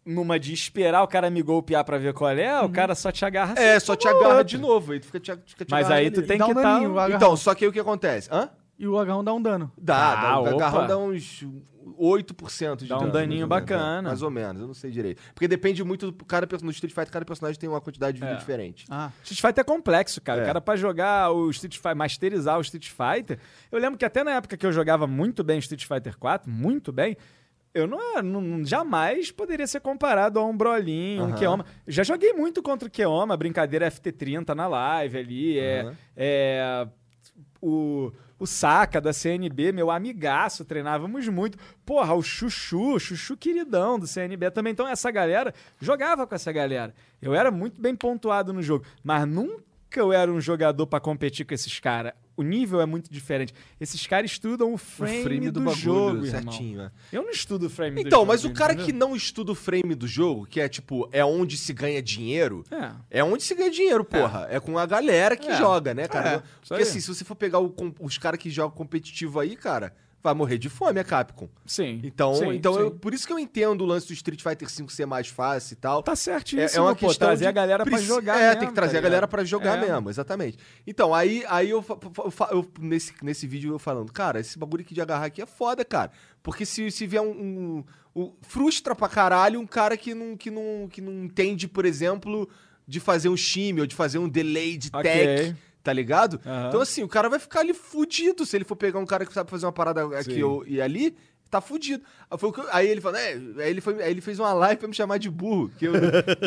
B: numa de esperar o cara me golpear pra ver qual é, o cara só te agarra
A: É, tipo,
B: assim,
A: só te
B: como
A: agarra
B: outro.
A: de novo. Aí tu fica te, fica te
B: Mas
A: agarrando
B: aí tu
A: ali.
B: tem
C: Dá
B: que tá
C: um
B: estar...
C: daninho, o agarrão.
A: Então, só que aí o que acontece? Hã?
C: E o agarrão dá um dano.
A: Dá,
B: Ah,
A: dá, o
B: opa.
A: agarrão dá uns 8% de
B: Dá um
A: dano,
B: daninho
A: mais ou menos,
B: bacana.
A: né? Mais ou menos, eu não sei direito. Porque depende muito do cara, no Street Fighter, cada personagem tem uma quantidade de vida
B: É.
A: diferente.
C: Ah.
B: Street Fighter é complexo, cara.
A: É.
B: O cara pra jogar o Street Fighter, masterizar o Street Fighter. Eu lembro que até na época que eu jogava muito bem Street Fighter 4, muito bem, eu não, era- não- não- jamais poderia ser comparado a um Brolinho, um
A: Aham.
B: Keoma. Eu já joguei muito contra o Keoma, brincadeira FT30 na live ali, é,
A: Aham.
B: é, o o Saca da CNB, meu amigaço, treinávamos muito. Porra, o Chuchu, Chuchu queridão do CNB também. Então essa galera jogava com essa galera. Eu era muito bem pontuado no jogo, mas nunca eu era um jogador pra competir com esses caras. O nível é muito diferente. Esses caras estudam o
A: O
B: frame, do, jogo, irmão.
A: certinho, né?
B: Eu não estudo o frame do
A: Então,
B: jogo,
A: mas o cara que
B: entendeu?
A: não estuda o frame do jogo, que é tipo, é onde se ganha dinheiro,
B: É.
A: É onde se ganha dinheiro, porra. É, com a galera que
B: É.
A: joga, né, cara?
B: É,
A: Não-
B: isso
A: Porque
B: aí.
A: assim, se você for pegar o com- os caras que jogam competitivo aí, cara, vai morrer de fome a Capcom.
B: Sim.
A: Então,
B: sim,
A: então
B: sim.
A: eu- por isso que eu entendo o lance do Street Fighter V ser mais fácil e tal.
B: Tá certíssimo,
A: É, é uma
B: pô,
A: questão
B: trazer
A: de
B: a galera pra
A: preci-
B: jogar
A: É, tem
B: mesmo,
A: que trazer
B: tá
A: a galera
B: ligado?
A: pra jogar
B: É.
A: mesmo, exatamente. Então, aí, aí eu, fa- fa- fa- eu- nesse, nesse vídeo eu falando, cara, esse bagulho aqui de agarrar aqui é foda, cara. Porque se, se vier um, um- um- Frustra pra caralho um cara que não, que não, que não entende, por exemplo, de fazer um shimmy ou de fazer um delay de
B: Ok.
A: tech. Tá ligado?
B: Aham.
A: Então, assim, o cara vai ficar ali fudido se ele for pegar um cara que sabe fazer uma parada aqui
B: Sim.
A: ou, e ali. Tá fudido. Aí, foi o que eu- aí ele falou, é, aí ele, foi, aí ele fez uma live pra me chamar de burro. Que eu.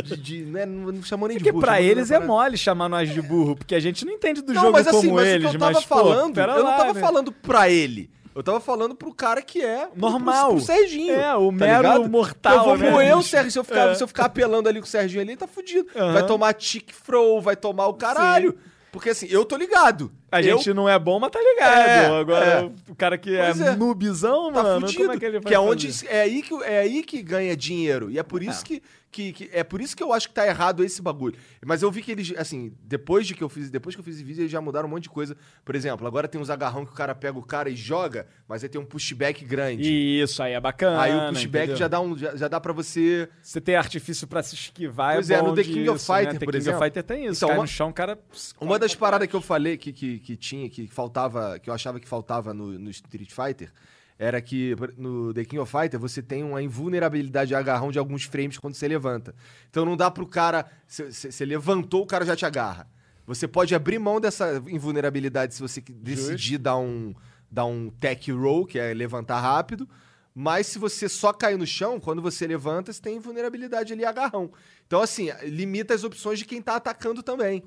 A: de- de- né, não, não chamou nem de
B: Porque
A: burro.
B: pra
A: chamou de
B: eles é
A: outra parada.
B: mole chamar nós de burro, porque a gente não entende do
A: não,
B: jogo
A: mas assim,
B: como
A: mas
B: eles,
A: o que eu tava
B: mas, pô,
A: falando,
B: pera
A: eu não
B: lá,
A: tava
B: né?
A: falando pra ele. Eu tava falando pro cara que é. pro-
B: Normal.
A: Pro, pro Serginho.
B: É, o
A: tá
B: mero
A: ligado?
B: mortal,
A: Eu vou
B: né,
A: moer o
B: bicho?
A: Serginho. Se eu, ficar,
B: É.
A: se eu ficar apelando ali com o Serginho ali, tá fudido.
B: Aham.
A: Vai tomar tic fro, vai tomar o caralho. Porque assim, eu tô ligado.
B: A
A: eu
B: gente não é bom, mas tá ligado.
A: É,
B: Agora,
A: é.
B: o cara que é,
A: Pois é.
B: noobzão,
A: tá
B: mano,
A: fudido,
B: como é que ele vai
A: que é
B: fazer?
A: onde é aí que é aí que ganha dinheiro e é por isso que, que, que- é por isso que eu acho que tá errado esse bagulho. Mas eu vi que eles assim, depois de que eu fiz, depois que eu fiz esse vídeo, eles já mudaram um monte de coisa. Por exemplo, agora tem uns agarrão que o cara pega o cara e joga, mas aí tem um pushback grande.
B: E Isso, aí é bacana.
A: aí o pushback
B: entendeu?
A: já dá um já, já dá para você
B: Você tem artifício pra se esquivar,
A: Pois
B: é
A: é,
B: bom
A: no The King of
B: disso, né?
A: Fighter,
B: The
A: por
B: King
A: exemplo.
B: of Fighter tem isso.
A: Então,
B: cai
A: uma-
B: no chão, o cara...
A: Uma das paradas que eu falei que, que, que tinha, que faltava, que eu achava que faltava no, no Street Fighter, era que por- no The King of Fighter você tem uma invulnerabilidade de agarrão de alguns frames quando você levanta. Então não dá pro cara. se- se- Você levantou, o cara já te agarra. Você pode abrir mão dessa invulnerabilidade se você que- decidir dar um, dar um tech roll, que é levantar rápido. Mas se você só cair no chão, quando você levanta, você tem invulnerabilidade ali, agarrão. Então, assim, limita as opções de quem tá atacando também.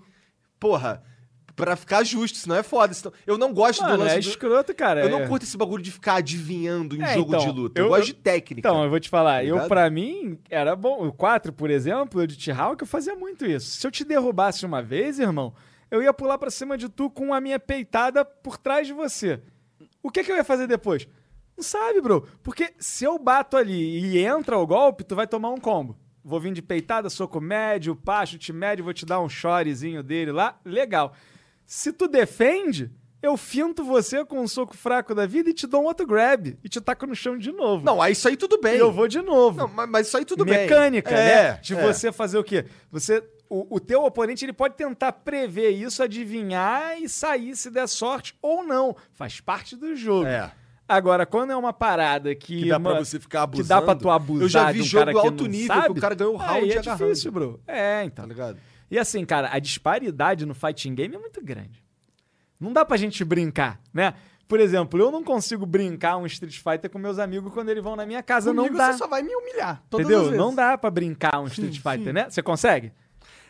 A: Porra, Pra ficar justo, senão é foda. senão- Eu não gosto do
B: Mano,
A: lance
B: é
A: do-
B: escroto, cara.
A: Eu não
B: é.
A: curto esse bagulho de ficar adivinhando em
B: É,
A: jogo
B: então,
A: de luta. Eu,
B: eu-
A: gosto
B: eu-
A: de técnica.
B: Então, eu vou te falar, eu
A: Tá Ligado?
B: pra mim era bom. O 4, por exemplo, de T-Hawk, eu fazia muito isso. Se eu te derrubasse uma vez, irmão, eu ia pular pra cima de tu com a minha peitada por trás de você. O que, que eu ia fazer depois? Não sabe, bro. Porque se eu bato ali e entra o golpe, tu vai tomar um combo. Vou vir de peitada, soco médio, pá, chute médio, vou te dar um chorezinho dele lá. Legal. Se tu defende, eu finto você com um soco fraco da vida e te dou um outro grab. E te taco no chão de novo.
A: Não, aí isso aí tudo bem.
B: E eu vou de novo.
A: Não, mas, mas isso aí tudo
B: Mecânica,
A: bem. É,
B: né? De você fazer o quê? Você, o, o teu oponente ele pode tentar prever isso, adivinhar e sair se der sorte ou não. Faz parte do jogo.
A: É.
B: Agora, quando é uma parada que...
A: Que dá pra
B: mano,
A: você ficar
B: que
A: abusando.
B: dá pra tu abusar
A: Eu já vi
B: de um
A: jogo
B: cara que
A: alto
B: não
A: nível
B: sabe,
A: que o cara ganhou o round
B: aí é
A: e agarrando.
B: difícil, bro. É, então.
A: Tá ligado?
B: E assim, cara, a disparidade no fighting game é muito grande. Não dá pra gente brincar, né? Por exemplo, eu não consigo brincar um Street Fighter com meus amigos quando eles vão na minha casa,
C: Comigo
B: não dá.
C: você só vai me humilhar. Todas
B: Entendeu?
C: as vezes.
B: Não dá pra brincar um Street Fighter, né? Você consegue?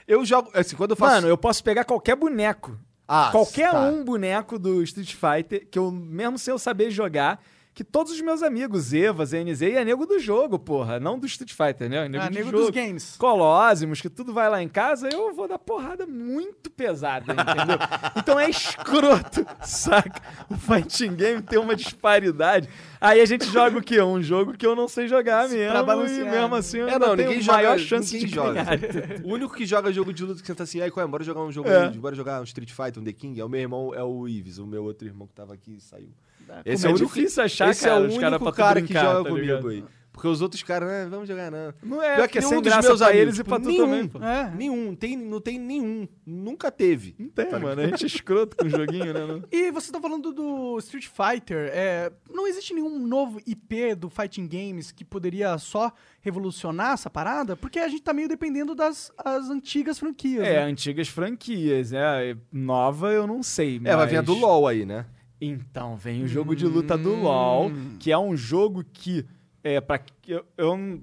A: Eu jogo. Assim, quando eu faço.
B: Mano, eu posso pegar qualquer boneco.
A: Ah,
B: qualquer
A: tá.
B: um boneco do Street Fighter, que eu, mesmo sem eu saber jogar, que todos os meus amigos, Eva, ZNZ, e é nego do jogo, porra. Não do Street Fighter, né? É nego,
C: Ah,
B: do
C: nego
B: jogo.
C: dos games.
B: Colósimos, que tudo vai lá em casa, eu vou dar porrada muito pesada, entendeu? então é escroto, saca? O fighting game tem uma disparidade. Aí a gente joga o quê? Um jogo que eu não sei jogar mesmo.
C: balancear,
B: E mesmo
C: né?
B: assim eu
A: É,
B: ainda
A: não,
B: tenho
A: ninguém joga.
B: maior chance
A: ninguém
B: de
A: joga.
B: ganhar.
A: O único que joga jogo de luta que senta assim, aí, qual é? Bora jogar um jogo
B: É.
A: aí, bora jogar um Street Fighter, um The King. É o meu irmão, é o Ives, o meu outro irmão que tava aqui e saiu.
B: Como é difícil achar,
A: esse
B: cara,
A: é o
B: os
A: único
B: cara
A: cara,
B: pra tu
A: que
B: brincar,
A: joga
B: tá ligado?
A: comigo aí. Porque os outros caras, né, vamos jogar não.
B: Não é,
A: Pior que
B: porque é
A: nenhum
B: sem
A: dos
B: graça
A: meus
B: pra
A: amigos,
B: eles e
A: tipo,
B: pra tu
A: nenhum.
B: também, pô.
C: É.
A: Nenhum, tem, não tem nenhum. Nunca teve.
B: Não tem, mano. A gente é escroto com o joguinho, né? não?
C: E você tá falando do Street Fighter. é, não existe nenhum novo IP do Fighting Games que poderia só revolucionar essa parada? Porque a gente tá meio dependendo das as antigas franquias.
B: É,
C: né?
B: antigas franquias, né? Nova eu não sei, mas...
A: É, vai vir a do LOL aí, né?
B: Então, vem o jogo
C: Hum.
B: de luta do LoL, que é um jogo que, é, pra, eu, eu, não-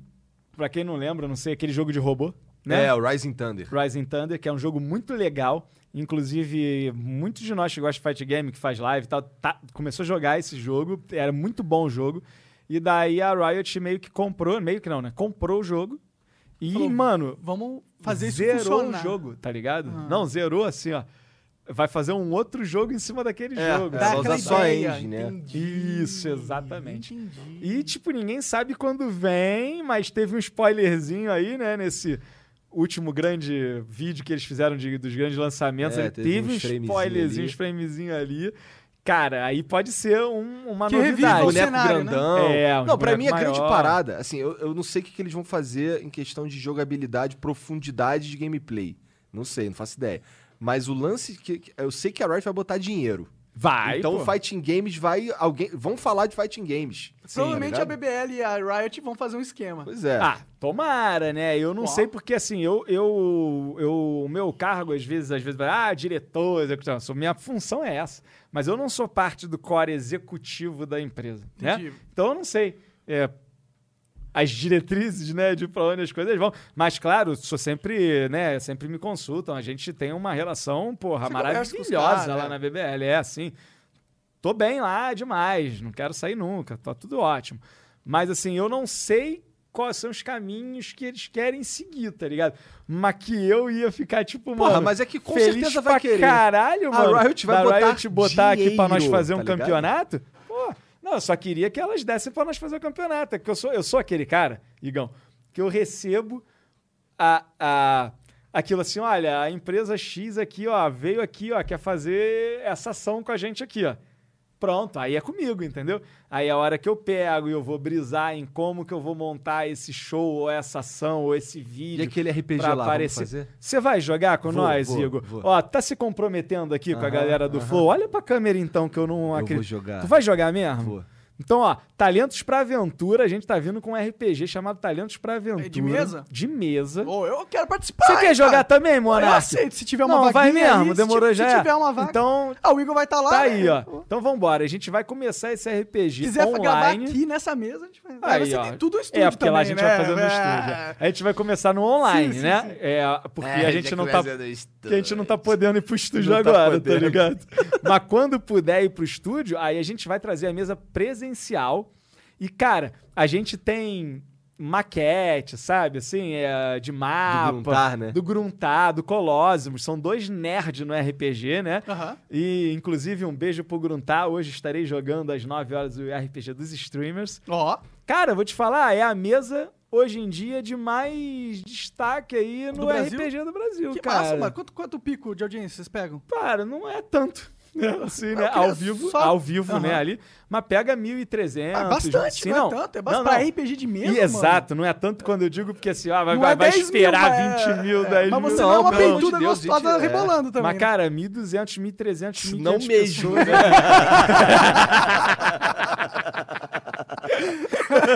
B: pra quem não lembra, não sei, aquele jogo de robô, né?
A: É, o Rising Thunder.
B: Rising Thunder, que é um jogo muito legal. Inclusive, muitos de nós que gostam de fight game, que faz live e tal, tá- começou a jogar esse jogo. Era muito bom o jogo. E daí a Riot meio que comprou, meio que não, né? Comprou o jogo. E,
C: Falou,
B: mano,
C: Vamos fazer isso
B: zerou
C: funcionar. Ah.
B: o jogo, tá ligado? Não, zerou assim, ó. Vai fazer um outro jogo em cima daquele
A: É,
B: jogo.
A: é,
C: Dá
A: só
C: aquela
A: usar só
C: ideia,
A: engine, né?
C: entendi.
B: Isso, exatamente.
C: Entendi.
B: E, tipo, ninguém sabe quando vem, mas teve um spoilerzinho aí, né, nesse último grande vídeo que eles fizeram de- dos grandes lançamentos.
A: É,
B: Ele
A: teve
B: teve,
A: uns
B: um
A: framezinho
B: spoilerzinho,
A: ali.
B: uns framezinho ali. Cara, aí pode ser um- uma
A: é
C: Que reviva
B: novidade.
C: o
A: boneco
C: cenário, né?
A: grandão.
B: É, um
A: não, pra
B: boneco
A: mim a grande
B: maior.
A: parada, assim, eu, eu não sei o que, que eles vão fazer em questão de jogabilidade, profundidade de gameplay. Não sei, não faço ideia. Mas o lance que que- eu sei que a Riot vai botar dinheiro.
B: Vai,
A: então
B: pô.
A: fighting games vai alguém vão falar de fighting games.
C: Provavelmente
A: tá
C: a
A: ligado?
C: BBL e a Riot vão fazer um esquema.
A: Pois é.
B: Ah, tomara, né? Eu não
C: Uau.
B: sei porque, assim, eu, eu, eu, o meu cargo, às vezes, às vezes, vai, ah, diretor, executivo. Não, Minha função é essa. Mas eu não sou parte do core executivo da empresa, né?
C: Entendi.
B: Então, eu não sei. é, as diretrizes, né, de pra onde as coisas vão. Mas, claro, sou sempre, né, sempre me consultam. A gente tem uma relação, porra,
C: Você conversa com os
B: maravilhosa
C: caras,
B: lá
C: né?
B: na BBL. É assim, tô bem lá demais, não quero sair nunca, tá tudo ótimo. Mas assim, eu não sei quais são os caminhos que eles querem seguir, tá ligado? Mas que eu ia ficar tipo,
A: Porra,
B: mano,
A: mas é que com
B: feliz
A: certeza
B: pra
A: vai querer.
B: caralho,
A: A
B: mano.
A: Riot vai
B: da
A: botar
B: Riot botar aqui pra nós
A: dinheiro,
B: fazer
A: tá
B: um
A: ligado?
B: campeonato? Pô, não, eu só queria que elas dessem pra nós fazer o campeonato, porque eu sou eu sou aquele cara, Igão, que eu recebo a, a- aquilo assim, olha, a empresa X aqui, ó, veio aqui, ó, quer fazer essa ação com a gente aqui, ó. Pronto, aí é comigo, entendeu? Aí a hora que eu pego e eu vou brisar em como que eu vou montar esse show ou essa ação ou esse
A: E
B: vídeo.
A: aquele RPG
B: pra
A: lá, vamos
B: aparecer.
A: fazer?
B: Você vai jogar com
A: Vou,
B: nós,
A: vou,
B: Igor?
A: vou.
B: Ó, tá se comprometendo aqui com a
A: Aham,
B: galera do
A: aham.
B: Flow. Olha pra câmera então que eu não
A: Eu vou
B: acredito.
A: jogar.
B: Tu vai jogar mesmo?
A: Vou.
B: Então, ó, Talentos pra Aventura, a gente tá vindo com um RPG chamado Talentos pra Aventura.
C: mesa?
B: De mesa.
C: Ou eu quero participar.
B: Você quer
C: hein,
B: jogar
C: cara?
B: também, Monark?
C: Eu aceito, então. se tiver uma
B: Não, vai
C: vaguinha aí,
B: mesmo,
C: se
B: demorou
C: ti-
B: já.
C: Se
B: é.
C: tiver uma vaga.
B: Então,
C: Ah, o Igor vai estar lá.
B: tá
C: né?
B: aí, ó. Então vambora, a gente vai começar esse
C: Se
B: RPG
C: quiser gravar
B: online.
C: aqui nessa mesa, a gente vai.
B: Aí,
C: Aí, você
B: ó.
C: tem tudo no estúdio
B: É, porque
C: também,
B: lá a gente
C: né?
B: vai fazer no
C: É.
B: estúdio. A gente vai começar no online,
C: Sim, sim,
B: né?
C: sim.
B: É, porque a gente não tá Porque a gente não tá podendo ir pro estúdio
A: Não tá
B: agora, tá,
A: podendo.
B: ligado? Mas quando puder ir pro estúdio, aí a gente vai trazer a mesa presencial. E, cara, a gente tem maquete, sabe? Assim, é, de mapa.
A: Gruntar, né?
B: Do Gruntar, do Colossus. São dois nerds no RPG, né?
C: Aham.
B: E, inclusive, um beijo pro Gruntar. Hoje estarei jogando às 9 horas o RPG dos streamers.
C: Ó,
B: Cara, vou te falar, é a mesa hoje em dia de mais destaque aí no
C: Brasil?
B: RPG do Brasil,
C: que
B: cara.
C: massa, mano. Quanto, quanto pico de audiência vocês pegam?
B: Cara, não é tanto. Né? Assim, né?
C: queria
B: Ao vivo,
C: só-
B: ao vivo, né?
C: Aham.
B: Ali. Mas pega 1.300.
C: Ah, bastante,
B: assim,
C: não, é tanto. É
B: não,
C: bastante pra
B: não.
C: RPG de
B: E
C: mesa, mano.
B: Exato, não é tanto quando eu digo, porque assim, ó, vai,
C: Não
B: vai,
C: é
B: vai
C: 10 mil,
B: esperar
C: mas é-
B: 20 mil,
C: é,
B: 10
C: Mas
B: mil.
C: você
A: Não,
C: não, é uma
A: pelo amor de
C: peituda
A: Deus,
C: gostosa
A: gente, é.
C: rebolando também.
B: Mas,
C: né?
B: cara, 1.200, 1.300, 1.500
A: Não mesmo. né?
B: pessoas.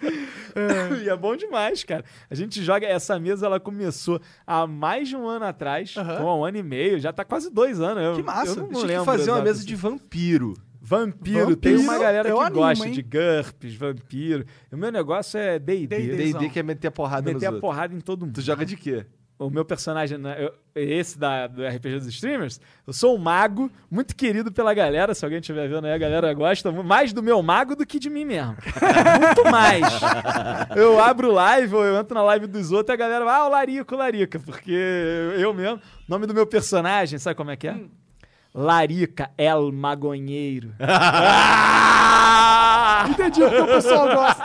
B: e é bom demais, cara. A gente joga. Essa mesa ela começou há mais de um ano atrás,
C: Aham.
B: então, há um ano e meio, já tá quase dois anos. Eu,
C: Que massa.
B: Eu não
A: Tinha
B: lembro
A: que fazer uma
B: exato,
A: mesa
B: assim.
A: de vampiro.
B: Vampiro,
C: Vampiro,
B: tem uma galera
C: eu
B: que
C: animo,
B: gosta
C: hein?
B: de GURPS, vampiro. O meu negócio é DD.
C: D&D.
A: D&D quer é meter a porrada
B: Meter
A: nos
B: a
A: outros.
B: porrada em todo mundo.
A: Tu joga de quê?
B: O meu personagem, né, eu- esse da, do RPG dos streamers, eu sou um mago, muito querido pela galera. Se alguém estiver vendo aí, a galera gosta mu- mais do meu mago do que de mim mesmo. Muito mais. Eu abro live ou eu entro na live dos outros e a galera vai, ah, o Larico, Larica, porque eu eu mesmo. O nome do meu personagem, sabe como é que é? Larica El Magonheiro. Ah!
C: Entendi o que o pessoal gosta.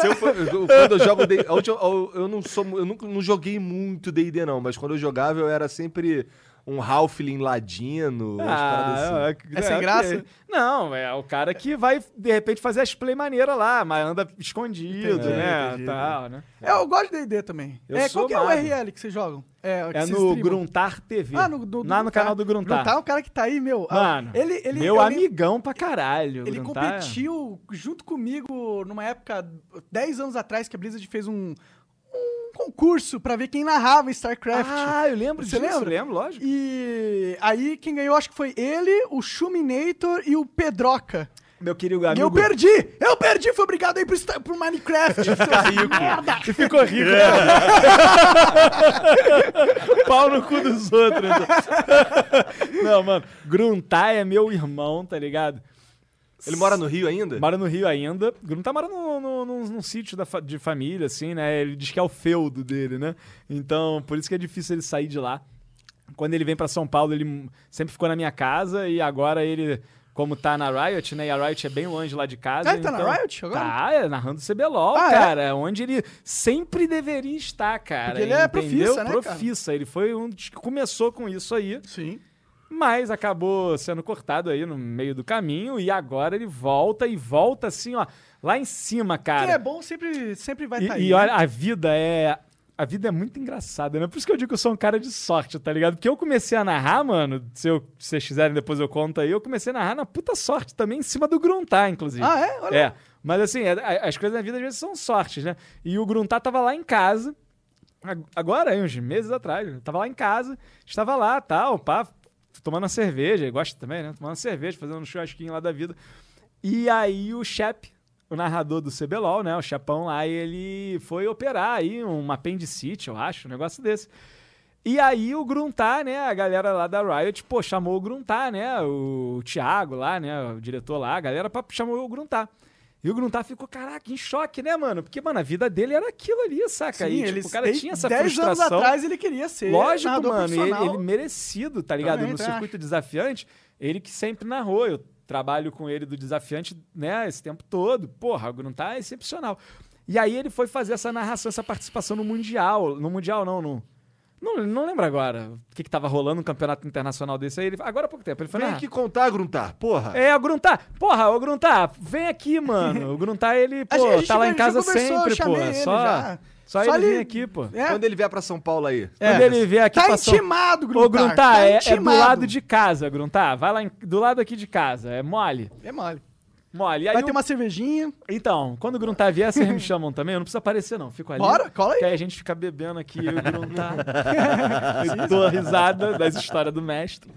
A: Se eu for- eu- quando eu jogo D&D, a última- eu, eu não sou, eu nunca não joguei muito D&D não, mas quando eu jogava eu era sempre um halfling ladino, umas paradas assim.
B: Ah,
C: É sem graça?
B: ok. Não, é o cara que vai, de repente, fazer as play maneira lá, mas anda escondido,
C: Entendi,
B: né?
A: entendi.
B: tal, né?
C: É, eu gosto de D&D também.
B: Eu
C: é,
B: sou
C: qual que é
B: mago.
C: o URL que vocês jogam? É, que
B: É
C: vocês
B: no
C: streamam?
B: Gruntar TV.
C: Ah, no, do, do
B: lá no canal do Gruntar.
C: Gruntar é um cara que tá aí, meu. ah,
B: Mano,
C: ele, ele,
B: meu
C: eu lem-
B: amigão pra caralho.
C: Ele
B: Gruntar é-
C: competiu junto comigo numa época, 10 anos atrás, que a Blizzard fez um, um concurso pra ver quem narrava StarCraft.
B: Ah, eu lembro
C: Você
B: disso.
C: lembra?
B: Lembro, lógico.
C: E aí quem ganhou acho que foi ele, o Shuminator e o Pedroca.
B: Meu querido
C: E eu
B: amigo. perdi!
C: perdi! Eu perdi! Fui obrigado aí pro, Star- pro Minecraft! seus merda!
B: E ficou rico, né? Pau no cu dos outros. então. Não, mano. Gruntar é meu irmão, tá ligado?
A: Ele mora no Rio ainda?
B: Mora no Rio ainda. tá Gruntar mora num, num, num- num sítio da fa- de família, assim, né? Ele diz que é o feudo dele, né? Então, por isso que é difícil ele sair de lá. Quando ele vem pra São Paulo, ele m- sempre ficou na minha casa e agora ele, como tá na Riot, né? E a Riot é bem longe lá de casa.
C: Ah, ele tá na
B: então-
C: Riot agora?
B: Tá, é narrando CBLOL,
C: Ah, é?
B: cara. Onde ele sempre deveria estar, cara.
C: Porque ele é
B: entendeu?
C: profissa, né, cara?
B: Profissa. Ele foi um dos que começou com isso aí.
C: Sim.
B: Mas acabou sendo cortado aí no meio do caminho e agora ele volta e volta assim, ó, lá em cima,
C: Quem
B: cara.
C: é bom sempre, sempre vai
B: e,
C: estar tá aí.
B: e olha, a vida é a vida é muito engraçada, né? Por isso que eu digo que eu sou um cara de sorte, tá ligado? Porque eu comecei a narrar, mano, se, eu, se vocês quiserem depois eu conto aí, eu comecei a narrar na puta sorte também, em cima do Gruntar, inclusive.
C: Ah, é? Olha.
B: É. Mas assim, a- a- as coisas na vida às vezes são sortes, né? E o Gruntar tava lá em casa, ag- agora, aí, uns meses atrás, eu tava lá em casa, estava lá, tal, pá, tomando uma cerveja, ele gosta também, né? Tomando uma cerveja, fazendo um churrasquinho lá da vida. E aí o Shep, o narrador do CBLOL, né? O Chapão lá, ele foi operar aí um apendicite, eu acho, um negócio desse. E aí o Gruntar, né, a galera lá da Riot, pô, chamou o Gruntar, né, o Thiago lá, né, o diretor lá, a galera pra, chamou o Gruntar. E o Gruntar ficou, caraca, em choque, né, mano? Porque, mano, a vida dele era aquilo ali, saca?
C: Sim,
B: e, tipo,
C: ele,
B: o cara
C: dez-
B: tinha essa
C: 10
B: frustração.
C: anos atrás ele queria ser
B: Lógico,
C: narrador
B: mano, ele,
C: profissional.
B: ele merecido, tá ligado?
C: Também,
B: no
C: tá.
B: circuito desafiante, ele que sempre narrou. Eu trabalho com ele do desafiante, né, esse tempo todo. Porra, o Gruntar é excepcional. E aí ele foi fazer essa narração, essa participação no Mundial. No Mundial, não, no. Não, não lembro agora o que, que tava rolando um campeonato internacional desse aí. Ele, agora há pouco tempo. Ele foi
A: Vem
B: narrar.
A: aqui contar, Gruntar, porra.
B: É, o Gruntar. Porra, o Gruntar, vem aqui, mano. O Gruntar, ele,
C: A gente- a
B: pô,
C: gente
B: tá lá em
C: já
B: casa
C: conversou, eu
B: sempre, pô. é
C: chamei ele
B: Só,
C: já.
B: só,
C: Só
B: ele
C: ele-
B: vem aqui, pô.
C: É.
A: Quando ele vier pra São Paulo aí?
C: É.
B: Quando ele vier aqui
C: Tá
B: pra São
C: intimado, Gruntar.
B: Ô, Gruntar,
C: tá
B: é, é do
C: intimado.
B: lado de casa, Gruntar. Vai lá em- do lado aqui de casa, é mole.
C: É mole.
B: Mole. E aí
C: Vai
B: um-
C: ter uma cervejinha.
B: Então, quando o Gruntar vier, vocês me chamam também. Eu não preciso aparecer, não. Fico ali.
C: Bora, cola aí.
B: Que aí a gente fica bebendo aqui eu e o Gruntar. eu dou risada das histórias do mestre.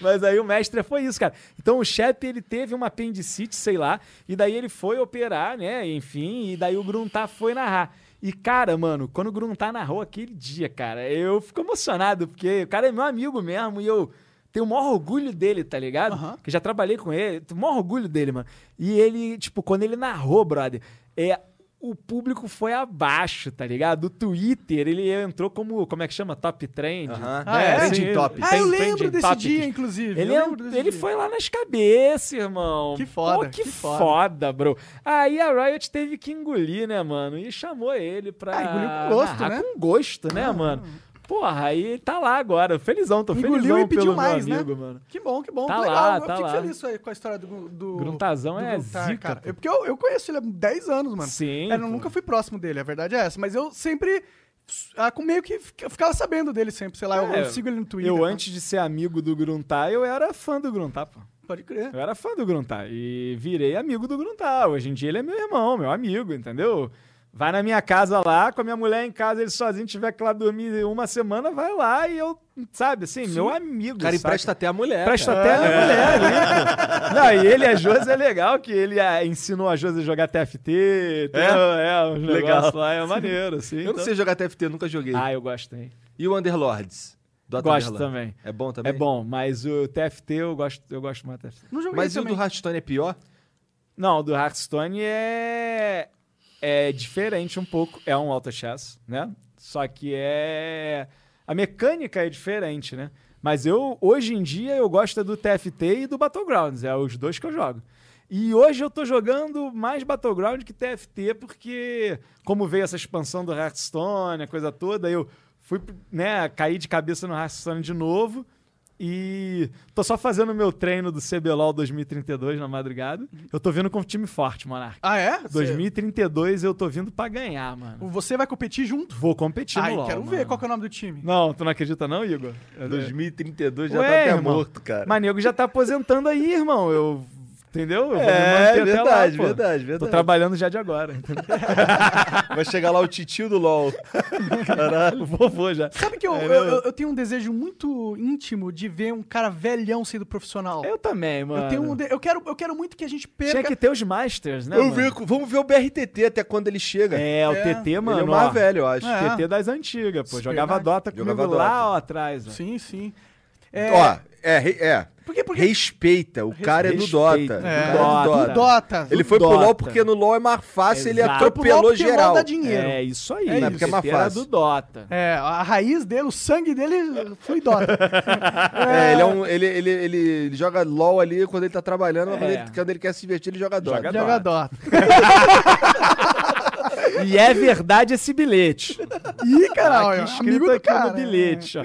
B: Mas aí o mestre foi isso, cara. Então o chefe ele teve uma apendicite, sei lá, e daí ele foi operar, né? Enfim, e daí o Gruntar foi narrar. E cara, mano, quando o Gruntar narrou aquele dia, cara, eu fico emocionado, porque o cara é meu amigo mesmo e eu tenho o maior orgulho dele, tá ligado?
C: Aham.
B: Que eu já trabalhei com ele, tenho o maior orgulho dele, mano. E ele, tipo, quando ele narrou, brother, é o público foi abaixo, tá ligado? O Twitter, ele entrou como, como é que chama? Top Trend.
A: Aham.
C: Ah, é?
A: Trending Top.
C: Ah,
B: Tem
C: eu
B: trending
C: lembro desse
B: topics.
C: dia, inclusive.
B: Ele,
C: eu
B: é-
C: lembro desse
B: ele
C: dia.
B: foi lá nas cabeças, irmão.
C: Que foda,
B: Pô, que,
C: que
B: foda.
C: foda.
B: bro. Aí a Riot teve que engolir, né, mano? E chamou ele pra.
C: Ah, engoliu com gosto,
B: narrar
C: né?
B: Com gosto, né, mano? Porra, aí ele tá lá agora. Felizão, tô
C: Engoliu
B: felizão
C: e pediu
B: pelo
C: mais,
B: meu
C: né?
B: amigo, mano.
C: Que bom, que bom.
B: Tá
C: que legal.
B: lá,
C: eu
B: tá
C: fico
B: lá.
C: feliz aí com a história do. do
B: Gruntazão é zica, pô.
C: É porque eu, eu conheço ele há 10 anos, mano.
B: Sim,
C: Eu não-
B: pô.
C: nunca fui próximo dele, a verdade é essa. Mas eu sempre. ah, com- meio que fica- ficava sabendo dele sempre, sei lá, eu,
B: É,
C: eu sigo ele no Twitter.
B: Eu,
C: tá?
B: antes de ser amigo do Gruntar, eu era fã do Gruntar, pô.
C: Pode crer.
B: Eu era fã do Gruntar e virei amigo do Gruntar. Hoje em dia ele é meu irmão, meu amigo, entendeu? Vai na minha casa lá, com a minha mulher em casa, ele sozinho tiver que lá dormir uma semana, vai lá e eu, sabe, assim, meu amigo.
A: O cara
B: saca?
A: empresta até a mulher.
B: Presta
A: cara. É.
B: até a minha mulher ali, pô. Não, e ele, e a Josi, é legal que ele ah, ensinou a Josi a jogar TFT. É, é um
A: Legal.
B: legal. lá é maneiro, assim.
A: Eu não
B: então-
A: sei jogar TFT, nunca joguei.
B: Ah, eu gosto, hein?
A: E o Underlords? Dota
B: Gosto
A: Underlords?
B: também.
A: É bom também?
B: É bom, mas o TFT eu gosto, eu gosto mais do TFT.
C: Não joguei
A: Mas e o
C: também.
A: do Hearthstone é pior?
B: Não, o do Hearthstone é é diferente um pouco, é um auto chess, né? Só que é a mecânica é diferente, né? Mas eu hoje em dia eu gosto do TFT e do Battlegrounds, é os dois que eu jogo. E hoje eu tô jogando mais Battleground que TFT porque como veio essa expansão do Hearthstone, a coisa toda, eu fui, né, caí de cabeça no Hearthstone de novo. E tô só fazendo o meu treino do CBLOL 2032 na madrugada. Eu tô vindo com um time forte, Monark.
C: Ah, é? Você-
B: 2032 eu tô vindo pra ganhar, mano.
C: Você vai competir junto?
B: Vou competir
C: Ai,
B: no LoL.
C: quero ver
B: mano.
C: qual que é o nome do time.
B: Não, tu não acredita não, Igor?
A: É. 2032
B: Ué, irmão. Mas nego já tá aposentando aí, irmão. Eu... Entendeu? Eu vou me
A: É,
B: manter até lá,
A: verdade,
B: pô.
A: verdade,
B: Tô
A: verdade.
B: trabalhando já de agora. entendeu?
A: Vai chegar lá o titio do LoL.
B: O vovô já.
C: Sabe que eu,
B: É,
C: eu,
B: não.
C: eu- eu tenho um desejo muito íntimo de ver um cara velhão sendo profissional.
B: Eu também, mano.
C: Eu tenho um de- eu quero eu quero muito que a gente perca.
B: Tinha que ter os Masters, né,
A: Eu
B: mano?
A: ver- vamos ver o BRTT até quando ele chega.
B: É, o
C: É.
B: TT, mano.
A: ele é o
B: ó,
A: mais velho, eu acho.
C: É.
B: TT das antigas, pô.
C: Isso,
B: Jogava
C: verdade.
B: Dota comigo
A: Jogava
B: lá
A: Dota.
B: ó, atrás, ó.
C: Sim, sim. É,
A: Ó, é, re- é.
C: Por que- por que-
A: Respeita, o cara é do Dota.
B: Respeita.
A: O
C: É.
A: cara é do
B: Dota.
A: Dota.
C: do Dota.
A: Ele foi pro
B: Dota.
A: LoL porque no LoL é mais fácil, ele
B: Exato.
C: Foi pro
A: atropelou
C: LoL porque o LoL
A: geral.
C: dá um dinheiro.
B: É isso aí.
C: É
B: Na
C: isso.
B: época
A: É mais
B: TT era
A: fácil.
B: do Dota.
C: É, a raiz dele, o sangue dele foi Dota.
A: É, ele, é um, ele, ele, ele, ele joga LoL ali quando ele tá trabalhando, mas
B: É.
A: quando ele, quando ele quer se divertir, ele joga Dota.
B: Joga Dota.
C: Joga Dota.
B: E é verdade esse bilhete. Tá
C: Ih, caralho,
B: Aqui
C: amigo
B: escrito
C: do
B: aqui
C: cara.
B: no bilhete, ó.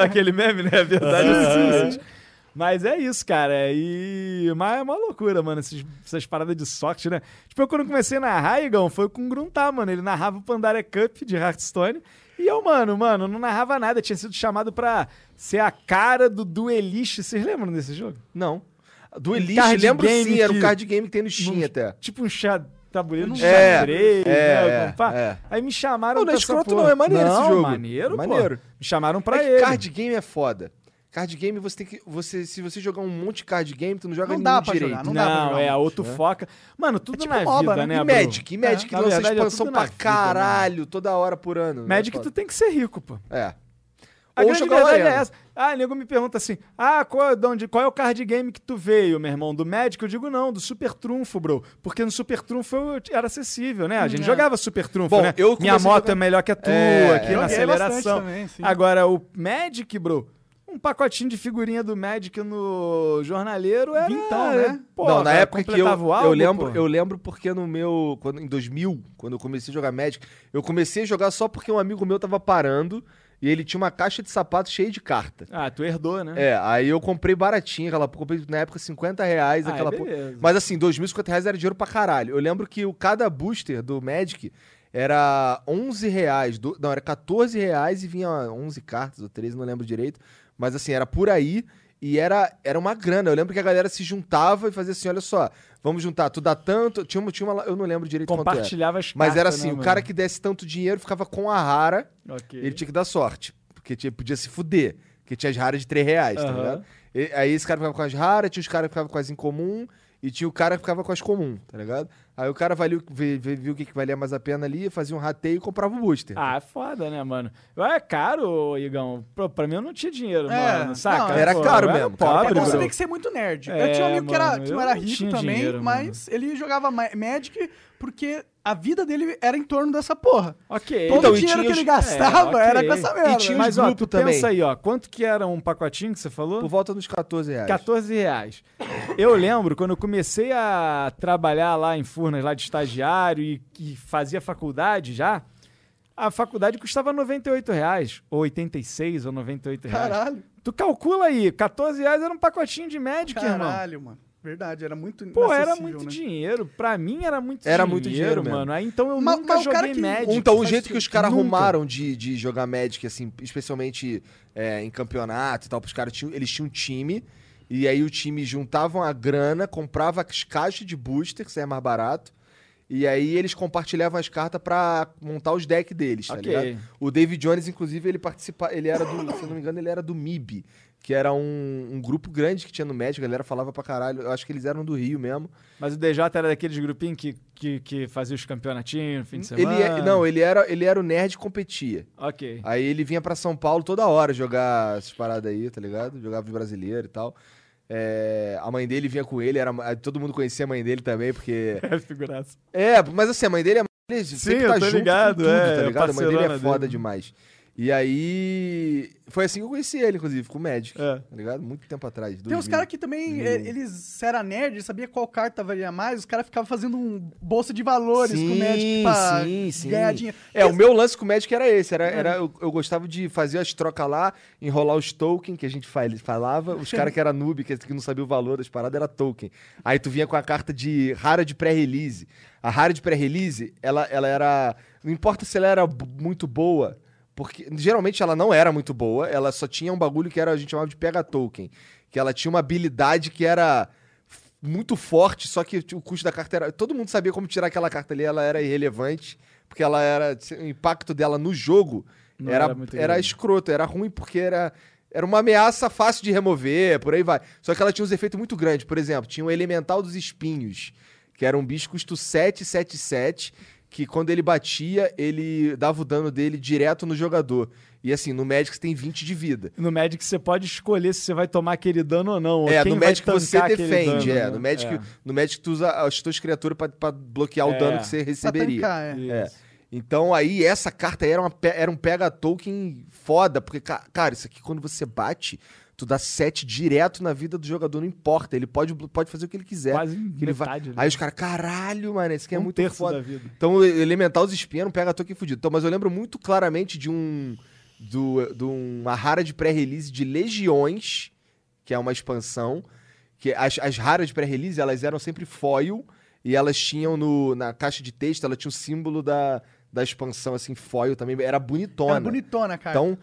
B: Aquele meme, né? É verdade esse bilhete. Mas é isso, cara. E... Mas é uma loucura, mano, esses- essas paradas de sorte, né? Tipo, eu quando comecei a narrar, Igão, foi com o Gruntar, mano. Ele narrava o Pandaria Cup de Hearthstone. E eu, mano, mano, não narrava nada. Tinha sido chamado pra ser a cara do duelista. Vocês lembram desse jogo?
A: Não. Do
B: Card
A: Elite, lembro
B: game
A: sim, era um
B: que-
A: card game que tem no Steam
B: Num-
A: até.
B: Tipo um xad... tabuleiro de
A: É,
B: xadrez,
A: é,
B: né?
A: é,
B: Pá.
A: é.
B: Aí me chamaram
A: Não, não é
B: pra essa
A: escroto,
B: porra.
A: não, é maneiro esse
B: Não,
A: jogo.
B: maneiro,
A: Maneiro.
B: Pô. Me chamaram
A: É
B: pra
A: que
B: ele.
A: Card game é foda. Card game você tem que. Você, se você jogar um monte de card game, tu ah, não joga
C: Não
A: nenhum
C: dá pra
A: direito.
C: jogar,
B: Não,
C: não dá pra jogar
B: é,
C: muito,
B: outro
A: né?
B: foca. Mano,
A: É
B: tudo
C: tipo
B: na
C: MOBA,
B: vida,
C: né?
B: né,
A: E
B: bro?
A: Magic, e Magic
B: na
A: lança
B: verdade, é
A: expansão
B: tudo na
A: pra
B: vida, né?
A: caralho, toda hora por ano.
B: Magic
A: né?
B: tu tem que ser rico, pô.
A: É.
B: A
A: Ou
B: grande
A: jogar
B: verdade
A: Arena.
B: é essa. Ah, nego me pergunta assim: ah, qual, de onde, qual é o card game que tu veio, meu irmão? Do Magic? Eu digo não, do Super Trunfo, bro. Porque no Super Trunfo eu- era acessível, né? A gente
C: É.
B: jogava Super Trunfo,
A: Hum, Bom,
B: né?
A: eu comecei
B: Minha
A: a
B: moto
A: jogar-
B: é melhor que a tua,
A: É,
B: aqui na
C: joguei
B: aceleração.
C: bastante também, sim.
B: Agora, o Magic, bro. Um pacotinho de figurinha do Magic no jornaleiro era...
C: Vintão, né?
B: Pô,
A: não, na
B: cara,
A: época que eu,
B: completava o álbum,
A: eu lembro,
B: pô.
A: eu lembro porque no meu, quando em 2000, quando eu comecei a jogar Magic, eu comecei a jogar só porque um amigo meu tava parando e ele tinha uma caixa de sapato cheia de carta.
B: Ah, tu herdou, né?
A: É, aí eu comprei baratinho, aquela, comprei na época 50 reais,
B: Ah,
A: aquela
B: é
A: porra.
B: beleza.
A: Mas assim, 2.050 reais era dinheiro pra caralho. Eu lembro que o, cada booster do Magic era 11 reais, do- não, era 14 reais e vinha 11 cartas ou 13, não lembro direito. Mas assim, era por aí e era, era uma grana. Eu lembro que a galera se juntava e fazia assim, olha só, vamos juntar, tu dá tanto... Tinha uma, tinha uma lá- eu não lembro direito quanto era.
B: Compartilhava as
A: Mas era
B: cartas,
A: assim,
B: né,
A: o
B: mano?
A: cara que desse tanto dinheiro ficava com a rara,
B: Ok.
A: ele tinha que dar sorte. Porque tinha, podia se fuder, porque tinha as raras de 3 reais, tá
B: Aham.
A: ligado? E- aí esse cara ficava com as raras, tinha os caras que ficavam com as incomum, e tinha o cara que ficava com as comum, tá ligado? Aí o cara valia, o- vê- vê- viu o que, que valia mais a pena ali, fazia um rateio e comprava o booster.
B: Ah, é foda, né, mano? É caro, Igão. Pra, pra mim eu não tinha dinheiro,
C: É,
B: mano. Saca?
C: não,
A: era
B: Pô,
A: caro
B: eu era
A: mesmo, cara.
B: Pobre,
A: Abre,
C: É bom, você
B: bro.
C: tem que ser muito nerd.
B: É,
C: eu tinha um amigo que, era,
B: mano,
C: que não
B: eu
C: era
B: não
C: rico
B: tinha
C: também,
B: dinheiro,
C: mas ele jogava ma- Magic porque a vida dele era em torno dessa porra.
B: Ok.
C: Todo
A: Então,
C: o
A: e
C: dinheiro que
A: tinha
C: ele
A: os-
C: gastava
B: é, ok.
C: era com essa merda.
A: E tinha os
B: Mas, ó, tu
A: grupos também.
B: pensa aí, ó. Quanto que era um pacotinho que você
A: Por
B: falou?
A: volta dos 14 reais.
B: 14 reais. Eu lembro quando eu comecei a trabalhar lá em Furnas, lá de estagiário e, e fazia faculdade já, a faculdade custava 98 reais, ou 86 ou 98 reais.
C: Caralho,
B: Tu calcula aí, 14 reais era um pacotinho de Magic, irmão.
A: é
C: caralho, mano. Verdade, era muito
B: Pô, era
C: inacessível,
B: muito
C: né?
B: dinheiro. Pra mim era muito
A: Era
B: dinheiro.
A: muito dinheiro mesmo.
B: mano. Aí, então eu
C: Mas-
B: nunca
C: mas o
B: joguei
C: cara que-
B: Magic.
C: Magic,
A: Então, o
C: faz
A: jeito que os
C: sentido.
A: caras
B: Nunca.
A: arrumaram de, de jogar Magic, assim, especialmente é, em campeonato e tal, pros caras tinham, eles tinham um time, e aí o time juntavam a grana, comprava as caixas de booster, que isso aí é mais barato, e aí eles compartilhavam as cartas pra montar os decks deles, tá
B: Ok.
A: ligado? O David Jones, inclusive, ele participa, ele era do, se eu não me engano, ele era do MIB, que era um, um grupo grande que tinha no Magic, a galera falava pra caralho, eu acho que eles eram do Rio mesmo.
B: Mas o DJ era daqueles grupinhos que, que, que fazia os campeonatinhos no fim de
A: Ele
B: semana.
A: é- não, ele era, ele era o nerd que competia.
B: Ok.
A: Aí ele vinha pra São Paulo toda hora jogar essas paradas aí, tá ligado? Jogava de brasileiro e tal. É, a mãe dele vinha com ele, era, aí todo mundo conhecia a mãe dele também, porque.
B: É figuraça.
A: É, mas assim, a mãe dele é. Ele sempre
B: eu
A: tá
B: tô
A: junto com
B: ligado,
A: tudo,
B: é,
A: tá ligado? A mãe dele é
B: parceirona
A: foda
B: dele.
A: demais. E aí. Foi assim que eu conheci ele, inclusive, com o Magic.
B: É.
A: Tá ligado? Muito tempo atrás.
C: Tem uns
A: 2000.
C: caras que também,
A: Mil.
C: eh, eles se era nerd, sabia qual carta valia mais, os caras ficavam fazendo um bolsa de valores com o
A: Sim,
C: Magic pra
A: sim, sim.
C: ganhar dinheiro.
A: É, o meu lance com o Magic era esse. Era, era, eu, eu gostava de fazer as trocas lá, enrolar os token que a gente fa- falava. Os caras que era noob, que, que não sabia o valor das paradas, era token. Aí tu vinha com a carta de rara de pré-release. A rara de pré-release, ela, ela era. Não importa se ela era b- muito boa. Porque geralmente ela não era muito boa, ela só tinha um bagulho que era, a gente chamava de pega token. Que ela tinha uma habilidade que era f- muito forte, só que o custo da carta era. Todo mundo sabia como tirar aquela carta ali, ela era irrelevante, porque ela era. O impacto dela no jogo
B: Não
A: era,
B: era
A: era,
B: muito grande.
A: escroto, era ruim porque era. Era uma ameaça fácil de remover, por aí vai. Só que ela tinha uns efeitos muito grandes. Por exemplo, tinha o Elemental dos Espinhos, que era um bicho custo 777, que quando ele batia, ele dava o dano dele direto no jogador. E assim, no Magic você tem 20 de vida.
B: No Magic você pode escolher se você vai tomar aquele dano ou não. ou
A: É,
B: quem
A: no
B: vai
A: Magic você
B: tancar aquele
A: defende,
B: dano,
A: é.
B: né?
A: No Magic, No Magic tu usa as tuas criaturas pra, pra bloquear
B: É.
A: o dano que você
C: Pra
A: receberia.
C: tancar, é.
B: É. Isso.
A: Então aí essa carta era, uma pe- era um pega token foda, porque, ca- cara, isso aqui quando você bate, tu dá 7 direto na vida do jogador, não importa. Ele pode, pode fazer o que ele quiser.
B: Quase
A: ele é, vai-
B: metade. né?
A: Aí os caras, caralho, mano, esse aqui é
B: um
A: muito
B: terço
A: foda.
B: da vida.
A: Então, o Elemental os espinhos, pega toque fudido. Então, mas eu lembro muito claramente de um. Do, de uma rara de pré-release de Legiões, que é uma expansão. que As, as raras de pré-release, elas eram sempre foil. E elas tinham no, na caixa de texto, ela tinha o símbolo da, da expansão, assim, foil também. Era bonitona.
C: Era bonitona, cara.
A: Então,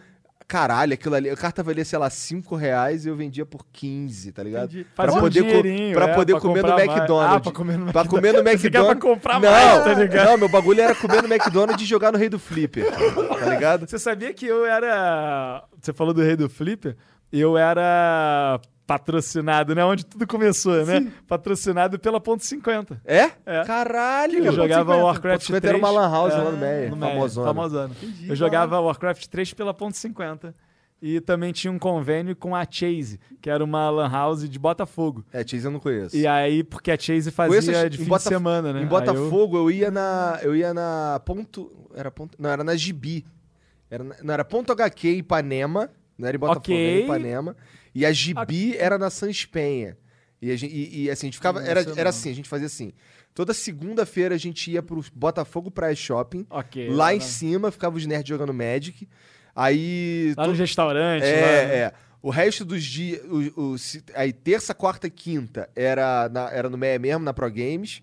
A: caralho, aquilo ali. A carta valia, sei lá, 5 reais e eu vendia por 15, tá ligado?
C: Entendi.
B: Fazia
A: poder co-
B: um dinheirinho, é,
A: pra poder comer no
B: comprar mais.
A: McDonald's.
B: Ah, pra comer no
A: Pra comer no
B: Você quer pra
A: McDonald's.
B: comprar
A: não,
B: mais, tá ligado?
A: Não, meu bagulho era comer no McDonald's e jogar no Rei do Flipper, tá ligado?
B: Você sabia que eu era. Você falou do rei do Flipper? Eu era patrocinado, né? Onde tudo começou, né? Patrocinado pela Ponto 50.
A: É?
B: É.
A: Caralho!
B: Eu jogava
C: 50?
B: Warcraft 3.
A: 50 era uma lan house lá no
B: É,
A: Meia,
B: no Meia,
A: famosona.
B: famosona. Eu jogava Warcraft 3 pela Ponto 50. E também tinha um convênio com a Chase, que era uma lan house de Botafogo.
A: É, Chase eu não conheço.
B: E aí, porque a
A: Conheço
B: Chase fazia
A: as-
B: de
A: em
B: fim
A: Botaf-
B: de semana, né?
A: Em
B: Aí
A: Botafogo, eu... ia na. Eu ia na. Ponto. Era ponto. Não, era na Gibi. Era na- Não, era ponto HQ em Ipanema. Não era em Botafogo,
B: Ok.
A: era em Ipanema. E a Gibi era na Sans Penha. E, a gen- e- e, assim, a gente ficava.
B: Não,
A: Era,
B: isso eu não.
A: era assim, a gente fazia assim. Toda segunda-feira a gente ia pro Botafogo Praia Shopping.
B: eu... Ok.
A: Lá em
B: né?
A: cima ficava os nerds jogando Magic. Aí.
B: Lá
A: to-
B: nos restaurantes.
A: é,
B: lá... né?
A: é. O resto dos dias. O, o- se- aí, terça, quarta e quinta era, na- era no Meia mesmo, na Pro Games.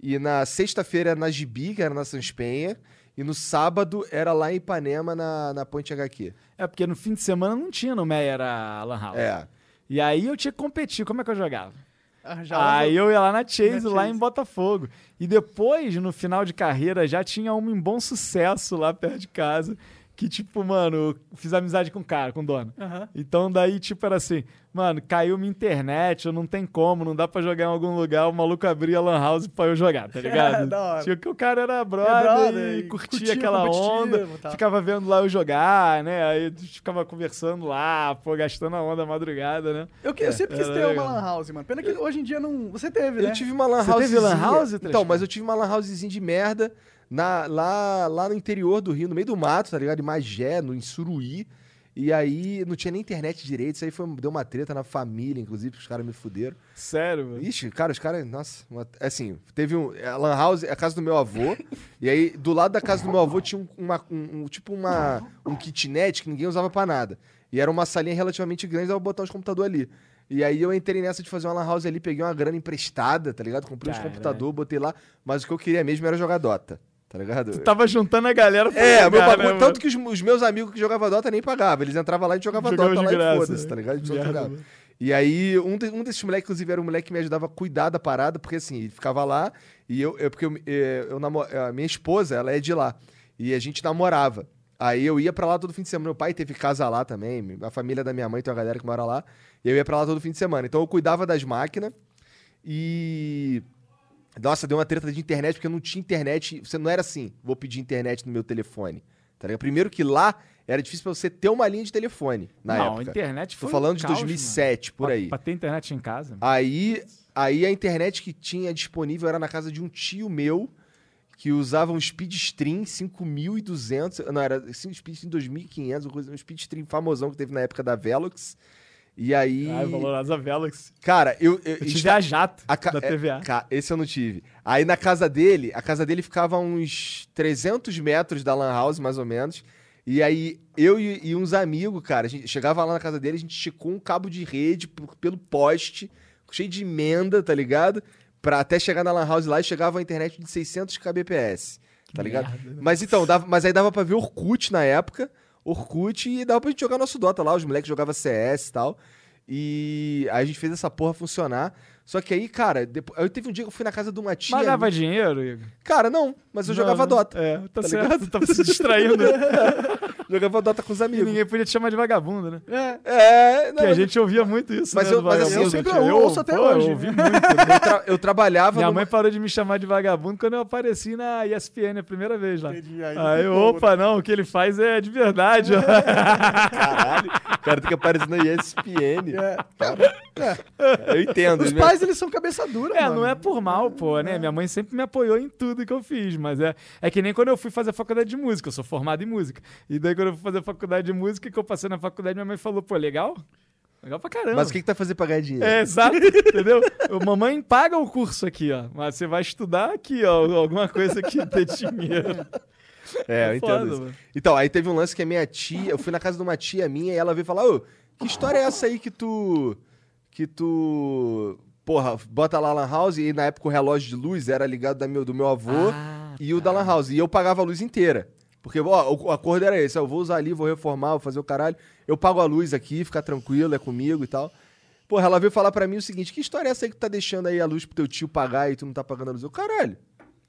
A: E na sexta-feira era na Gibi, que era na Sanspenha. E no sábado era lá em Ipanema, na, na Ponte HQ.
B: É porque no fim de semana não tinha no Meia a Lan House.
A: É.
B: E aí eu tinha que competir. Como é que eu jogava?
C: Arranjar lá
B: aí
C: no-
B: eu ia lá na Chase,
C: na
B: lá
C: Chase.
B: em Botafogo. E depois, no final de carreira, já tinha uma em bom sucesso lá perto de casa. Que, tipo, mano, eu fiz amizade com o cara, com o dono.
C: Aham.
B: Então daí, tipo, era assim, mano, caiu minha internet, eu não tem como, não dá pra jogar em algum lugar, o maluco abria a lan house pra eu jogar, tá ligado?
C: Da hora.
B: Tinha que o cara era brother,
C: brother,
B: e
C: e
B: curtia,
C: curtia, Tá.
B: aquela
C: competitivo
B: onda,
C: e tal.
B: ficava vendo lá eu jogar, né? Aí ficava conversando lá, pô, gastando a onda à madrugada, né?
C: Eu, que- eu sempre quis
B: Era
C: ter uma
B: legal.
C: lan house, mano. Pena que hoje em dia não. Você teve, né?
A: Eu tive uma lan
B: Você
A: house.
B: teve lan house, Três
A: Então,
B: Caras?
A: mas eu tive uma lan housezinha de merda na, lá, lá no interior do Rio, no meio do mato, tá ligado? Em Magé, no, em Suruí. E aí não tinha nem internet direito. Isso aí foi, deu uma treta na família, inclusive, que os caras me fuderam.
B: Sério, mano.
A: Ixi, cara, os caras. Nossa, uma- assim, teve um. A Lan House é a casa do meu avô. e aí, do lado da casa do meu avô tinha um, uma- um- um- tipo uma, um kitnet que ninguém usava pra nada. E era uma salinha relativamente grande, dava pra botar os computadores ali. E aí eu entrei nessa de fazer uma Lan House ali, peguei uma grana emprestada, tá ligado? Comprei uns
B: Caraca.
A: computadores, botei lá. Mas o que eu queria mesmo era jogar Dota, tá ligado?
B: Tu tava juntando a galera pra
A: É, meu
B: jogar, né,
A: bagulho,
B: mano?
A: tanto que os, os meus amigos que jogavam Dota nem pagavam. Eles entravam lá e a gente jogava
B: Jogava
A: Dota
B: de
A: lá
B: graça,
A: e foda-se,
B: né?
A: tá ligado? A gente só
B: Merda,
A: jogava.
B: mano.
A: E aí, um, de- um desses moleques, inclusive, era um moleque que me ajudava a cuidar da parada, porque assim, ele ficava lá e eu, eu- porque eu, eh, eu namo- a minha esposa, ela é de lá, e a gente namorava. Aí eu ia pra lá todo fim de semana. Meu pai teve casa lá também, a família da minha mãe tem uma galera que mora lá, e eu ia pra lá todo fim de semana. Então eu cuidava das máquinas e. Nossa, deu uma treta de internet, porque eu não tinha internet. Você não era assim, vou pedir internet no meu telefone. Tá ligado? Primeiro que lá era difícil pra você ter uma linha de telefone na
B: não,
A: época.
B: internet
A: Tô
B: foi um
A: falando de
B: caos, mano.
A: 2007, por
B: Pra-
A: aí.
B: Pra ter internet em casa?
A: Aí, aí a internet que tinha disponível era na casa de um tio meu que usava um Speedstream 5200, não era sim, um Speedstream 2500, uma coisa, um Speedstream famosão que teve na época da Velox. E aí,
B: Ai, valorosa Velox.
A: cara, eu, eu,
B: Eu
A: isso-
B: tive a jato
A: a ca-
B: da
A: é,
B: TVA.
A: ca- esse eu não tive. Aí na casa dele, a casa dele ficava a uns 300 metros da Lan House, mais ou menos. E aí eu e, e uns amigos, cara, a gente chegava lá na casa dele, a gente esticou um cabo de rede p- pelo poste, cheio de emenda, tá ligado? Pra até chegar na Lan House lá e chegava a internet de 600 kbps, tá ligado?
B: merda, né?
A: Mas então, dava- mas aí dava pra ver Orkut na época. Orkut e dava pra gente jogar nosso Dota lá, os moleques jogavam CS e tal. E aí a gente fez essa porra funcionar. Só que aí, cara, depois, eu teve um dia que eu fui na casa de uma tia.
B: Mas dava dinheiro, Igor?
A: Cara, não, mas eu
B: Não,
A: jogava
B: né?
A: Dota.
B: É,
A: tá
B: tá, certo. Tava se distraindo.
A: Jogava Dota com os
B: e
A: amigos.
B: ninguém podia te chamar de vagabundo, né?
C: É.
A: É, não,
B: Porque a
A: mas-
B: gente ouvia muito isso.
A: Mas
B: né,
A: eu-
B: do
A: mas assim,
B: vagabundo,
A: eu sempre
B: né?
C: ouço até
B: pô,
C: hoje.
B: Eu ouvi muito.
A: eu, tra- eu trabalhava.
B: Minha
A: numa-
B: mãe parou de me chamar de vagabundo quando eu apareci na ESPN a primeira vez lá.
C: Entendi, aí
B: Aí,
C: ficou,
B: opa, não, o que ele faz é de verdade. ó.
A: Caralho, o cara tem que aparecer na ESPN.
C: É.
A: Eu entendo.
C: Os
A: né?
C: pais, eles são cabeça dura,
B: É,
C: mano.
B: não é por mal, pô, né? Minha mãe sempre me apoiou em tudo que eu fiz, mas é, é que nem quando eu fui fazer a faculdade de música, eu sou formado em música. E daí quando eu fui fazer a faculdade de música, que eu passei na faculdade, minha mãe falou, pô, legal? Legal pra caramba.
A: Mas o que, que tá fazendo pra ganhar dinheiro?
B: É, exato, entendeu? O mamãe paga o curso aqui, ó. Mas você vai estudar aqui, ó, alguma coisa que dê dinheiro.
A: É, eu
B: É
A: entendo
B: foda,
A: isso.
B: mano.
A: Então, aí teve um lance que a minha tia, eu fui na casa de uma tia minha e ela veio falar, ô, que história é essa aí que tu. Que tu. Porra, bota lá a Lan House e na época o relógio de luz era ligado da meu, do meu avô
B: Ah,
A: e o da
B: tá.
A: Lan House. E eu pagava a luz inteira. Porque, ó, o, o acordo era esse, ó, eu vou usar ali, vou reformar, vou fazer o caralho. Eu pago a luz aqui, fica tranquilo, é comigo e tal. Porra, ela veio falar pra mim o seguinte: que história é essa aí que tu tá deixando aí a luz pro teu tio pagar e tu não tá pagando a luz? Eu, caralho.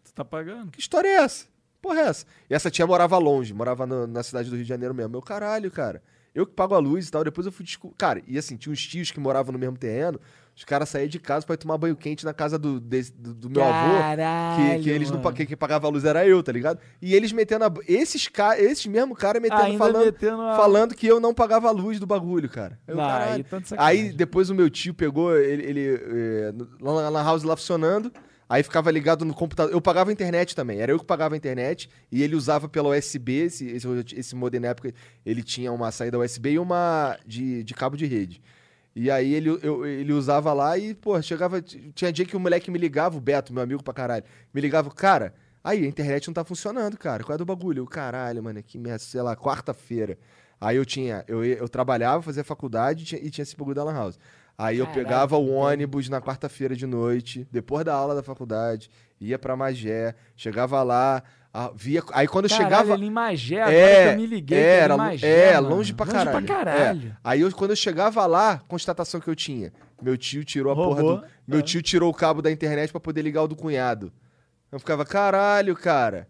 B: Tu tá pagando.
A: Que história é essa? Porra, é essa? E essa tia morava longe, morava no- na cidade do Rio de Janeiro mesmo. Meu caralho, cara. Eu que pago a luz e tal. Depois eu fui descobrir. Cara, e assim, tinha uns tios que moravam no mesmo terreno. Os caras saíam de casa pra ir tomar banho quente na casa do, desse- do- do meu avô. Que,
B: Caralho,
A: que eles não pa-
B: mano.
A: que, que pagava a luz era eu, tá ligado? E eles metendo a, esses ca, esses mesmo cara metendo
B: Ainda
A: falando
B: metendo a...
A: falando que eu não pagava a luz do bagulho, cara. Eu,
B: Não,
A: É caralho.
B: aí tá de sacanagem.
A: Aí depois o meu tio pegou, ele, ele, eh, no- lá na- na house lá funcionando, aí ficava ligado no computador. Eu pagava a internet também, era eu que pagava a internet, e ele usava pela USB, esse, esse, esse modem na época, ele tinha uma saída USB e uma de, de cabo de rede. E aí ele, eu- ele usava lá e, pô, chegava. t- Tinha dia que o moleque me ligava, o Beto, meu amigo pra caralho, me ligava, cara, aí a internet não tá funcionando, cara. Qual é do bagulho? Eu, caralho, mano, é que merda, sei lá, quarta-feira. Aí eu tinha, eu, ia- eu trabalhava, fazia faculdade e tinha- e tinha esse bagulho da Lan House. Aí eu
B: Caraca,
A: pegava o
B: entendi.
A: ônibus na quarta-feira de noite, depois da aula da faculdade, ia pra Magé, chegava lá, Ah, via... Aí quando eu
B: Caralho,
A: chegava.
B: ali em Magé, agora que
A: É,
B: eu me liguei.
A: é,
B: que
A: era
B: em
A: lo-
B: Magé,
A: é,
B: mano.
A: longe pra
B: Longe
A: caralho. É.
B: pra caralho.
A: Aí eu- quando eu chegava lá, constatação que eu tinha. Meu tio tirou a
B: Roubou.
A: porra do.
B: É.
A: Meu tio tirou o cabo da internet pra poder ligar o do cunhado. Eu ficava, caralho, cara.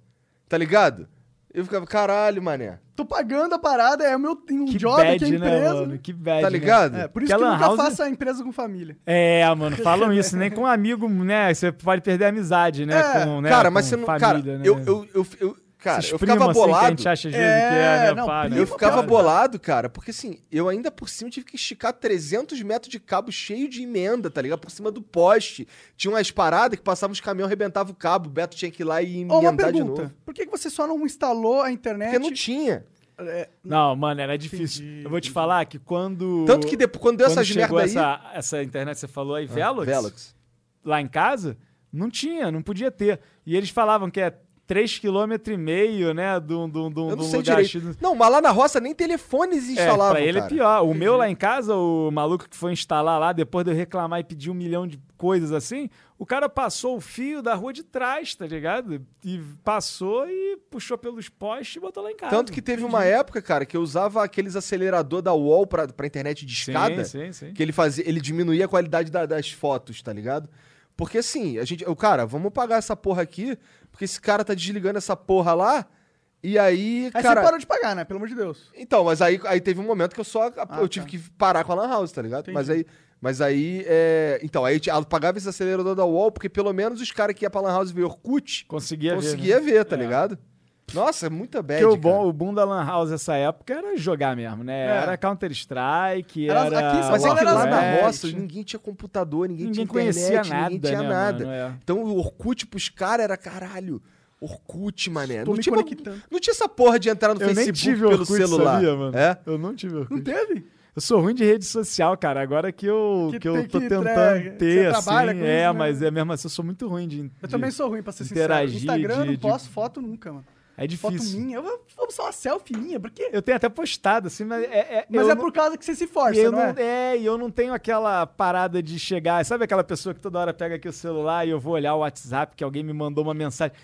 A: Tá ligado? Eu ficava, caralho, mané.
C: Tô pagando a parada, é o meu tem um
B: Que
C: job,
B: bad,
C: que é
B: né,
C: empresa.
B: mano? Que bad,
A: Tá
B: né?
A: ligado?
C: É, por isso
B: Que
C: que
B: a
C: eu
B: Lan
C: nunca
B: House-
C: faça a empresa com família.
B: É, mano, falam isso, nem com amigo, né? Você pode perder a amizade, né?
C: É,
B: com, né,
A: cara, mas
B: com
A: você não.
B: família,
A: cara,
B: né?
A: eu, eu, eu, eu- Cara,
B: Esses
A: eu
B: primos,
A: ficava
B: assim, que a
A: bolado.
B: gente acha às vezes
C: É,
B: que é, né,
C: não,
B: pá, né?
A: Eu
C: primo,
A: ficava
C: cara.
A: bolado, cara, porque assim, eu ainda por cima tive que esticar 300 metros de cabo cheio de emenda, tá ligado? Por cima do poste. Tinha umas paradas que passavam os caminhões, arrebentava o cabo, o Beto tinha que ir lá e
C: Ó, uma
A: emendar de
C: pergunta.
A: novo.
C: Por que que você só não instalou a internet? É,
A: Porque não tinha.
B: Não, É, mano, era difícil. eu vou te falar que quando.
A: Tanto que depois, quando deu
B: quando
A: essas
B: chegou
A: merda aí. Ah,
B: essa, essa internet que você falou aí, Velox,
A: Velox.
B: lá em casa, não tinha, não podia ter. E eles falavam que é 3,5 km, né? Do, do, do,
A: Eu
B: do
A: não sei
B: lugar
A: direito.
B: X.
A: Não, mas lá na roça nem telefones
B: É,
A: instalavam.
B: pra ele
A: cara.
B: é pior. O meu lá em casa, o maluco que foi instalar lá, depois de eu reclamar e pedir um milhão de coisas assim, o cara passou o fio da rua de trás, tá ligado? E passou e puxou pelos postes e botou lá em casa.
A: Tanto que teve uma época, cara, que eu usava aqueles acelerador da UOL pra, pra internet de escada.
B: Sim, sim, sim.
A: Que ele fazia, ele diminuía a qualidade da- das fotos, tá ligado? Porque assim, a gente, eu, cara, vamos pagar essa porra aqui, porque esse cara tá desligando essa porra lá, e aí,
C: Aí
A: cara,
C: você parou de pagar, né? Pelo amor de Deus.
A: então, mas aí, aí teve um momento que eu só
B: Ah,
A: eu tive
C: tá.
A: que parar com a Lan House, tá ligado?
C: Entendi.
A: Mas aí, mas aí, é, então, aí eu pagava esse acelerador da UOL, porque pelo menos os caras que iam pra Lan House ver Orkut
B: Conseguia,
A: conseguia
B: ver. né?
A: ver, tá
B: É.
A: ligado? Nossa, é muita bad,
B: Porque o,
A: cara.
B: bom, o boom da Lan House nessa época era jogar mesmo, né?
C: É.
B: Era Counter-Strike,
C: Era-
B: era.
C: aqui em São
A: Mas é
C: Paulo
A: que
C: era
A: lá
C: as
A: na
B: Warcraft.
A: roça ninguém tinha computador, ninguém,
B: Ninguém
A: tinha
B: conhecia
A: internet,
B: nada.
A: ninguém tinha
B: né,
A: nada.
B: Mano? É.
A: Então o Orkut pros caras era caralho. Orkut, mané.
C: Tô
A: Não
C: me
A: tinha,
C: conectando.
A: não tinha essa porra de entrar no
B: Eu nem
A: Facebook
B: tive
A: pelo
B: Orkut,
A: celular.
B: sabia, mano?
A: É?
B: Eu não tive Orkut.
C: Não teve?
B: Eu sou ruim de rede social, cara. Agora que eu, que
C: Que
B: eu
C: tem
B: tô
C: que
B: tentando
C: tra-
B: ter,
C: você
B: assim.
C: trabalha com
B: é,
C: isso, né?
B: mas é mesmo assim, eu sou muito ruim de.
C: Eu
B: de-
C: também sou ruim, pra ser
B: Interagir,
C: sincero. Instagram,
B: de-
C: não
B: de-
C: posto foto nunca, mano.
B: É
C: Foto
B: difícil.
C: minha. Eu vou, vamos só uma selfie minha, por quê?
B: Eu tenho até postado, assim, mas é. é
C: Mas
B: eu
C: é
B: não-
C: por causa que você se
B: e
C: força,
B: eu
C: não
B: não,
C: é?
B: é, e eu não tenho aquela parada de chegar. Sabe aquela pessoa que toda hora pega aqui o celular e eu vou olhar o WhatsApp que alguém me mandou uma mensagem?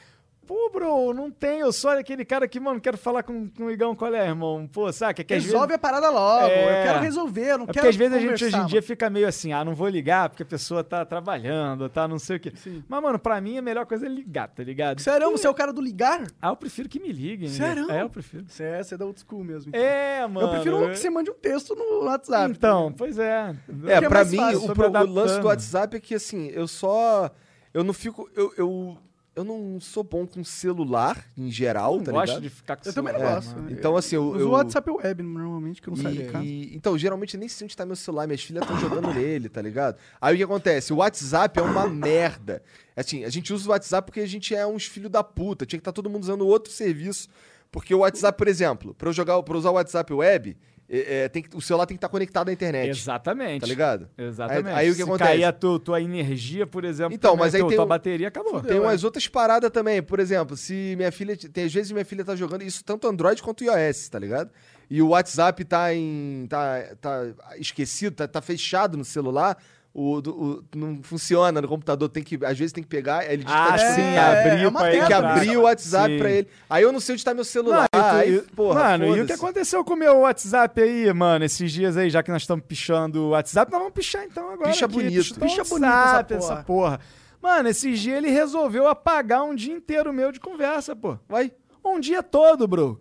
B: Pô, bro, não tenho. Eu sou aquele cara que, mano, quero falar com, com o Igão. Qual é, irmão? Pô, saca? Que às vezes-
C: Resolve a parada logo.
B: É.
C: Eu quero resolver, eu não
B: É porque
C: quero
B: às vezes a gente hoje
C: conversar,
B: em dia fica meio assim, ah, não vou ligar porque a pessoa tá trabalhando, tá não sei o quê. Mas, mano, pra mim a melhor coisa é ligar, tá ligado?
C: mano. Sério, você é o cara do ligar?
B: Ah, eu prefiro que me liguem. né?
C: Sério?
B: É, eu prefiro.
C: Você é, você é da old school mesmo. então.
B: É, mano.
C: eu prefiro que você mande um texto no WhatsApp.
B: Então, pois é.
A: É,
C: Porque é
A: pra
C: mais
A: mim,
C: fácil,
A: o,
B: tô me
A: pro- o
B: adaptando.
A: lance do WhatsApp é que, assim, eu só. Eu não fico. Eu, eu, eu não sou bom com celular, em geral,
B: Eu não
A: tá
B: gosto
A: ligado?
B: de ficar com
C: Eu também não
B: celular,
C: gosto.
B: é,
C: né?
B: mano.
A: Então, assim, eu.
C: Eu uso
A: eu-
C: o WhatsApp Web, normalmente, que eu não saio de casa.
A: E, então, geralmente eu nem sei onde tá meu celular, minhas filhas estão jogando nele, tá ligado? Aí o que acontece? O WhatsApp é uma merda. Assim, a gente usa o WhatsApp porque a gente é uns filho da puta. Tinha que estar todo mundo usando outro serviço. Porque o WhatsApp, por exemplo, pra eu jogar, para usar o WhatsApp web, é, é, tem que- o celular tem que estar conectado à internet.
B: Exatamente.
A: Tá ligado?
B: Exatamente.
A: Aí- aí o que
B: Se
A: acontece?
B: cair a tua, tua energia, por exemplo,
A: Então,
B: também,
A: mas aí
B: teu-
A: tem
B: tua
A: um-
B: bateria acabou.
A: Tem umas outras paradas também. Por exemplo, se minha filha. Tem às vezes minha filha tá jogando isso tanto Android quanto iOS, tá ligado? E o WhatsApp tá em. tá, tá esquecido, tá, tá fechado no celular. O, do- o- não funciona no computador, tem que. Às vezes tem que pegar. Ele diz que tá
B: Ah, sim,
A: desconectado.
C: é
B: abriu
C: uma
B: pra
A: Tem
C: merda.
A: que
B: entrar.
A: abrir o WhatsApp
B: Sim.
A: pra ele. Aí eu não sei onde tá meu celular.
B: Não, e tu-
A: aí,
B: e-
A: porra,
B: mano, e o que
A: foda-se.
B: aconteceu com o meu WhatsApp aí, mano, esses dias aí, já que nós estamos pichando o WhatsApp, nós vamos pichar então agora.
A: Picha
B: aqui.
A: bonito.
B: Pichou
C: Picha
B: o
C: bonito essa
B: WhatsApp,
C: porra.
B: essa porra. Mano, esses dias ele resolveu apagar um dia inteiro meu de conversa, pô.
A: Vai.
B: Um dia todo, bro.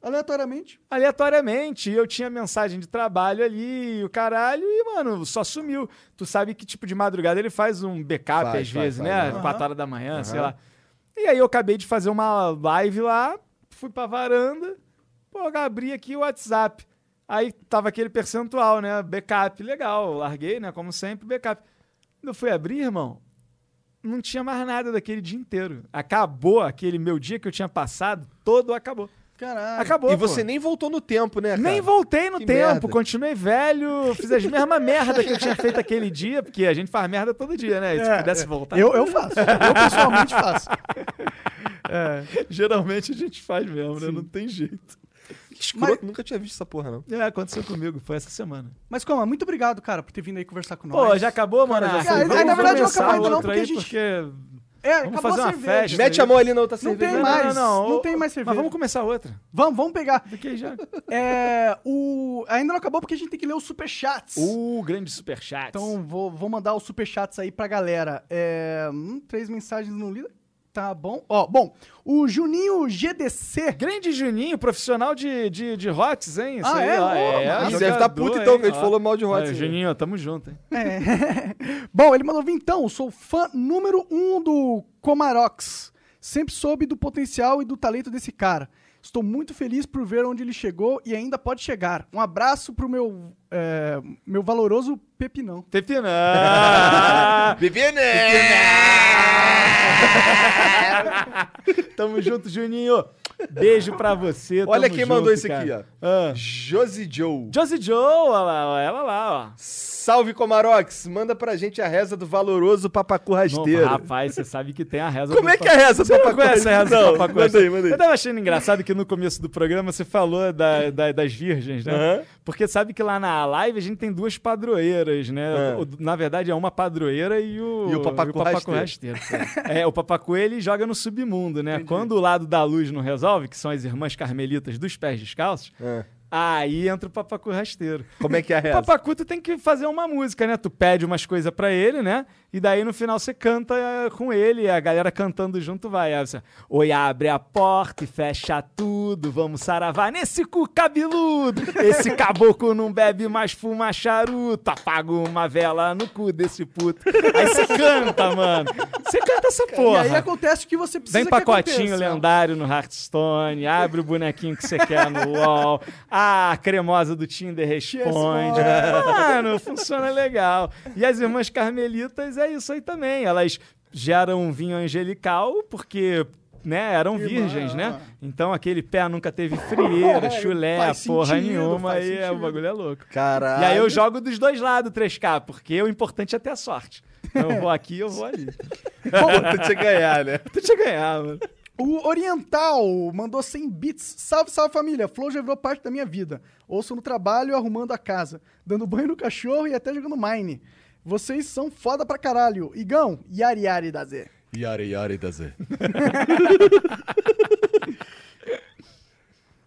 C: Aleatoriamente.
B: Aleatoriamente, eu tinha mensagem de trabalho ali, o caralho, e, mano, só sumiu. Tu sabe que tipo de madrugada ele faz um backup
A: Faz, faz,
B: às
A: faz,
B: vezes, né?
A: aham.
B: Quatro horas da manhã, sei
A: Aham.
B: lá. E aí eu acabei de fazer uma live lá, fui pra varanda, pô, abri aqui o WhatsApp. Aí tava aquele percentual, né? Backup, legal, larguei, né? Como sempre, backup. Quando eu fui abrir, irmão, não tinha mais nada daquele dia inteiro. Acabou aquele meu dia que eu tinha passado, todo acabou.
C: Caralho.
B: Acabou.
A: E
B: pô.
A: você nem voltou no tempo, né? Cara?
B: Nem voltei no
A: Que
B: tempo,
A: merda.
B: continuei velho, fiz as mesmas merda que eu tinha feito aquele dia, porque a gente faz merda todo dia, né? E se
C: É,
B: pudesse voltar,
C: Eu, eu faço. Eu pessoalmente faço.
B: geralmente a gente faz mesmo, né? Não tem jeito.
A: Que escroto,
C: Mas-
A: nunca tinha visto essa porra, não.
B: É, aconteceu comigo, foi essa semana.
C: Mas, Coma, muito obrigado, cara, por ter vindo aí conversar com nós.
B: Pô, já acabou, mano?
A: Cara, já
B: Ah,
A: foi.
B: vamos
A: Ah, na verdade, não
B: começar
C: acabou ainda não,
B: outro
C: porque a
B: aí,
C: gente-
B: porque
C: É,
B: Vamos
C: acabou
B: fazer
C: a
B: uma
C: cerveja.
B: festa.
A: Mete a mão ali na outra
C: Não
A: cerveja.
C: tem
A: né?
C: mais, não
B: ô,
C: tem mais cerveja.
B: Mas vamos começar outra.
C: Vamos, vamos pegar.
B: Daqui aí já.
C: É, o... Ainda não acabou porque a gente tem que ler os superchats.
B: Uh, grande superchat.
C: Então vou, vou mandar os superchats aí pra galera. É, hum, três mensagens não lidas. Tá bom. Ó, bom, o Juninho GDC.
B: Grande Juninho, profissional de, de, de hots, hein? Isso
C: Ah,
B: aí,
C: é?
B: ó,
C: Ô,
A: Ah,
B: é
A: você deve estar puto então, que a gente falou mal de
B: de
A: Hot. né?
B: hots. Juninho, tamo junto, hein?
C: É. Bom, ele mandou vir então. Sou fã número um do Comarox. Sempre soube do potencial e do talento desse cara. Estou muito feliz por ver onde ele chegou e ainda pode chegar. Um abraço pro meu, é, meu valoroso Pepinão.
B: Tepinã! tamo junto, Juninho. Beijo pra você.
A: Olha
B: tamo
A: quem mandou
B: junto,
A: esse aqui,
B: cara. Ah.
A: Josi Joe.
B: Josie Joe, olha lá, ó, ela lá, ó.
A: Salve, Comarox. Manda pra gente a reza do valoroso papacu rasteiro.
B: Não, rapaz, você sabe que tem a reza
A: Como
B: do
A: é que é a reza do
B: Você não
A: papacu
B: conhece a reza
A: Não,
B: do Papacu?
A: Manda aí, manda aí.
B: Eu tava achando engraçado que no começo do programa você falou da- da- das virgens, né?
A: Aham.
B: Porque sabe que lá na live a gente tem duas padroeiras, né?
A: É.
B: O- Na verdade é uma padroeira e o,
A: E o papacu
B: rasteiro. é, o papacu ele joga no submundo, né? Quando o lado da luz não resolve, que são as irmãs carmelitas dos pés descalços,
A: Ah,
B: aí entra o papacu rasteiro.
A: Como é que é a
B: O
A: reza?
B: Papacu, tu tem que fazer uma música, né? Tu pede umas coisas pra ele, né? E daí no final você canta eh, com ele, e a galera cantando junto vai. Aí você, Oi, abre a porta e fecha tudo, vamos saravar nesse cu cabeludo. Esse caboclo não bebe mais, fuma charuto, apaga uma vela no cu desse puto. Aí você canta, mano. Você canta essa porra.
C: E aí acontece o que você precisa
B: Vem
C: que
B: pacotinho
C: aconteça.
B: lendário no Hearthstone, abre o bonequinho que você quer no UOL, a cremosa do Tinder responde. Mano, funciona legal. E as irmãs carmelitas é isso aí também. Elas geram um vinho angelical porque. Né? Eram virgens, né? Então aquele pé nunca teve frieira, chulé,
C: Faz
B: porra
C: sentido,
B: nenhuma,
C: faz
B: e é, o
C: sentido. Ah,
B: bagulho é louco.
A: Caralho.
B: E aí eu jogo dos dois lados 3K, porque o importante é ter a sorte. Então eu vou aqui, eu vou ali.
A: Puta, tinha que ganhar, né?
B: Tu tinha que ganhar, mano.
C: O Oriental mandou 100 bits. Salve, salve família. Flow já virou parte da minha vida. Ouço no trabalho, arrumando a casa, dando banho no cachorro e até jogando Mine. Vocês são foda pra caralho. Igão, Yari Yari da Z.
A: Yari Yari da Z.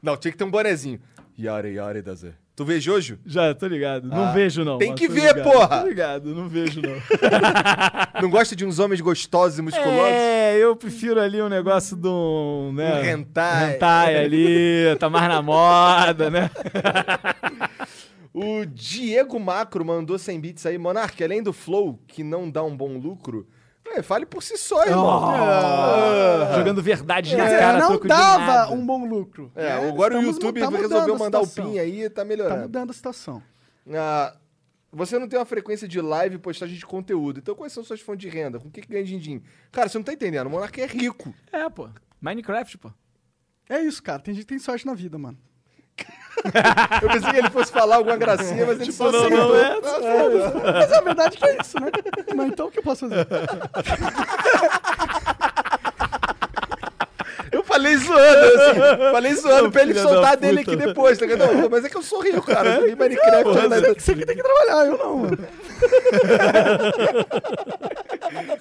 A: não, tinha que ter um bonezinho. Yari Yari da Z. Tu vê Jojo?
B: Já, tô ligado. Não
A: Ah,
B: vejo, não.
A: tem
B: mas
A: que
B: tô
A: ver,
B: ligado.
A: porra!
B: Tô ligado, não vejo, não.
A: Não gosta de uns homens gostosos e musculosos?
B: é, eu prefiro ali um negócio do. Né,
A: Um hentai.
B: Hentai ali, tá mais na moda, né?
A: O Diego Macro mandou 100 bits aí. Monark, além do flow, que não dá um bom lucro, é, fale por si só, irmão. Ah.
B: Oh. Jogando verdade na
C: Quer dizer,
B: cara,
C: não
B: toco de
C: dava
B: nada.
C: um bom lucro.
A: É, agora
C: estamos-
A: o YouTube
C: tá mudando
A: resolveu
C: a
A: mandar o
C: situação.
A: PIN aí e tá
C: Tá
A: melhorando.
C: mudando a situação.
A: Ah, você não tem uma frequência de live e postagem de conteúdo. Então, quais são suas fontes de renda? Com o que, que ganha din-din? Cara, você não tá entendendo. O Monark é rico.
B: É, pô. Minecraft, pô.
C: É isso, cara. Tem gente que tem sorte na vida, mano.
A: Eu pensei que ele fosse falar alguma gracinha, mas ele
C: Tipo,
A: só
B: não,
A: aceitou.
B: não,
C: né?
B: é.
C: Mas a verdade é que é isso, né? Mas então o que eu posso fazer?
A: Eu falei zoando, assim. Falei zoando pra ele
B: filho
A: soltar
B: da
A: dele
B: puta.
A: aqui depois, tá ligado? Não, Mas é que eu sou rico, cara. Eu joguei Minecraft. né? eu nada-
C: Você que tem que trabalhar, eu não, mano.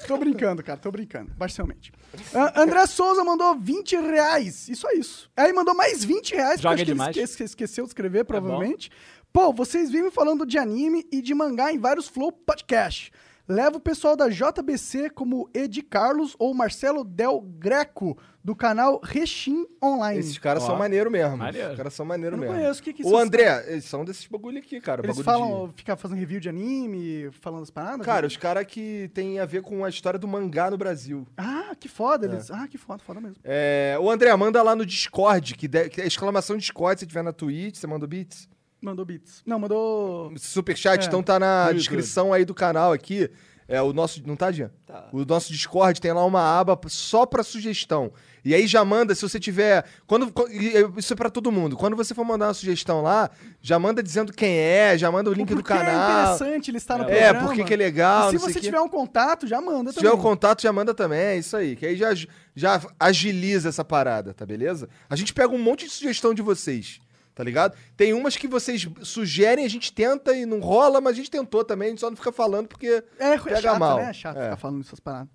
C: tô brincando, cara, tô brincando, parcialmente. Ah, André Souza mandou 20 reais, isso é isso. Aí mandou mais 20 reais,
B: Joga
C: porque acho que
B: demais. É
C: ele esque- esqueceu de escrever, provavelmente. Pô, vocês vivem falando de anime e de mangá em vários Flow Podcast. Leva o pessoal da JBC como Edi Carlos ou Marcelo Del Greco, do canal Rechim Online.
A: Esses caras
B: Ó.
A: são maneiro mesmo.
B: Maneiro.
A: Esses caras são maneiro
C: Eu não
A: mesmo.
C: conheço, o que que
A: Ô,
C: esses-
A: André, eles são desses bagulho aqui, cara.
C: Eles
A: É bagulho
C: falam,
A: de-
C: ficar fazendo review de anime, falando as paradas?
A: Cara, os caras que tem a ver com a história do mangá no Brasil.
C: Ah, que foda eles. Ah, que foda, foda mesmo.
A: É, o André, manda lá no Discord, que, de, que é exclamação Discord, se tiver na Twitch, você manda o Beats.
C: Mandou beats. Não, mandou.
A: Superchat,
C: É,
A: então tá na
B: no
A: descrição aí do canal aqui. É o nosso, não tá, Jean?
E: Tá.
A: O nosso Discord tem lá uma aba só pra sugestão. E aí já manda, se você tiver, quando co- e, e, isso é pra todo mundo. Quando você for mandar uma sugestão lá, já manda dizendo quem é, já manda o link do
C: Porque É
A: canal.
C: interessante ele estar no
A: É,
C: programa.
A: por que que é legal,
C: E se
A: não sei
C: você
A: o quê.
C: tiver um contato, já manda
A: Se
C: também.
A: tiver o contato, já manda também, é isso aí. Que aí já, já agiliza essa parada, tá beleza? A gente pega um monte de sugestão de vocês, tá ligado? Tem umas que vocês sugerem, a gente tenta e não rola, mas a gente tentou também, a gente só não fica falando porque.
C: É, é
A: Pega
C: chato,
A: mal.
C: né? É chato
A: É.
C: ficar falando essas paradas.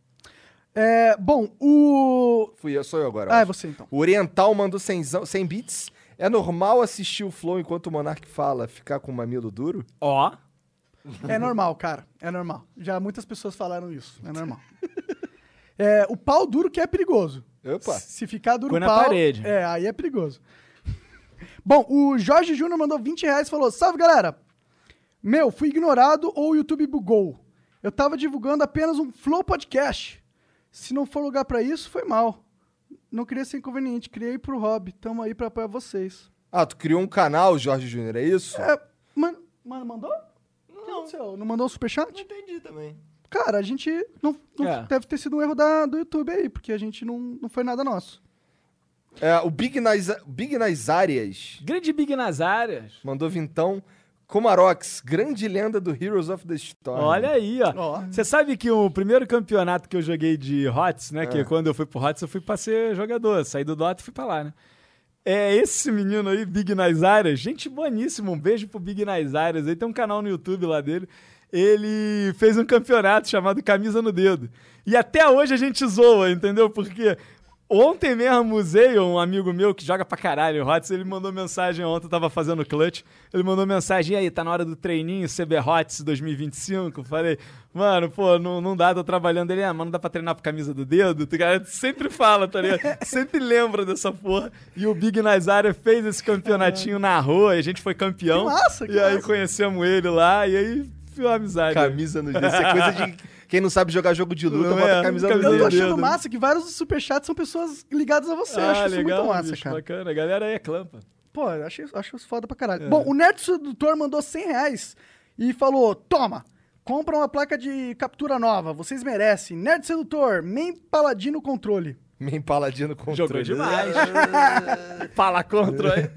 C: É, bom, o.
A: Fui eu, sou eu agora. eu
C: Ah, é
A: acho.
C: você então.
A: O Oriental mandou 100, 100 bits. É normal assistir o Flow enquanto o Monark fala, ficar com o mamilo duro?
B: Ó.
C: É normal, cara. É normal. Já muitas pessoas falaram isso. É normal. É, o pau duro que é perigoso.
A: Opa!
C: Se ficar duro
B: Põe
C: o
B: na
C: pau.
B: parede.
C: É, aí é perigoso. Bom, o Jorge Júnior mandou 20 reais e falou: Salve galera! Meu, fui ignorado ou o YouTube bugou? Eu tava divulgando apenas um Flow Podcast. Se não for lugar pra isso, foi mal. Não queria ser inconveniente, criei pro hobby. Tamo aí pra apoiar vocês.
A: Ah, tu criou um canal, Jorge Júnior, é isso?
C: É, mano, mano mandou? Não. O que aconteceu? Não mandou o
E: Não
C: superchat?
E: entendi também.
C: Cara, a gente. Não, não-
B: É.
C: Deve ter sido um erro da, do YouTube aí, porque a gente não, não foi nada nosso.
A: É, o Big nas, Big nas áreas
B: Grande Big nas áreas.
A: mandou vintão. Comarox, grande lenda do Heroes of the Storm.
B: Olha aí, ó.
C: Ó.
B: Você sabe que o primeiro campeonato que eu joguei de HOTS, né? Que quando eu fui pro HOTS, eu fui pra ser jogador. Saí do Dota e fui pra lá, né? É esse menino aí, Big Nas Áreas. Gente boníssima. Um beijo pro Big Nas Áreas. Ele tem um canal no YouTube lá dele. Ele fez um campeonato chamado Camisa no Dedo. E até hoje a gente zoa, entendeu? Porque ontem mesmo o Zeio, um amigo meu que joga pra caralho o HOTS, ele mandou mensagem ontem, eu tava fazendo clutch. Ele mandou mensagem, e aí, tá na hora do treininho CB HOTS 2025? Eu Falei, mano, pô, não, não dá, tô trabalhando. Ele, ah, mas não dá pra treinar pro camisa do dedo? O cara sempre fala, tá ligado? sempre lembra dessa porra. E o Big Nazário fez esse campeonatinho na rua, e a gente foi campeão.
C: Que massa, que
B: E aí
C: massa.
B: conhecemos ele lá, e aí viu a amizade.
A: Camisa no dedo. Isso é coisa de quem não sabe jogar jogo de luta,
B: Não
A: bota
B: é,
A: camisa
B: nunca
A: no
B: vi.
A: dedo.
C: Eu tô
B: Meu
C: achando
B: Deus.
C: massa que vários dos superchats são pessoas ligadas a você. eu acho isso muito massa,
B: Ah, bicho,
C: cara.
B: Bacana, a galera aí é clampa.
C: Pô, eu acho, acho isso foda pra
B: É.
C: caralho. Bom, o Nerd Sedutor mandou 100 reais e falou: toma, compra uma placa de captura nova, vocês merecem. Nerd Sedutor, main paladino controle.
A: Mem paladino controle.
B: Jogou demais. Fala contra.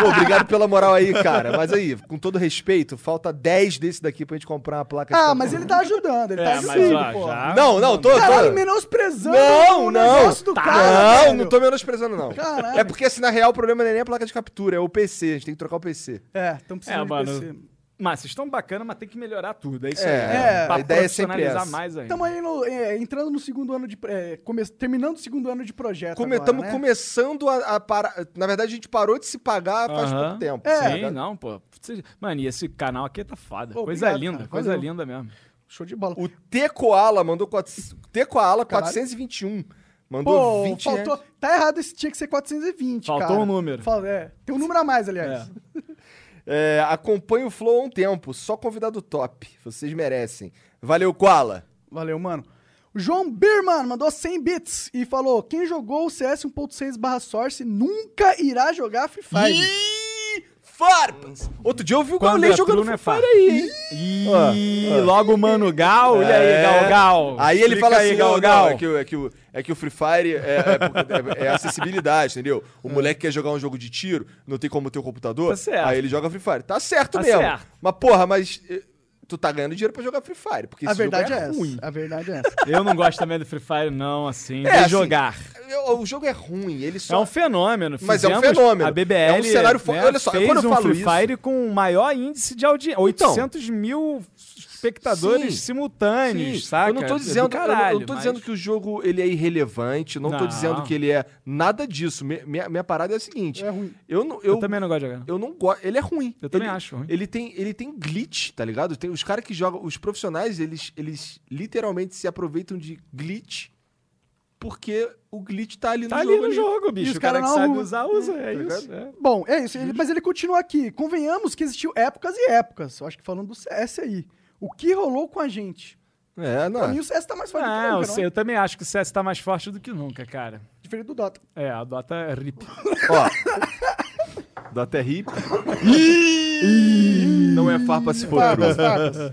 A: Pô, obrigado pela moral aí, cara. Mas aí, com todo respeito, falta 10 desse daqui pra gente comprar uma placa de
C: Ah,
A: captura.
C: mas ele tá ajudando, ele tá
B: É, mas
C: ajudando,
B: ó,
C: pô.
B: já.
A: Não, não, tô. tô...
C: Caralho, menosprezando
A: Não,
C: o
A: não.
C: negócio do
A: Tá.
C: cara.
A: não,
C: velho.
A: não tô menosprezando, não.
C: Caralho.
A: É porque, assim, na real, o problema não é nem a placa de captura, é o PC. A gente tem que trocar o PC.
C: É, tão precisando
B: É,
C: de
B: mano.
C: PC.
B: Mas vocês estão bacana, mas tem que melhorar tudo. É isso
A: É,
B: aí.
C: é,
B: pra
A: a ideia é sempre
B: profissionalizar
A: essa.
B: mais ainda.
C: Estamos aí no- é, entrando no segundo ano de. É, come- terminando o segundo ano de projeto.
A: Come,
C: agora,
A: tamo
C: né?
A: começando a, a parar. Na verdade, a gente parou de se pagar faz
B: Aham.
A: pouco tempo.
C: É.
A: tá
B: Sim,
A: ligado?
B: não, pô. Você- Mano, e esse canal aqui tá foda.
C: Pô,
B: coisa
C: obrigado,
B: linda,
C: cara.
B: coisa
C: Valeu.
B: linda mesmo.
C: Show de bola.
A: O T Koala mandou. quatro- T Koala
C: Caralho.
A: 421. Mandou
C: Pô,
A: 20
C: faltou.
A: reais.
C: Tá errado, esse tinha que ser 420,
B: Faltou
C: cara.
B: um número.
C: Fal- é, tem um número a mais, aliás.
A: É, acompanho o Flow há um tempo. Só convidado top. Vocês merecem. Valeu, Koala.
C: Valeu, mano. O João Birman mandou 100 bits e falou: quem jogou o CS 1.6 barra Source nunca irá jogar Free Fire.
A: Ih, farpas! Outro dia eu vi o Gaulês jogando
B: True, não é
A: Free Fire
B: fácil.
A: aí, hein?
B: Ih,
A: Ó, ó.
B: logo o Mano Gal. E aí,
A: É.
B: Gal Gal?
A: Aí ele
B: Explica
A: fala assim,
B: aí, Gal
A: "Não,
B: Gal.
A: não, é que, o- é, que o, é que o Free Fire é, é por- é- é acessibilidade, entendeu? O moleque quer jogar um jogo de tiro, não tem como ter o computador,
B: Tá certo.
A: aí ele joga Free Fire. Tá certo
B: Tá
A: mesmo.
B: certo.
A: Mas porra, mas eh, tu tá ganhando dinheiro pra jogar Free Fire, porque
C: A
A: esse jogo
C: verdade
A: é,
C: é, essa.
A: ruim.
C: A verdade é essa.
B: Eu não gosto também do Free Fire, não, assim.
A: É,
B: de
A: assim,
B: jogar.
A: Eu- O jogo é ruim, ele só...
B: É um fenômeno.
A: Mas é um
B: Fizemos-
A: fenômeno.
B: A BBL
A: É um cenário fo-
B: né,
A: olha só,
B: fez
A: quando eu
B: um
A: falo
B: Free
A: isso- Então.
B: Fire com o maior índice de audiência. 800 mil espectadores
A: Sim.
B: simultâneos,
A: Sim,
B: saca?
A: Eu não
B: É
A: tô
B: do
A: dizendo, eu não- eu não
B: caralho,
A: tô
B: mas-
A: dizendo que o jogo ele é irrelevante, não, tô
B: Não.
A: dizendo que ele é nada disso. Mi- Minha, minha parada é a seguinte,
C: É ruim.
A: eu não...
B: Eu,
A: eu-
B: também não gosto de jogar.
A: Eu não gosto. Ele é ruim.
B: Eu também
A: Ele-
B: acho ruim.
A: Ele tem, ele tem glitch, tá ligado? Tem os caras que jogam. Os profissionais, eles, eles literalmente se aproveitam de glitch porque o glitch tá ali
B: Tá
A: no
B: ali
A: jogo.
B: no jogo, bicho.
C: os
B: o cara
C: cara
B: que
C: na
B: sabe
C: rua.
B: usar, usa. É,
A: tá
B: isso.
A: ligado?
B: é.
C: Bom, é isso. ele- mas ele continua aqui. Convenhamos que existiu épocas e épocas. Eu acho que falando do CS aí. O que rolou com a gente?
A: É,
C: Pra
A: não.
C: mim, o CS tá mais forte do que
B: Não, eu,
C: nunca,
B: sei, eu também acho que Ah, o CS tá mais forte do que nunca, cara.
C: não? Diferente do Dota.
B: É, a Dota é rip.
A: Ó. Dá até hip. não é farpa se for
C: Farpas,
A: cru.
C: farpas.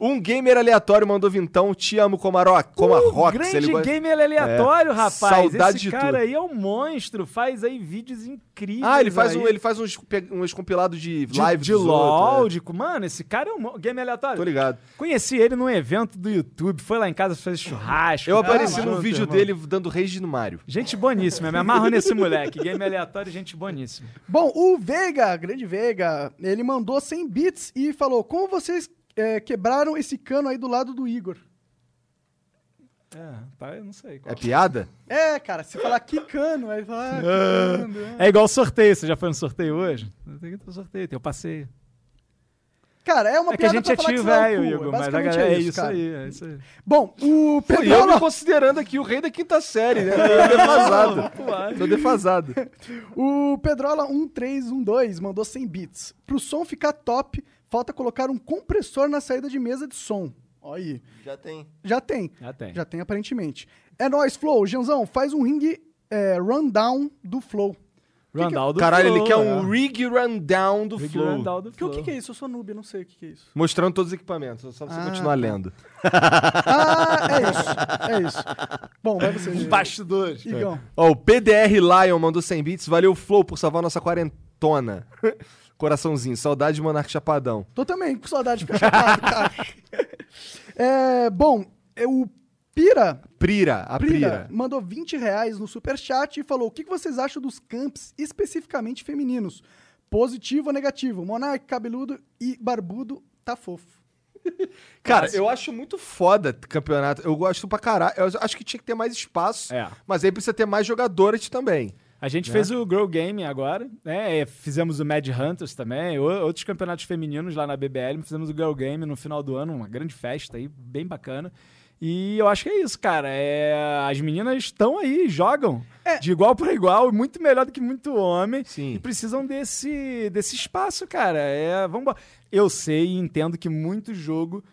A: Um gamer aleatório mandou vintão. Te amo, Comaroc. Comaroc. se
B: Uh, grande
A: ele gosta-
B: gamer aleatório,
A: É,
B: rapaz.
A: saudade
B: Esse
A: de
B: cara
A: tudo.
B: aí é um monstro. Faz aí vídeos incríveis.
A: Ah, ele faz,
B: aí.
A: um, ele faz uns, pe- uns compilados de
B: de,
A: live
B: de
A: dos
B: LOL.
A: outros,
B: de- Mano, esse cara é um mo- game
A: é.
B: aleatório.
A: Tô ligado.
B: Conheci ele num evento do YouTube, foi lá em casa fazer churrasco.
A: Eu
B: Ah,
A: apareci
B: mano,
A: num vídeo
B: irmão.
A: dele dando rage no Mario.
B: Gente boníssima, me amarro nesse moleque. Game aleatório, gente boníssima.
C: Bom, o Veiga, grande Veiga, ele mandou 100 bits e falou: Como vocês é, quebraram esse cano aí do lado do Igor?
B: É, tá, eu não sei. qual.
A: É piada?
C: É, cara, se falar quicando, aí fala, ah, quicando. é.
B: É igual sorteio, você já foi no sorteio hoje? Tem que ter um sorteio, tem o passeio.
C: Cara, é uma
B: é que a
C: piada
B: gente
C: pra
B: é
C: falar que
B: tio
C: você dá o
B: velho,
C: cu, é
B: Igor, mas a
C: basicamente
B: galera é
C: é
B: isso,
C: cara.
B: aí, é isso aí.
C: Bom, o
A: Pô, e eu né?
C: Pedrão,
A: me considerando aqui o rei da quinta série, né? Tô defasado.
B: Claro.
A: Tô defasado.
C: o Pedrola 1312 mandou 100 bits. Pro som ficar top, falta colocar um compressor na saída de mesa de som. Olha aí.
E: Já tem.
C: Já tem.
B: Já tem.
C: Já tem, aparentemente. É nóis, Flow. Janzão, faz um ring é, rundown do Flow.
B: Randall do
A: Caralho,
B: Flow,
A: ele quer
B: é.
A: um rig rundown do
B: Rick
A: Flow.
B: Randall do
C: Que- O
B: Flow.
C: que, que é isso? Eu sou noob, eu não sei o que, que é isso.
A: Mostrando todos os equipamentos, só pra você
C: Ah,
A: continuar lendo.
C: Ah, é isso. É isso. Bom, vai você.
B: Bastidores.
C: Igão.
A: Ó, o PDR Lion mandou 100 bits. Valeu, Flow, por salvar nossa quarentona. Coraçãozinho, saudade de Monarca Chapadão.
C: Tô também com saudade de ficar chapado, cara. É, bom, é o Pira,
A: Prira, a
C: Prira
A: Prira.
C: mandou 20 reais no superchat e falou: o que que vocês acham dos camps especificamente femininos? Positivo ou negativo? Monarque, cabeludo e barbudo tá fofo.
A: Cara, eu acho muito foda campeonato. Eu gosto pra caralho. Eu acho que tinha que ter mais espaço.
B: É.
A: Mas aí precisa ter mais jogadoras também.
B: A gente
C: Né?
B: fez o Grow Game agora, né? É, Fizemos o Mad Hunters também, o- outros campeonatos femininos lá na BBL. Fizemos o Grow Game no final do ano, uma grande festa aí, bem bacana. E eu acho que é isso, cara. É, as meninas estão aí, jogam
C: É.
B: de igual para igual, muito melhor do que muito homem.
A: Sim.
B: E precisam desse, desse espaço, cara. É, vamos Eu sei e entendo que muito jogo.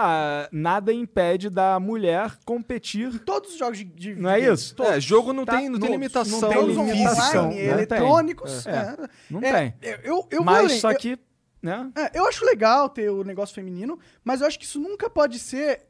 B: ah, nada impede da mulher competir
C: Todos os jogos de, de
B: Não é
C: videogame,
B: isso?
C: todos.
A: É, jogo não
B: Tá,
A: tem, não tem
B: não-
A: limitação
B: não tem
C: Todos
B: limitação,
A: física.
C: online,
B: né?
C: eletrônicos.
B: É.
C: é.
B: Não
C: É,
B: tem.
C: Eu, eu, eu vou
B: Mas
C: além.
B: só
C: Eu-
B: que, né?
C: É, eu acho legal ter o negócio feminino, mas eu acho que isso nunca pode ser.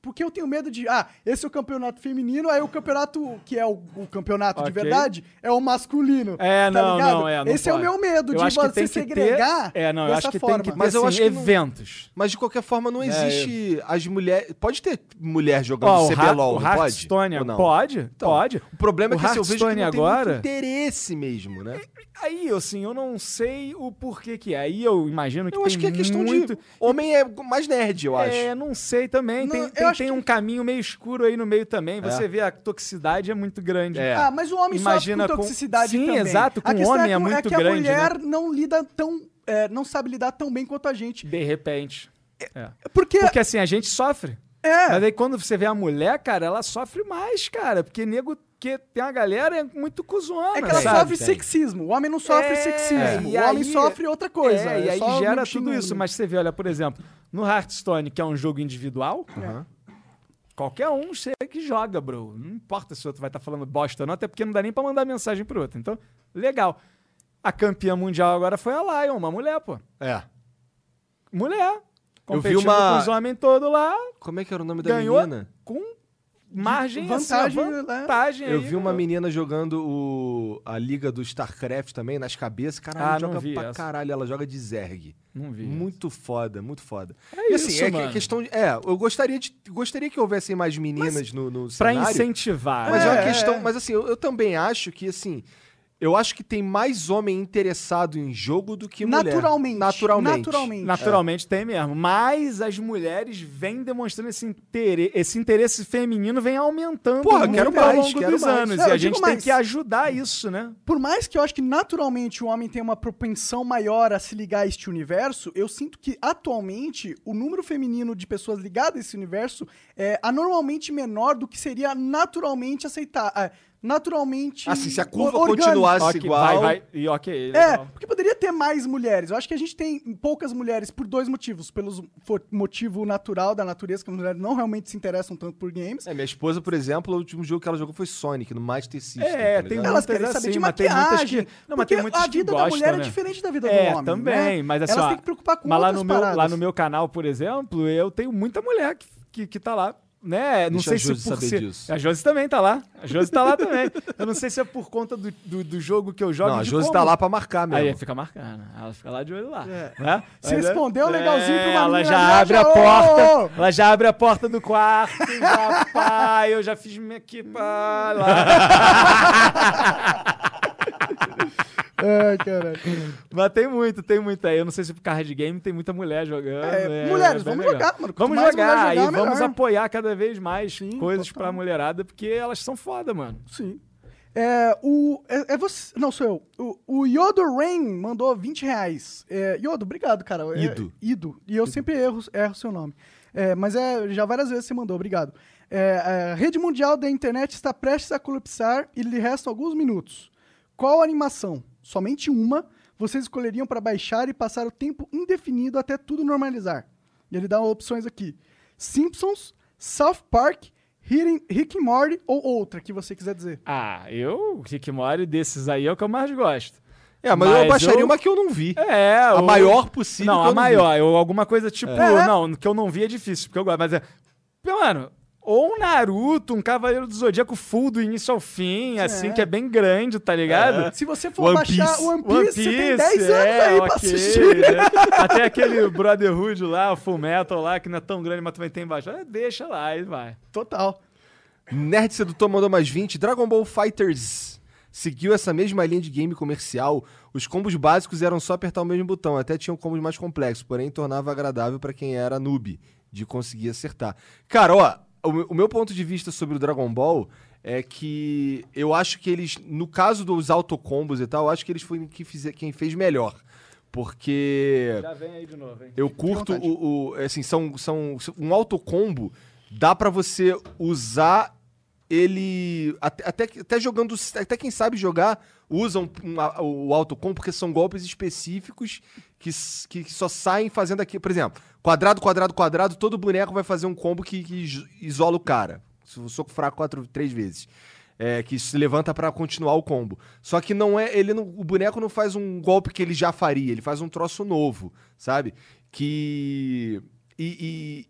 C: Porque eu tenho medo de. Ah, esse é o campeonato feminino, aí o campeonato que é o, o campeonato de
B: Ok.
C: verdade é o masculino.
B: É,
C: tá
B: não,
C: ligado?
B: não, é, não
C: Esse
B: pode.
C: é o meu medo
B: Eu
C: de
B: acho que
C: você
B: tem que
C: segregar.
B: ter- É, não, eu
C: dessa
B: acho que
C: forma.
B: tem que ter
A: Mas eu
B: assim,
A: acho que não-
B: eventos.
A: Mas de qualquer forma, não
B: É,
A: existe as mulheres. Pode ter mulher jogando
B: Ó, o Ra-
A: CBLOL,
B: o
A: não pode?
B: Hearthstone
A: Ou não?
B: pode?
C: Então,
B: pode.
A: O problema é
B: O
A: que assim, eu vejo que não
B: Hearthstone
A: tem muito
B: agora-
A: interesse mesmo, né?
B: Aí, assim, eu não sei o porquê que é. Aí eu imagino que
A: Eu
B: tem
A: acho que é questão
B: muito...
A: de. Homem é mais nerd, eu acho.
B: É, não sei também.
C: Não, eu
B: tem tem,
C: acho
B: tem
C: que-
B: um caminho meio escuro aí no meio também. Você vê a toxicidade é muito grande.
A: É.
C: Ah, mas o homem
B: Imagina
C: sofre com
B: com-
C: toxicidade
B: Sim,
C: também.
B: exato,
C: a
B: com
C: questão
B: homem
C: é,
B: é
C: com-
B: muito
C: que a
B: grande,
C: mulher não lida tão. é, não sabe lidar tão bem quanto a gente.
B: De repente. É.
C: Porque.
B: Porque assim, a gente sofre.
C: é,
B: Mas aí quando você vê a mulher, cara, ela sofre mais, cara. Porque nego que tem a galera é muito cuzona.
C: é que ela
B: sabe?
C: sofre sexismo. O homem não sofre
B: É,
C: sexismo.
B: e
C: O homem
B: aí-
C: sofre outra coisa.
B: É, e
C: é
B: aí
C: só
B: gera tudo
C: nego xingando.
B: isso. Mas você vê, olha, por exemplo, no Hearthstone, que é um jogo individual,
A: Aham.
B: qualquer um chega que joga, bro. Não importa se o outro vai estar falando bosta ou não, até porque não dá nem pra mandar mensagem pro outro. Então, legal. A campeã mundial agora foi a Lion, uma mulher, pô.
A: É.
B: Mulher.
A: Eu vi
B: Competindo
A: uma-
B: com os homens todos lá,
A: Como é que era o nome da
B: ganhou
A: menina?
B: com margem, assim,
C: Vantagem,
B: uma
C: né?
B: vantagem.
A: Eu
B: aí,
A: vi uma
B: cara.
A: menina jogando o, a liga do StarCraft também nas cabeças. Caralho,
B: Ah,
A: ela
B: não
A: joga
B: vi
A: pra
B: essa.
A: caralho. Ela joga de Zerg.
B: Não vi.
A: Muito foda, muito foda.
B: É
A: e assim,
B: isso,
A: é que-
B: mano.
A: questão de. É, eu gostaria, de, gostaria que houvessem mais meninas no, no
B: Pra
A: cenário.
B: incentivar.
A: Mas é,
B: né?
A: uma questão. Mas assim, eu, eu também acho que assim. Eu acho que tem mais homem interessado em jogo do que mulher.
C: Naturalmente.
A: Naturalmente.
C: Naturalmente.
B: Naturalmente tem mesmo. Mas as mulheres vêm demonstrando esse interesse, esse interesse feminino vem aumentando
A: Porra,
B: muito
A: quero
B: ao
A: mais,
B: longo
A: quero
B: dos
A: mais.
B: anos.
C: Não,
B: e
C: eu
B: a
C: digo
B: gente tem
C: mais.
B: que ajudar isso, né?
C: Por mais que eu acho que naturalmente o homem tenha uma propensão maior a se ligar a este universo, eu sinto que atualmente o número feminino de pessoas ligadas a esse universo é anormalmente menor do que seria naturalmente aceitar. é, naturalmente.
A: Assim, se a curva
C: or- orgânico.
A: continuasse
B: Ok,
A: igual.
B: Vai, vai. E ok,
C: É,
B: legal.
C: porque poderia ter mais mulheres. Eu acho que a gente tem poucas mulheres por dois motivos. Pelo motivo natural da natureza, que as mulheres não realmente se interessam tanto por games.
A: É, minha esposa, por exemplo, o último jogo que ela jogou foi Sonic, no Master System.
B: É,
A: tá
B: tem
A: ligado?
B: muitas
C: Elas querem saber
B: assim,
C: de
B: mas tem muitas
C: maquiagem.
B: que- não, mas tem
C: porque
B: muitas
C: a
B: que
C: vida da
B: gostam,
C: mulher é
B: né?
C: diferente da vida do
B: É,
C: homem.
B: também,
C: né?
B: mas é
C: Elas
B: só-
C: têm que preocupar com
B: Mas lá
C: outras
B: no, meu, lá
C: paradas.
B: no meu canal, por exemplo, eu tenho muita mulher que, que, que tá lá. Né? Não
A: Deixa
B: sei
A: a Josi
B: se por
A: saber
B: ser-
A: disso.
B: A Josi também tá lá. A Josi tá lá também. Eu não sei se é por conta do, do, do jogo que eu jogo.
A: Não, a
B: de
A: Josi
B: como-
A: tá lá pra marcar mesmo.
B: Aí fica marcando. Ela fica lá de olho lá. né?
C: É. Se
B: Mas, É,
C: respondeu legalzinho pra uma
B: Ela
C: menina,
B: já
C: né?
B: abre
C: Já,
B: a
C: ô,
B: porta. Ela já abre a porta do quarto. já, pai, eu já fiz minha equipa lá.
C: É,
B: Ai, caralho. Mas tem muito, tem muito aí. Eu não sei se por card game tem muita mulher jogando.
C: É,
B: é,
C: mulheres,
B: bem
C: vamos
B: legal.
C: jogar, mano. Quanto
B: Vamos
C: mais mulher
B: jogar e
C: jogar,
B: vamos
C: melhor.
B: apoiar cada vez mais
C: Sim,
B: coisas
C: total.
B: pra mulherada, porque elas são foda, mano.
C: Sim. É, o, é, é você. Não, sou eu. O, o Yodo Rain mandou 20 reais. É, Yodo, obrigado, cara. É,
A: Ido.
C: Ido. E eu sempre erro, erro seu nome. É, mas é, já várias vezes você mandou, obrigado. É, a rede mundial da internet está prestes a colapsar e lhe restam alguns minutos. Qual animação? Somente uma. Vocês escolheriam para baixar e passar o tempo indefinido até tudo normalizar. E ele dá opções aqui: Simpsons, South Park, Hitting- Rick and Morty ou outra que você quiser dizer.
B: Ah, eu, Rick and Morty, desses aí é o que eu mais gosto.
A: É, mas,
B: Mas
A: eu baixaria
B: eu-
A: uma que eu não vi.
B: É,
A: a
B: o-
A: maior possível.
B: Não,
A: que eu
B: a
A: vi.
B: maior. Eu, alguma coisa tipo.
C: É.
B: Não, que eu não vi é difícil, porque eu gosto. Mas é. Mano, ou um Naruto, um Cavaleiro do Zodíaco full do início ao fim, assim, que é bem grande, tá ligado?
C: Se você for baixar o É. One Piece, você tem 10 anos
B: é,
C: aí pra
B: ok,
C: assistir.
B: né? Até aquele Brotherhood lá, o Full Metal lá, que não é tão grande, mas também tem embaixo. Ah, Deixa lá e vai.
C: Total.
A: Nerd Sedutor mandou mais 20. Dragon Ball Fighters seguiu essa mesma linha de game comercial. Os combos básicos eram só apertar o mesmo botão, até tinham combos mais complexos, porém tornava agradável pra quem era noob de conseguir acertar. Cara, ó, o, me- o meu ponto de vista sobre o Dragon Ball é que eu acho que eles, no caso dos autocombos e tal, eu acho que eles foram quem, fize- quem fez melhor. Porque.
B: Já vem aí de novo, hein?
A: Eu curto
C: vontade.
A: o, o- assim, são, são um autocombo dá pra você usar ele até, até, que- até jogando até quem sabe jogar usa um- um a- o autocombo porque são golpes específicos que, s- que só saem fazendo aqui, por exemplo, quadrado, quadrado, quadrado, todo boneco vai fazer um combo que, que is- isola o cara. Se o soco fraco quatro, três vezes. É, que se levanta pra continuar o combo. Só que não é, ele não- o boneco não faz um golpe que ele já faria, ele faz um troço novo, sabe? Que e, e-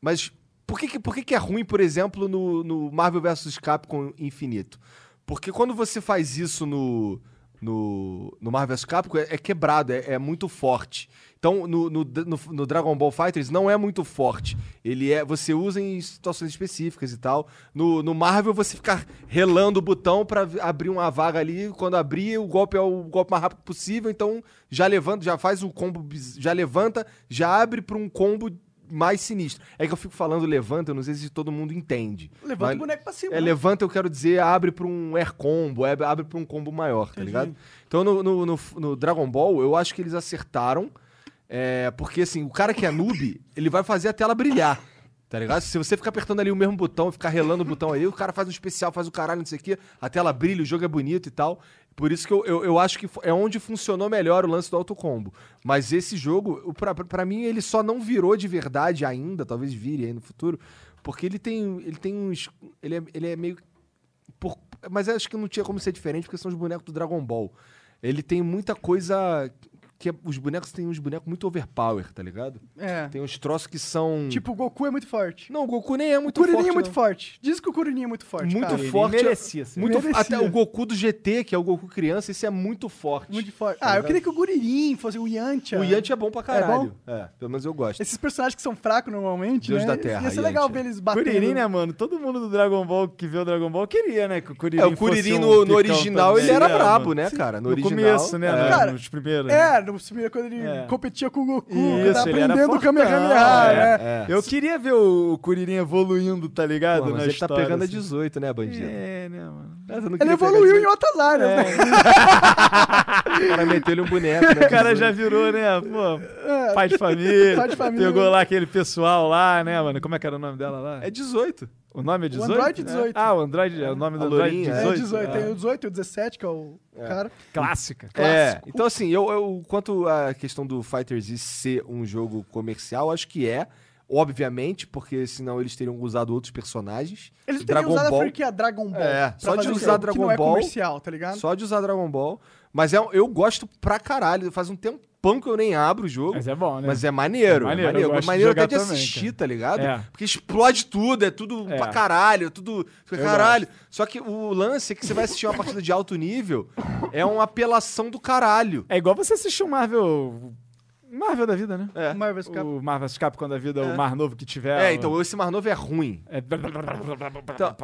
A: mas por que que, por que que é ruim, por exemplo, no, no Marvel vs Capcom Infinito? Porque quando você faz isso no no, no Marvel vs Capcom é, é quebrado, é, é muito forte. Então, no, no, no, no Dragon Ball Fighters não é muito forte. Ele é. Você usa em situações específicas e tal. No, no Marvel você fica relando o botão pra abrir uma vaga ali. Quando abrir, o golpe é o golpe mais rápido possível. Então já levanta, já faz o combo, bis- já levanta, já abre pra um combo mais sinistro. É que eu fico falando levanta, eu não sei se todo mundo entende.
C: Levanta
A: Mas-
C: o boneco pra cima.
A: é, levanta, eu quero dizer, abre pra um air combo, é, abre pra um combo maior, tá ligado? Então, no, no- no- no Dragon Ball, eu acho que eles acertaram, é, porque, assim, o cara que é noob, ele vai fazer a tela brilhar, tá ligado? Se você ficar apertando ali o mesmo botão, ficar relando o botão ali, o cara faz um especial, faz o caralho, não sei o quê, a tela brilha, o jogo é bonito e tal. Por isso que eu, eu, eu acho que fo- é onde funcionou melhor o lance do autocombo. Mas esse jogo, o- pra, pra- pra mim, ele só não virou de verdade ainda, talvez vire aí no futuro, porque ele tem, ele tem uns. Ele é, ele é meio. por- mas eu acho que não tinha como ser diferente, porque são os bonecos do Dragon Ball. Ele tem muita coisa. que é- Os bonecos têm uns bonecos muito overpower, tá ligado?
C: É.
A: Tem uns troços que são.
C: Tipo, o Goku é muito forte.
A: Não, o Goku nem é muito
C: o Kuririn
A: forte.
C: é muito
A: não.
C: forte. Diz que o Kuririn é muito forte,
A: Muito
C: cara.
A: forte. é
B: merecia ser.
A: Muito-
C: Merecia.
A: até o Goku do GT, que é o Goku criança, esse é muito forte.
C: Muito forte. Ah, eu queria que o Guririn fosse o Yantia.
A: É O Yanti é bom pra
C: É
A: caralho.
C: bom?
A: É, pelo menos eu gosto.
C: Esses personagens que são fracos normalmente,
A: Deus
C: né?
A: da Terra,
C: Ia ser legal
A: Yantia.
C: ver eles batendo.
B: Kuririn, né, mano? Todo mundo do Dragon Ball que vê o Dragon Ball queria, né? Que o Kuririn
A: É, o Kuririn
B: fosse um
A: no, no
B: picão
A: original,
B: também,
A: ele era
B: né,
A: brabo,
B: mano?
A: né, cara? No,
B: No,
A: original.
B: começo, né?
A: é.
B: no-
C: Cara,
B: nos primeiros. né?
C: É, no primeiro, quando ele
B: É.
C: competia com o Goku,
B: Isso,
C: tá
B: ele era
C: aprendendo o
B: fortão,
C: Kamehameha,
B: é.
A: É.
C: né?
B: Eu queria ver o Kuririn evoluindo, tá ligado?
A: Pô, mas
B: Na
A: ele tá
B: história,
A: pegando a
B: assim.
A: 18, né, bandido?
B: É, né, mano? É,
A: Ah, você não
C: Ele
A: queria
C: evoluiu em
A: pegar
C: outras áreas,
A: É.
C: né?
A: esse- O cara meteu ele um boneco, né?
B: O cara já virou, né?
C: É.
B: Pô, pai de família.
C: Pai de família.
B: Pegou lá aquele pessoal lá, né, mano? Como é que era o nome dela lá?
A: né? É 18.
B: O nome é 18?
C: Android
B: né?
C: 18.
B: Ah, o Android, é o nome do
A: A
B: Android
A: lourinha, é.
C: É,
B: 18.
C: 18.
B: Ah,
C: Tem o 18 e o 17, que é o cara.
B: Clássica.
A: É,
B: clássico.
A: então assim, eu, eu- quanto à questão do Fighters Z ser um jogo comercial, acho que é, obviamente, porque senão eles teriam usado outros personagens.
C: Eles teriam
A: Dragon
C: usado a
A: Ball,
C: franquia Dragon Ball.
A: É,
C: pra
A: só de
C: fazer um
A: usar
C: jogo que
A: Dragon
C: não é
A: Ball,
C: comercial, tá ligado?
A: Só de usar Dragon Ball, mas é, um- eu gosto pra caralho, faz um tempão que eu nem abro o jogo.
B: Mas é bom, né?
A: Mas é maneiro,
B: É
A: é
B: maneiro,
A: maneiro.
B: eu gosto de
A: Maneiro
B: jogar
A: até de
B: também,
A: assistir, tá ligado?
B: É.
A: Porque explode tudo, é tudo
B: É.
A: pra caralho, é tudo. pra
B: Eu
A: caralho. Só que o lance é que você vai assistir uma partida de alto nível, é uma apelação do caralho.
B: É igual você assistir um Marvel. Marvel da vida, né?
A: É.
C: Marvel vs. Capcom.
B: O Marvel vs. Capcom da vida,
A: É.
B: o Mar Novo que tiver.
A: É,
B: o-
A: então esse Mar Novo é ruim.
B: É...
A: Então,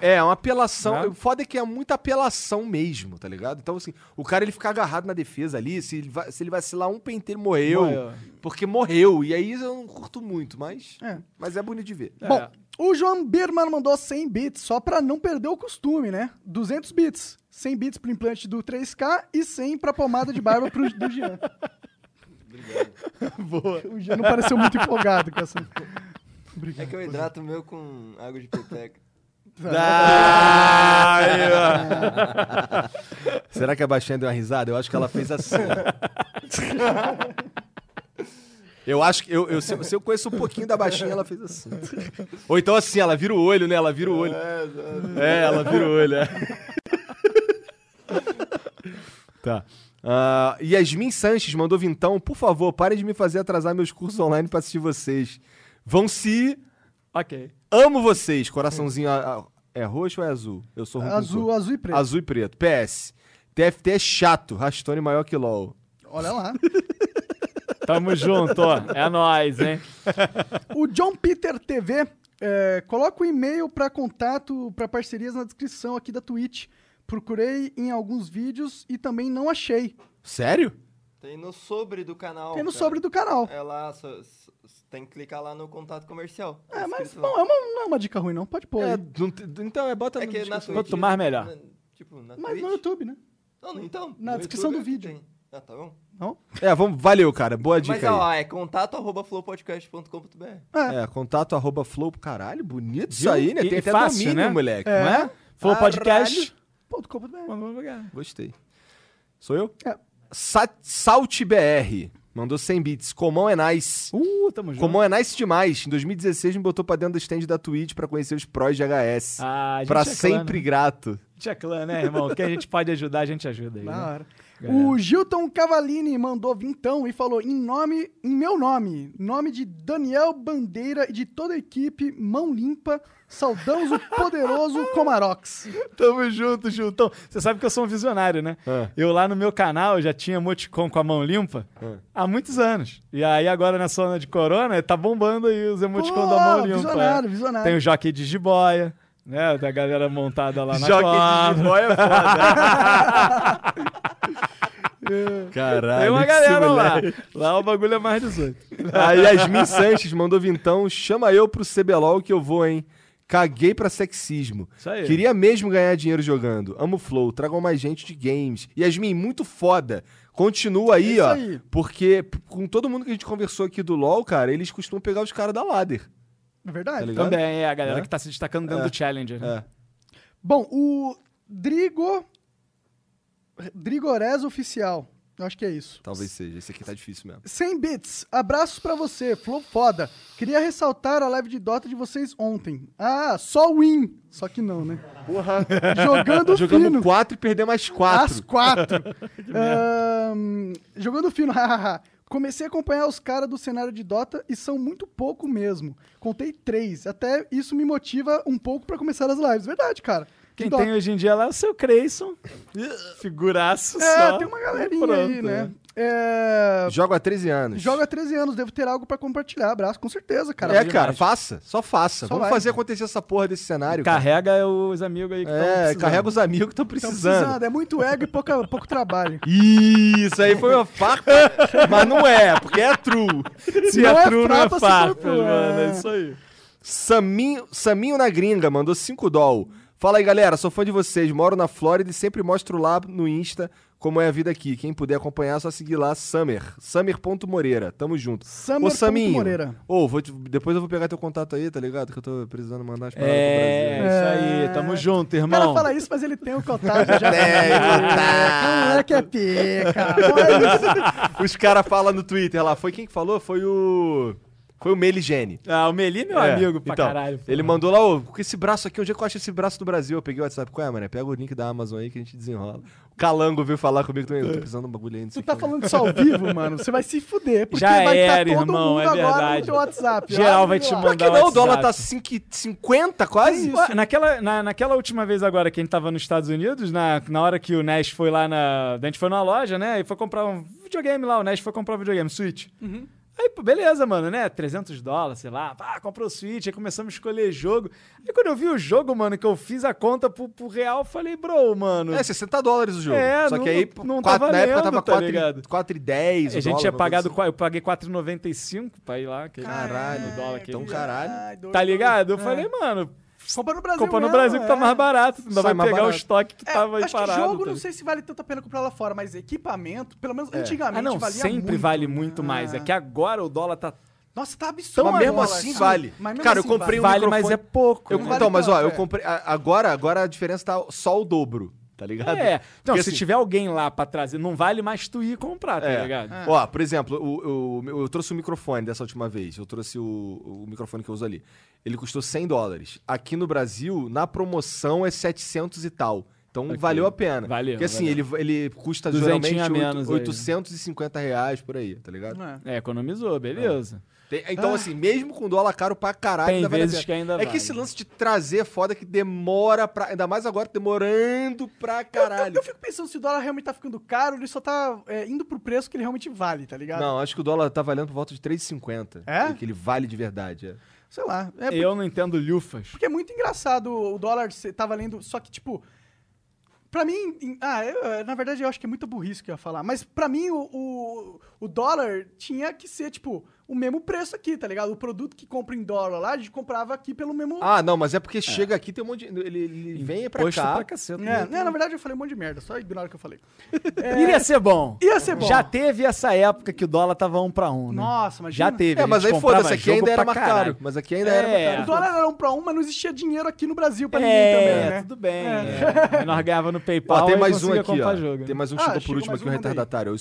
A: é, é uma apelação.
B: Né?
A: O foda é que é muita apelação mesmo, tá ligado? Então, assim, o cara ele fica agarrado na defesa ali. Se ele, va- se ele vacilar um penteiro, morreu.
B: Morreu.
A: Porque morreu. E aí eu não curto muito, mas
C: É.
A: mas é bonito de ver.
C: Bom, o João Birman mandou 100 bits, só pra não perder o costume, né? 200 bits. 100 bits pro implante do 3K e 100 pra pomada de barba pro, do Jean.
E: Obrigado.
B: Boa.
C: O Jean não pareceu muito empolgado com essa.
E: É que eu hidrato o meu com água de peteca.
A: Ah, aí, ó. Será que a Baixinha deu uma risada? Eu acho que ela fez assim. ó. Eu acho que. Eu, eu- se, eu- se eu conheço um pouquinho da Baixinha, ela fez assim. Ou então assim, ela vira o olho, né? Ela vira o olho. É, ela vira o olho, é. Tá. Ah, Yasmin Sanches mandou vintão. Por favor, parem de me fazer atrasar meus cursos online pra assistir vocês. Vão se.
B: Ok.
A: Amo vocês, coraçãozinho. a- a- É roxo ou é azul? Eu sou ruim com
C: Azul,
A: cor.
C: azul e preto.
A: azul e preto. PS. TFT é chato, Rastone maior que LOL.
C: Olha lá.
B: Tamo junto, ó. É nóis, hein?
C: O John Peter TV, é, coloca o e-mail pra contato, pra parcerias na descrição aqui da Twitch. Procurei em alguns vídeos e também não achei.
A: Sério?
E: Tem no sobre do canal.
C: Tem no
E: cara.
C: sobre do canal.
E: É lá, só- só- tem que clicar lá no contato comercial. Tá
C: É, mas
E: escrito
C: não
E: lá.
C: é, uma, não é uma dica ruim, não. Pode pôr.
A: É,
C: aí.
A: não te- então é bota
E: É
A: no
E: que na
A: descrição.
E: Twitch...
B: Quanto mais, melhor.
E: na- tipo, na
C: Mas no
E: Twitch...
C: YouTube, né?
E: Não, não, então.
C: Na
E: no
C: descrição
E: YouTube
C: do vídeo.
E: tem. Ah, tá bom.
C: Não?
A: É, vamos, valeu, cara. Boa
E: Mas
A: dica aí.
E: ó, é contato arroba flowpodcast.com.br.
C: É.
A: É, contato arroba flow. Caralho, bonito isso
B: Viu?
A: aí, né?
B: E-
A: Tem
B: e
A: até
B: fácil,
A: domínio,
B: né?
A: moleque.
C: É.
A: Não é?
B: Foi o podcast.
C: Ponto com, ponto br.
A: Gostei. Sou eu?
C: É.
A: Sa Salt BR. Mandou 100 bits. Comão é nice.
B: Uh, tamo junto.
A: Comão é nice demais. Em 2016 me botou pra dentro do stand da Twitch pra conhecer os prós de HS.
B: Ah, a gente
A: pra
B: é clã,
A: sempre
B: né?
A: grato.
B: A gente é clã, né, irmão? O que a gente pode ajudar, a gente ajuda aí. né?
C: Na hora.
B: Galera.
C: O Gilton Cavalini mandou vintão e falou em nome, em meu nome, nome de Daniel Bandeira e de toda a equipe, mão limpa, saudamos o poderoso Comarox.
B: Tamo junto, Giltão. Você sabe que eu sou um visionário, né?
A: Ah.
B: Eu lá no meu canal já tinha emoticon com a mão limpa
A: Ah.
B: há muitos anos. E aí agora na zona de corona tá bombando aí os emoticon
C: Pô,
B: da mão limpa.
C: visionário,
B: é.
C: visionário.
B: Tem o jockey de jiboia, né? Da galera montada lá na quadra.
A: Jockey de jiboia é foda. Caralho.
B: Tem uma
A: Tá, esse
B: galera lá.
A: moleque.
B: Lá o bagulho é mais 18.
A: A Yasmin Sanches mandou vintão. Chama eu pro CBLOL que eu vou, hein? Caguei pra sexismo.
B: Isso aí.
A: Queria mesmo ganhar dinheiro jogando. Amo Flow, tragam mais gente de games. Yasmin, muito foda. Continua
B: É
A: aí,
C: Isso
A: ó.
C: aí.
A: Porque p- com todo mundo que a gente conversou aqui do LoL, cara, eles costumam pegar os caras da Ladder.
C: É
A: Tá
C: verdade.
A: ligado?
B: Também é a galera
A: É.
B: que tá se destacando dentro
A: É.
B: do Challenger. né?
A: É.
C: Bom, o Drigo Drigorez oficial. Eu acho que é isso.
A: Talvez seja. Esse aqui tá difícil mesmo.
C: 100 bits, abraços pra você, flow foda. Queria ressaltar a live de Dota de vocês ontem. Ah, só win. Só que não, né? Jogando fino.
A: Jogamos 4 e perdemos mais 4.
C: Às quatro. Ahn, jogando fino, hahaha. Comecei a acompanhar os caras do cenário de Dota e são muito pouco mesmo. Contei três. Até isso me motiva um pouco pra começar as lives. Verdade, cara. De
B: Quem
A: Então-
C: Dota.
B: tem hoje em dia lá é o seu Creyson. Figuraço
C: É,
B: só.
A: um
C: tem uma galerinha
B: Pronto,
C: aí, né? É,
A: Jogo há 13 anos.
C: Joga há 13 anos, devo ter algo pra compartilhar. Abraço, com certeza, cara.
A: é,
B: demais.
A: cara, faça. Só faça.
C: Só
A: Vamos
C: vai.
A: fazer acontecer essa porra desse cenário. cara.
B: Carrega os amigos aí que estão
A: É, carrega os amigos que estão
C: Tão
A: precisando.
C: É muito ego e pouca- pouco trabalho.
A: Isso aí foi uma farpa, mas não é, porque é true.
B: Se
C: Não
B: é
C: é
B: true, não é
C: frapa, se
A: assim,
C: for
B: farpa,
C: true,
B: mano.
C: é.
B: É isso aí.
A: Saminho, Saminho na gringa mandou 5 doll. Fala aí, galera, sou fã de vocês, moro na Flórida e sempre mostro lá no Insta como é a vida aqui. Quem puder acompanhar, é só seguir lá, Summer, summer.moreira. Tamo junto.
C: Summer
A: Ô, Saminho,
C: Moreira.
A: ô, vou te- depois eu vou pegar teu contato aí, tá ligado? Que eu tô precisando mandar as paradas
B: É,
A: pro Brasil.
B: isso aí. Tamo junto,
C: O
B: irmão.
C: cara fala isso, mas ele tem o contato já.
A: É,
C: Ah, moleque é pica. Olha isso.
A: Os caras falam no Twitter lá. Foi quem que falou? Foi o. Foi o Meligene.
B: Ah, o Meli é meu
A: É,
B: amigo pra
A: então,
B: caralho.
A: Ele mandou lá, ô, com esse braço aqui, onde é que eu acho esse braço do Brasil? Eu peguei o WhatsApp, qual é, mano? Pega o link da Amazon aí que a gente desenrola. O Calango veio falar comigo também, eu tô precisando de um bagulho aí, não sei
C: Tu
A: o
C: tá
A: que.
C: falando isso ao vivo, mano. Você vai se fuder, porque
B: Já
C: vai estar
B: era,
C: todo
B: irmão,
C: mundo
B: é
C: agora no
B: verdade.
C: teu WhatsApp.
B: Geral
C: Ah,
B: vai te
C: lá.
B: mandar.
A: Por que não? O
B: WhatsApp. É
A: dólar tá 5,50 quase?
B: Ué, naquela, na, naquela última vez agora que a gente tava nos Estados Unidos, na, na hora que o Nash foi lá na. A gente foi na loja, né? E foi comprar um videogame lá. O Nash foi comprar um videogame, Switch. Aí, pô, beleza, mano, né? 300 dólares, sei lá. Ah, comprou o Switch. Aí começamos a escolher jogo. Aí quando eu vi o jogo, mano, que eu fiz a conta pro, pro real, eu falei, bro, mano.
A: É, 60 dólares o jogo.
B: É,
A: Só
B: não-
A: que aí,
B: não- não
A: quatro-
B: tá
A: na época
B: valendo,
A: tava
B: tá
A: 4
B: ligado?
A: 4,10 o
B: a gente
A: dólar,
B: tinha
A: uma coisa
B: pagado.
A: assim.
B: qua- Eu paguei 4,95 pra ir lá. aquele-
A: Caralho,
B: no dólar aqui.
A: então, caralho.
C: Ai, doido.
B: Tá ligado? Eu falei, mano,
C: Compra no Brasil
B: compra no
C: mesmo,
B: Brasil que tá
C: é.
B: mais barato. Ainda
A: Sai
B: vai
A: mais
B: pegar o
A: barato.
B: estoque que
C: É,
B: tava aí
C: acho que
B: parado.
C: jogo
B: tá
C: não sei se vale tanto a pena comprar lá fora, mas equipamento, pelo menos
A: É.
C: antigamente
B: Ah, não,
C: valia
B: sempre
C: muito.
B: vale muito mais.
A: Ah.
B: É que agora o dólar tá.
C: Nossa, tá absurdo.
A: Mas mesmo
C: agora,
A: assim
C: cara.
A: vale.
C: Mas mesmo
A: Cara, eu
C: assim
A: comprei um-
B: vale, mas
A: microfone-
B: é pouco.
A: Eu-
B: né?
A: então, mas ó,
C: tanto,
A: eu
C: é.
A: comprei. a- Agora, agora a diferença tá só o dobro, tá ligado?
B: É. Não,
A: Porque
B: se
A: assim-
B: tiver alguém lá pra trazer, não vale mais tu ir comprar, tá
A: É.
B: ligado?
A: Ó, por exemplo, o, o- eu trouxe o microfone dessa última vez. Eu trouxe o, o microfone que eu uso ali. Ele custou 100 dólares. Aqui no Brasil, na promoção, é 700 e tal. Então
B: Ok.
A: valeu a pena.
B: Valeu,
A: Porque assim, ele, ele custa
B: 200
A: geralmente
B: a menos
A: oito-
B: aí.
A: 850 reais por aí, tá ligado?
C: É.
B: É, economizou, beleza.
A: Tem- então, assim, mesmo com dólar caro pra caralho,
B: Tem
A: ainda vale a
B: vezes
A: pena.
B: que ainda
A: É
B: vale.
A: que esse lance de trazer é foda que demora pra. Ainda mais agora, demorando pra caralho.
C: Eu fico pensando se o dólar realmente tá ficando caro, ele só tá é, indo pro preço que ele realmente vale, tá ligado?
A: Não, acho que o dólar tá valendo por volta de 3,50.
C: É?
A: Que ele vale de verdade. é.
C: Sei lá. É
B: Eu não entendo lufas.
C: Porque é muito engraçado o dólar ser- tá valendo, só que, tipo. Pra mim. em- Ah, eu, eh, na verdade eu acho que é muita burrice que eu ia falar. Mas pra mim o, o, o dólar tinha que ser, tipo, o mesmo preço aqui, tá ligado? O produto que compra em dólar lá, a gente comprava aqui pelo mesmo.
A: Ah, não, mas é porque chega aqui, tem um monte de. Ele, ele vem pra
B: Imposto
A: cá.
B: pra caceta.
C: É, né, na verdade eu falei um monte de merda, só ignora o que eu falei.
A: É.
B: Iria ser bom.
C: Ia ser bom.
B: Já teve essa época que o dólar tava um pra um, né?
C: Nossa, mas
B: Já teve.
A: É,
B: a
A: mas
B: gente
A: aí foda-se,
B: comprava
A: aqui
B: jogo
A: ainda era
B: pra
A: mais caro.
B: caralho.
A: Mas aqui ainda
B: É.
A: era mais caro.
C: O dólar era um pra um, mas não existia dinheiro aqui no Brasil pra ninguém
B: é,
C: também, né?
B: tudo bem. É. Nós ganhava no PayPal.
A: Ó, tem
B: e
A: mais um
B: conseguia
A: aqui,
B: comprar
A: ó.
B: Jogo,
A: Tem
B: né?
A: mais um
C: Ah,
A: que chegou por
C: chegou
A: último
C: mais
A: aqui,
C: um,
A: um
C: manda aí.
A: retardatário. O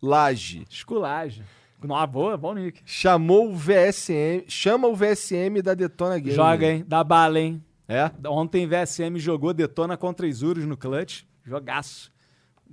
A: Sculage.
B: Esculagem. Uma ah, boa, bom nick.
A: Chamou o VSM. Chama o VSM da Detona Game.
B: Joga, hein? Dá bala, hein?
A: É?
B: Ontem VSM jogou Detona contra Isurus no clutch. Jogaço.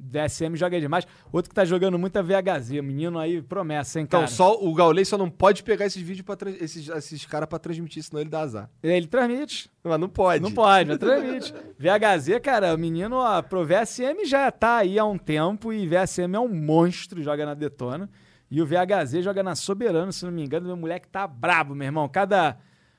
B: VSM joga demais. Outro que tá jogando muito é VHZ. Menino aí, promessa, hein,
A: Então,
B: cara?
A: só o Gaulei só não pode pegar esses vídeos para esses, esses caras pra transmitir, senão ele dá azar.
B: Ele transmite.
A: Mas não pode.
B: Não pode, mas transmite. VHZ, cara, o menino, ó, pro VSM já tá aí há um tempo e VSM é um monstro, joga na Detona. E o VHZ joga na Soberano, se não me engano. Meu moleque tá brabo, meu irmão. Cada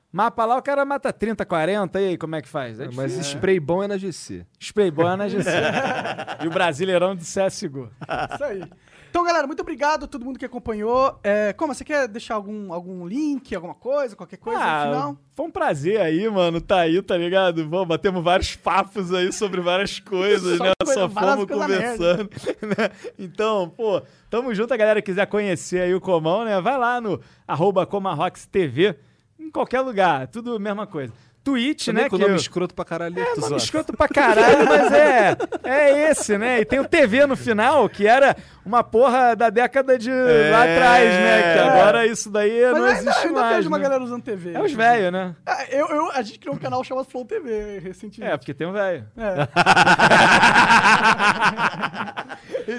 B: mapa lá o cara mata 30, 40. E aí, como é que faz? É
A: Mas
B: difícil.
A: spray bom é na GC.
B: Spray Boy é na GC. e o Brasileirão de CSGO.
C: Isso aí. Então, galera, muito obrigado a todo mundo que acompanhou. É, como, você quer deixar algum, algum link, alguma coisa, qualquer coisa no final?
B: foi um prazer aí, mano. Tá aí, tá ligado? Bom, batemos vários papos aí sobre várias coisas,
C: Só
B: né?
C: coisa-
B: Só
C: várias
B: fomos
C: pela
B: conversando, né? Então, pô, tamo junto. A galera que quiser conhecer aí o Comão, né? Vai lá no arroba Comarox TV, em qualquer lugar. Tudo a mesma coisa. Twitch,
A: Também
B: né?
A: com
B: que
A: nome
B: eu-
A: escroto pra caralho.
B: É,
A: tu
B: nome
A: zoa.
B: escroto pra caralho, mas é, é esse, né? E tem o TV no final, que era uma porra da década de lá atrás, né? Que agora isso daí não
C: Mas ainda,
B: existe
C: ainda
B: mais.
C: vejo uma
B: né?
C: galera usando TV.
B: É os velhos, né?
C: Ah, Eu, eu- a gente criou um canal chamado Flow TV
B: É,
C: recentemente.
B: porque tem um velho.
C: É.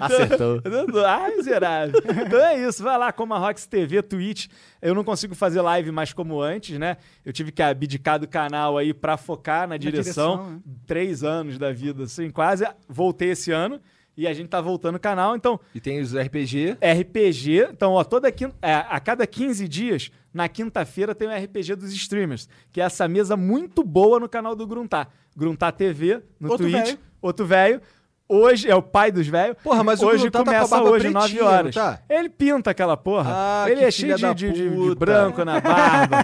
A: Acertou.
B: ah, miserável. Então é isso, vai lá, como a Rox TV, Twitch. Eu não consigo fazer live mais como antes, né? Eu tive que abdicar do canal aí pra focar na direção.
C: direção, né?
B: Três anos da vida, assim, quase. Voltei esse ano e a gente tá voltando o canal, então
A: E tem os RPG.
B: RPG. Então, ó, toda quin- é, a cada 15 dias, na quinta-feira, tem o RPG dos streamers, que é essa mesa muito boa no canal do Gruntar. Gruntar TV, no
C: Outro
B: Twitch,
C: velho.
B: outro velho. Hoje é o pai dos velhos.
A: Porra, mas o
B: hoje
A: Gruntar tá com a
B: começa
A: barba
B: hoje,
A: pretinha,
B: 9 horas.
A: não tá?
B: Ele pinta aquela porra.
A: Ah,
B: ele
A: que
B: é cheio
A: filha
B: de, de- de- de
A: da puta.
B: branco na barba.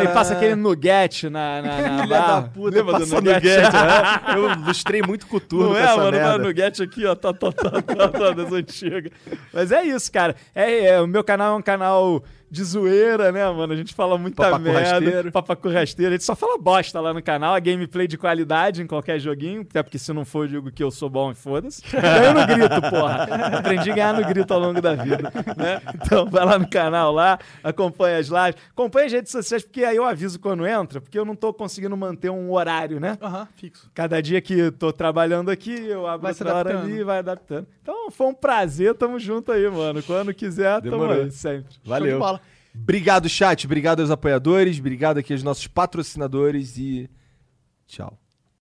B: ele passa aquele nuggete na, na, na
A: Filha
B: barba.
A: da puta,
B: Ah, Lembra do
A: passa
B: nuggete?
A: é. Eu lustrei muito com o turno
B: Não
A: com
B: é,
A: essa
B: mano,
A: merda.
B: mano, Nuggets aqui, ó, tá, tá, tá, tá, tá, das antigas. Mas é isso, cara. É, é, o meu canal é um canal de zoeira, né, mano? A gente fala muita
A: Papacu
B: merda.
A: rasteiro.
B: Papacu rasteiro. A gente só fala bosta lá no canal. A gameplay de qualidade em qualquer joguinho. Até porque se não for, eu digo que eu sou bom e foda-se. Ganho no grito, porra. Aprendi a ganhar no grito ao longo da vida, né? Então vai lá no canal lá, acompanha as lives. Acompanha as redes sociais, porque aí eu aviso quando entra. Porque eu não tô conseguindo manter um horário, né?
C: Aham, fixo.
B: Cada dia que eu tô trabalhando aqui, eu abro
C: Vai se
B: outra hora
C: adaptando.
B: ali e vai adaptando. Então foi um prazer, tamo junto aí, mano. Quando quiser, tamo
A: Demorou.
B: aí, sempre.
C: Show de
A: Valeu.
C: bola.
A: Obrigado, chat. Obrigado aos apoiadores. Obrigado aqui aos nossos patrocinadores. E tchau.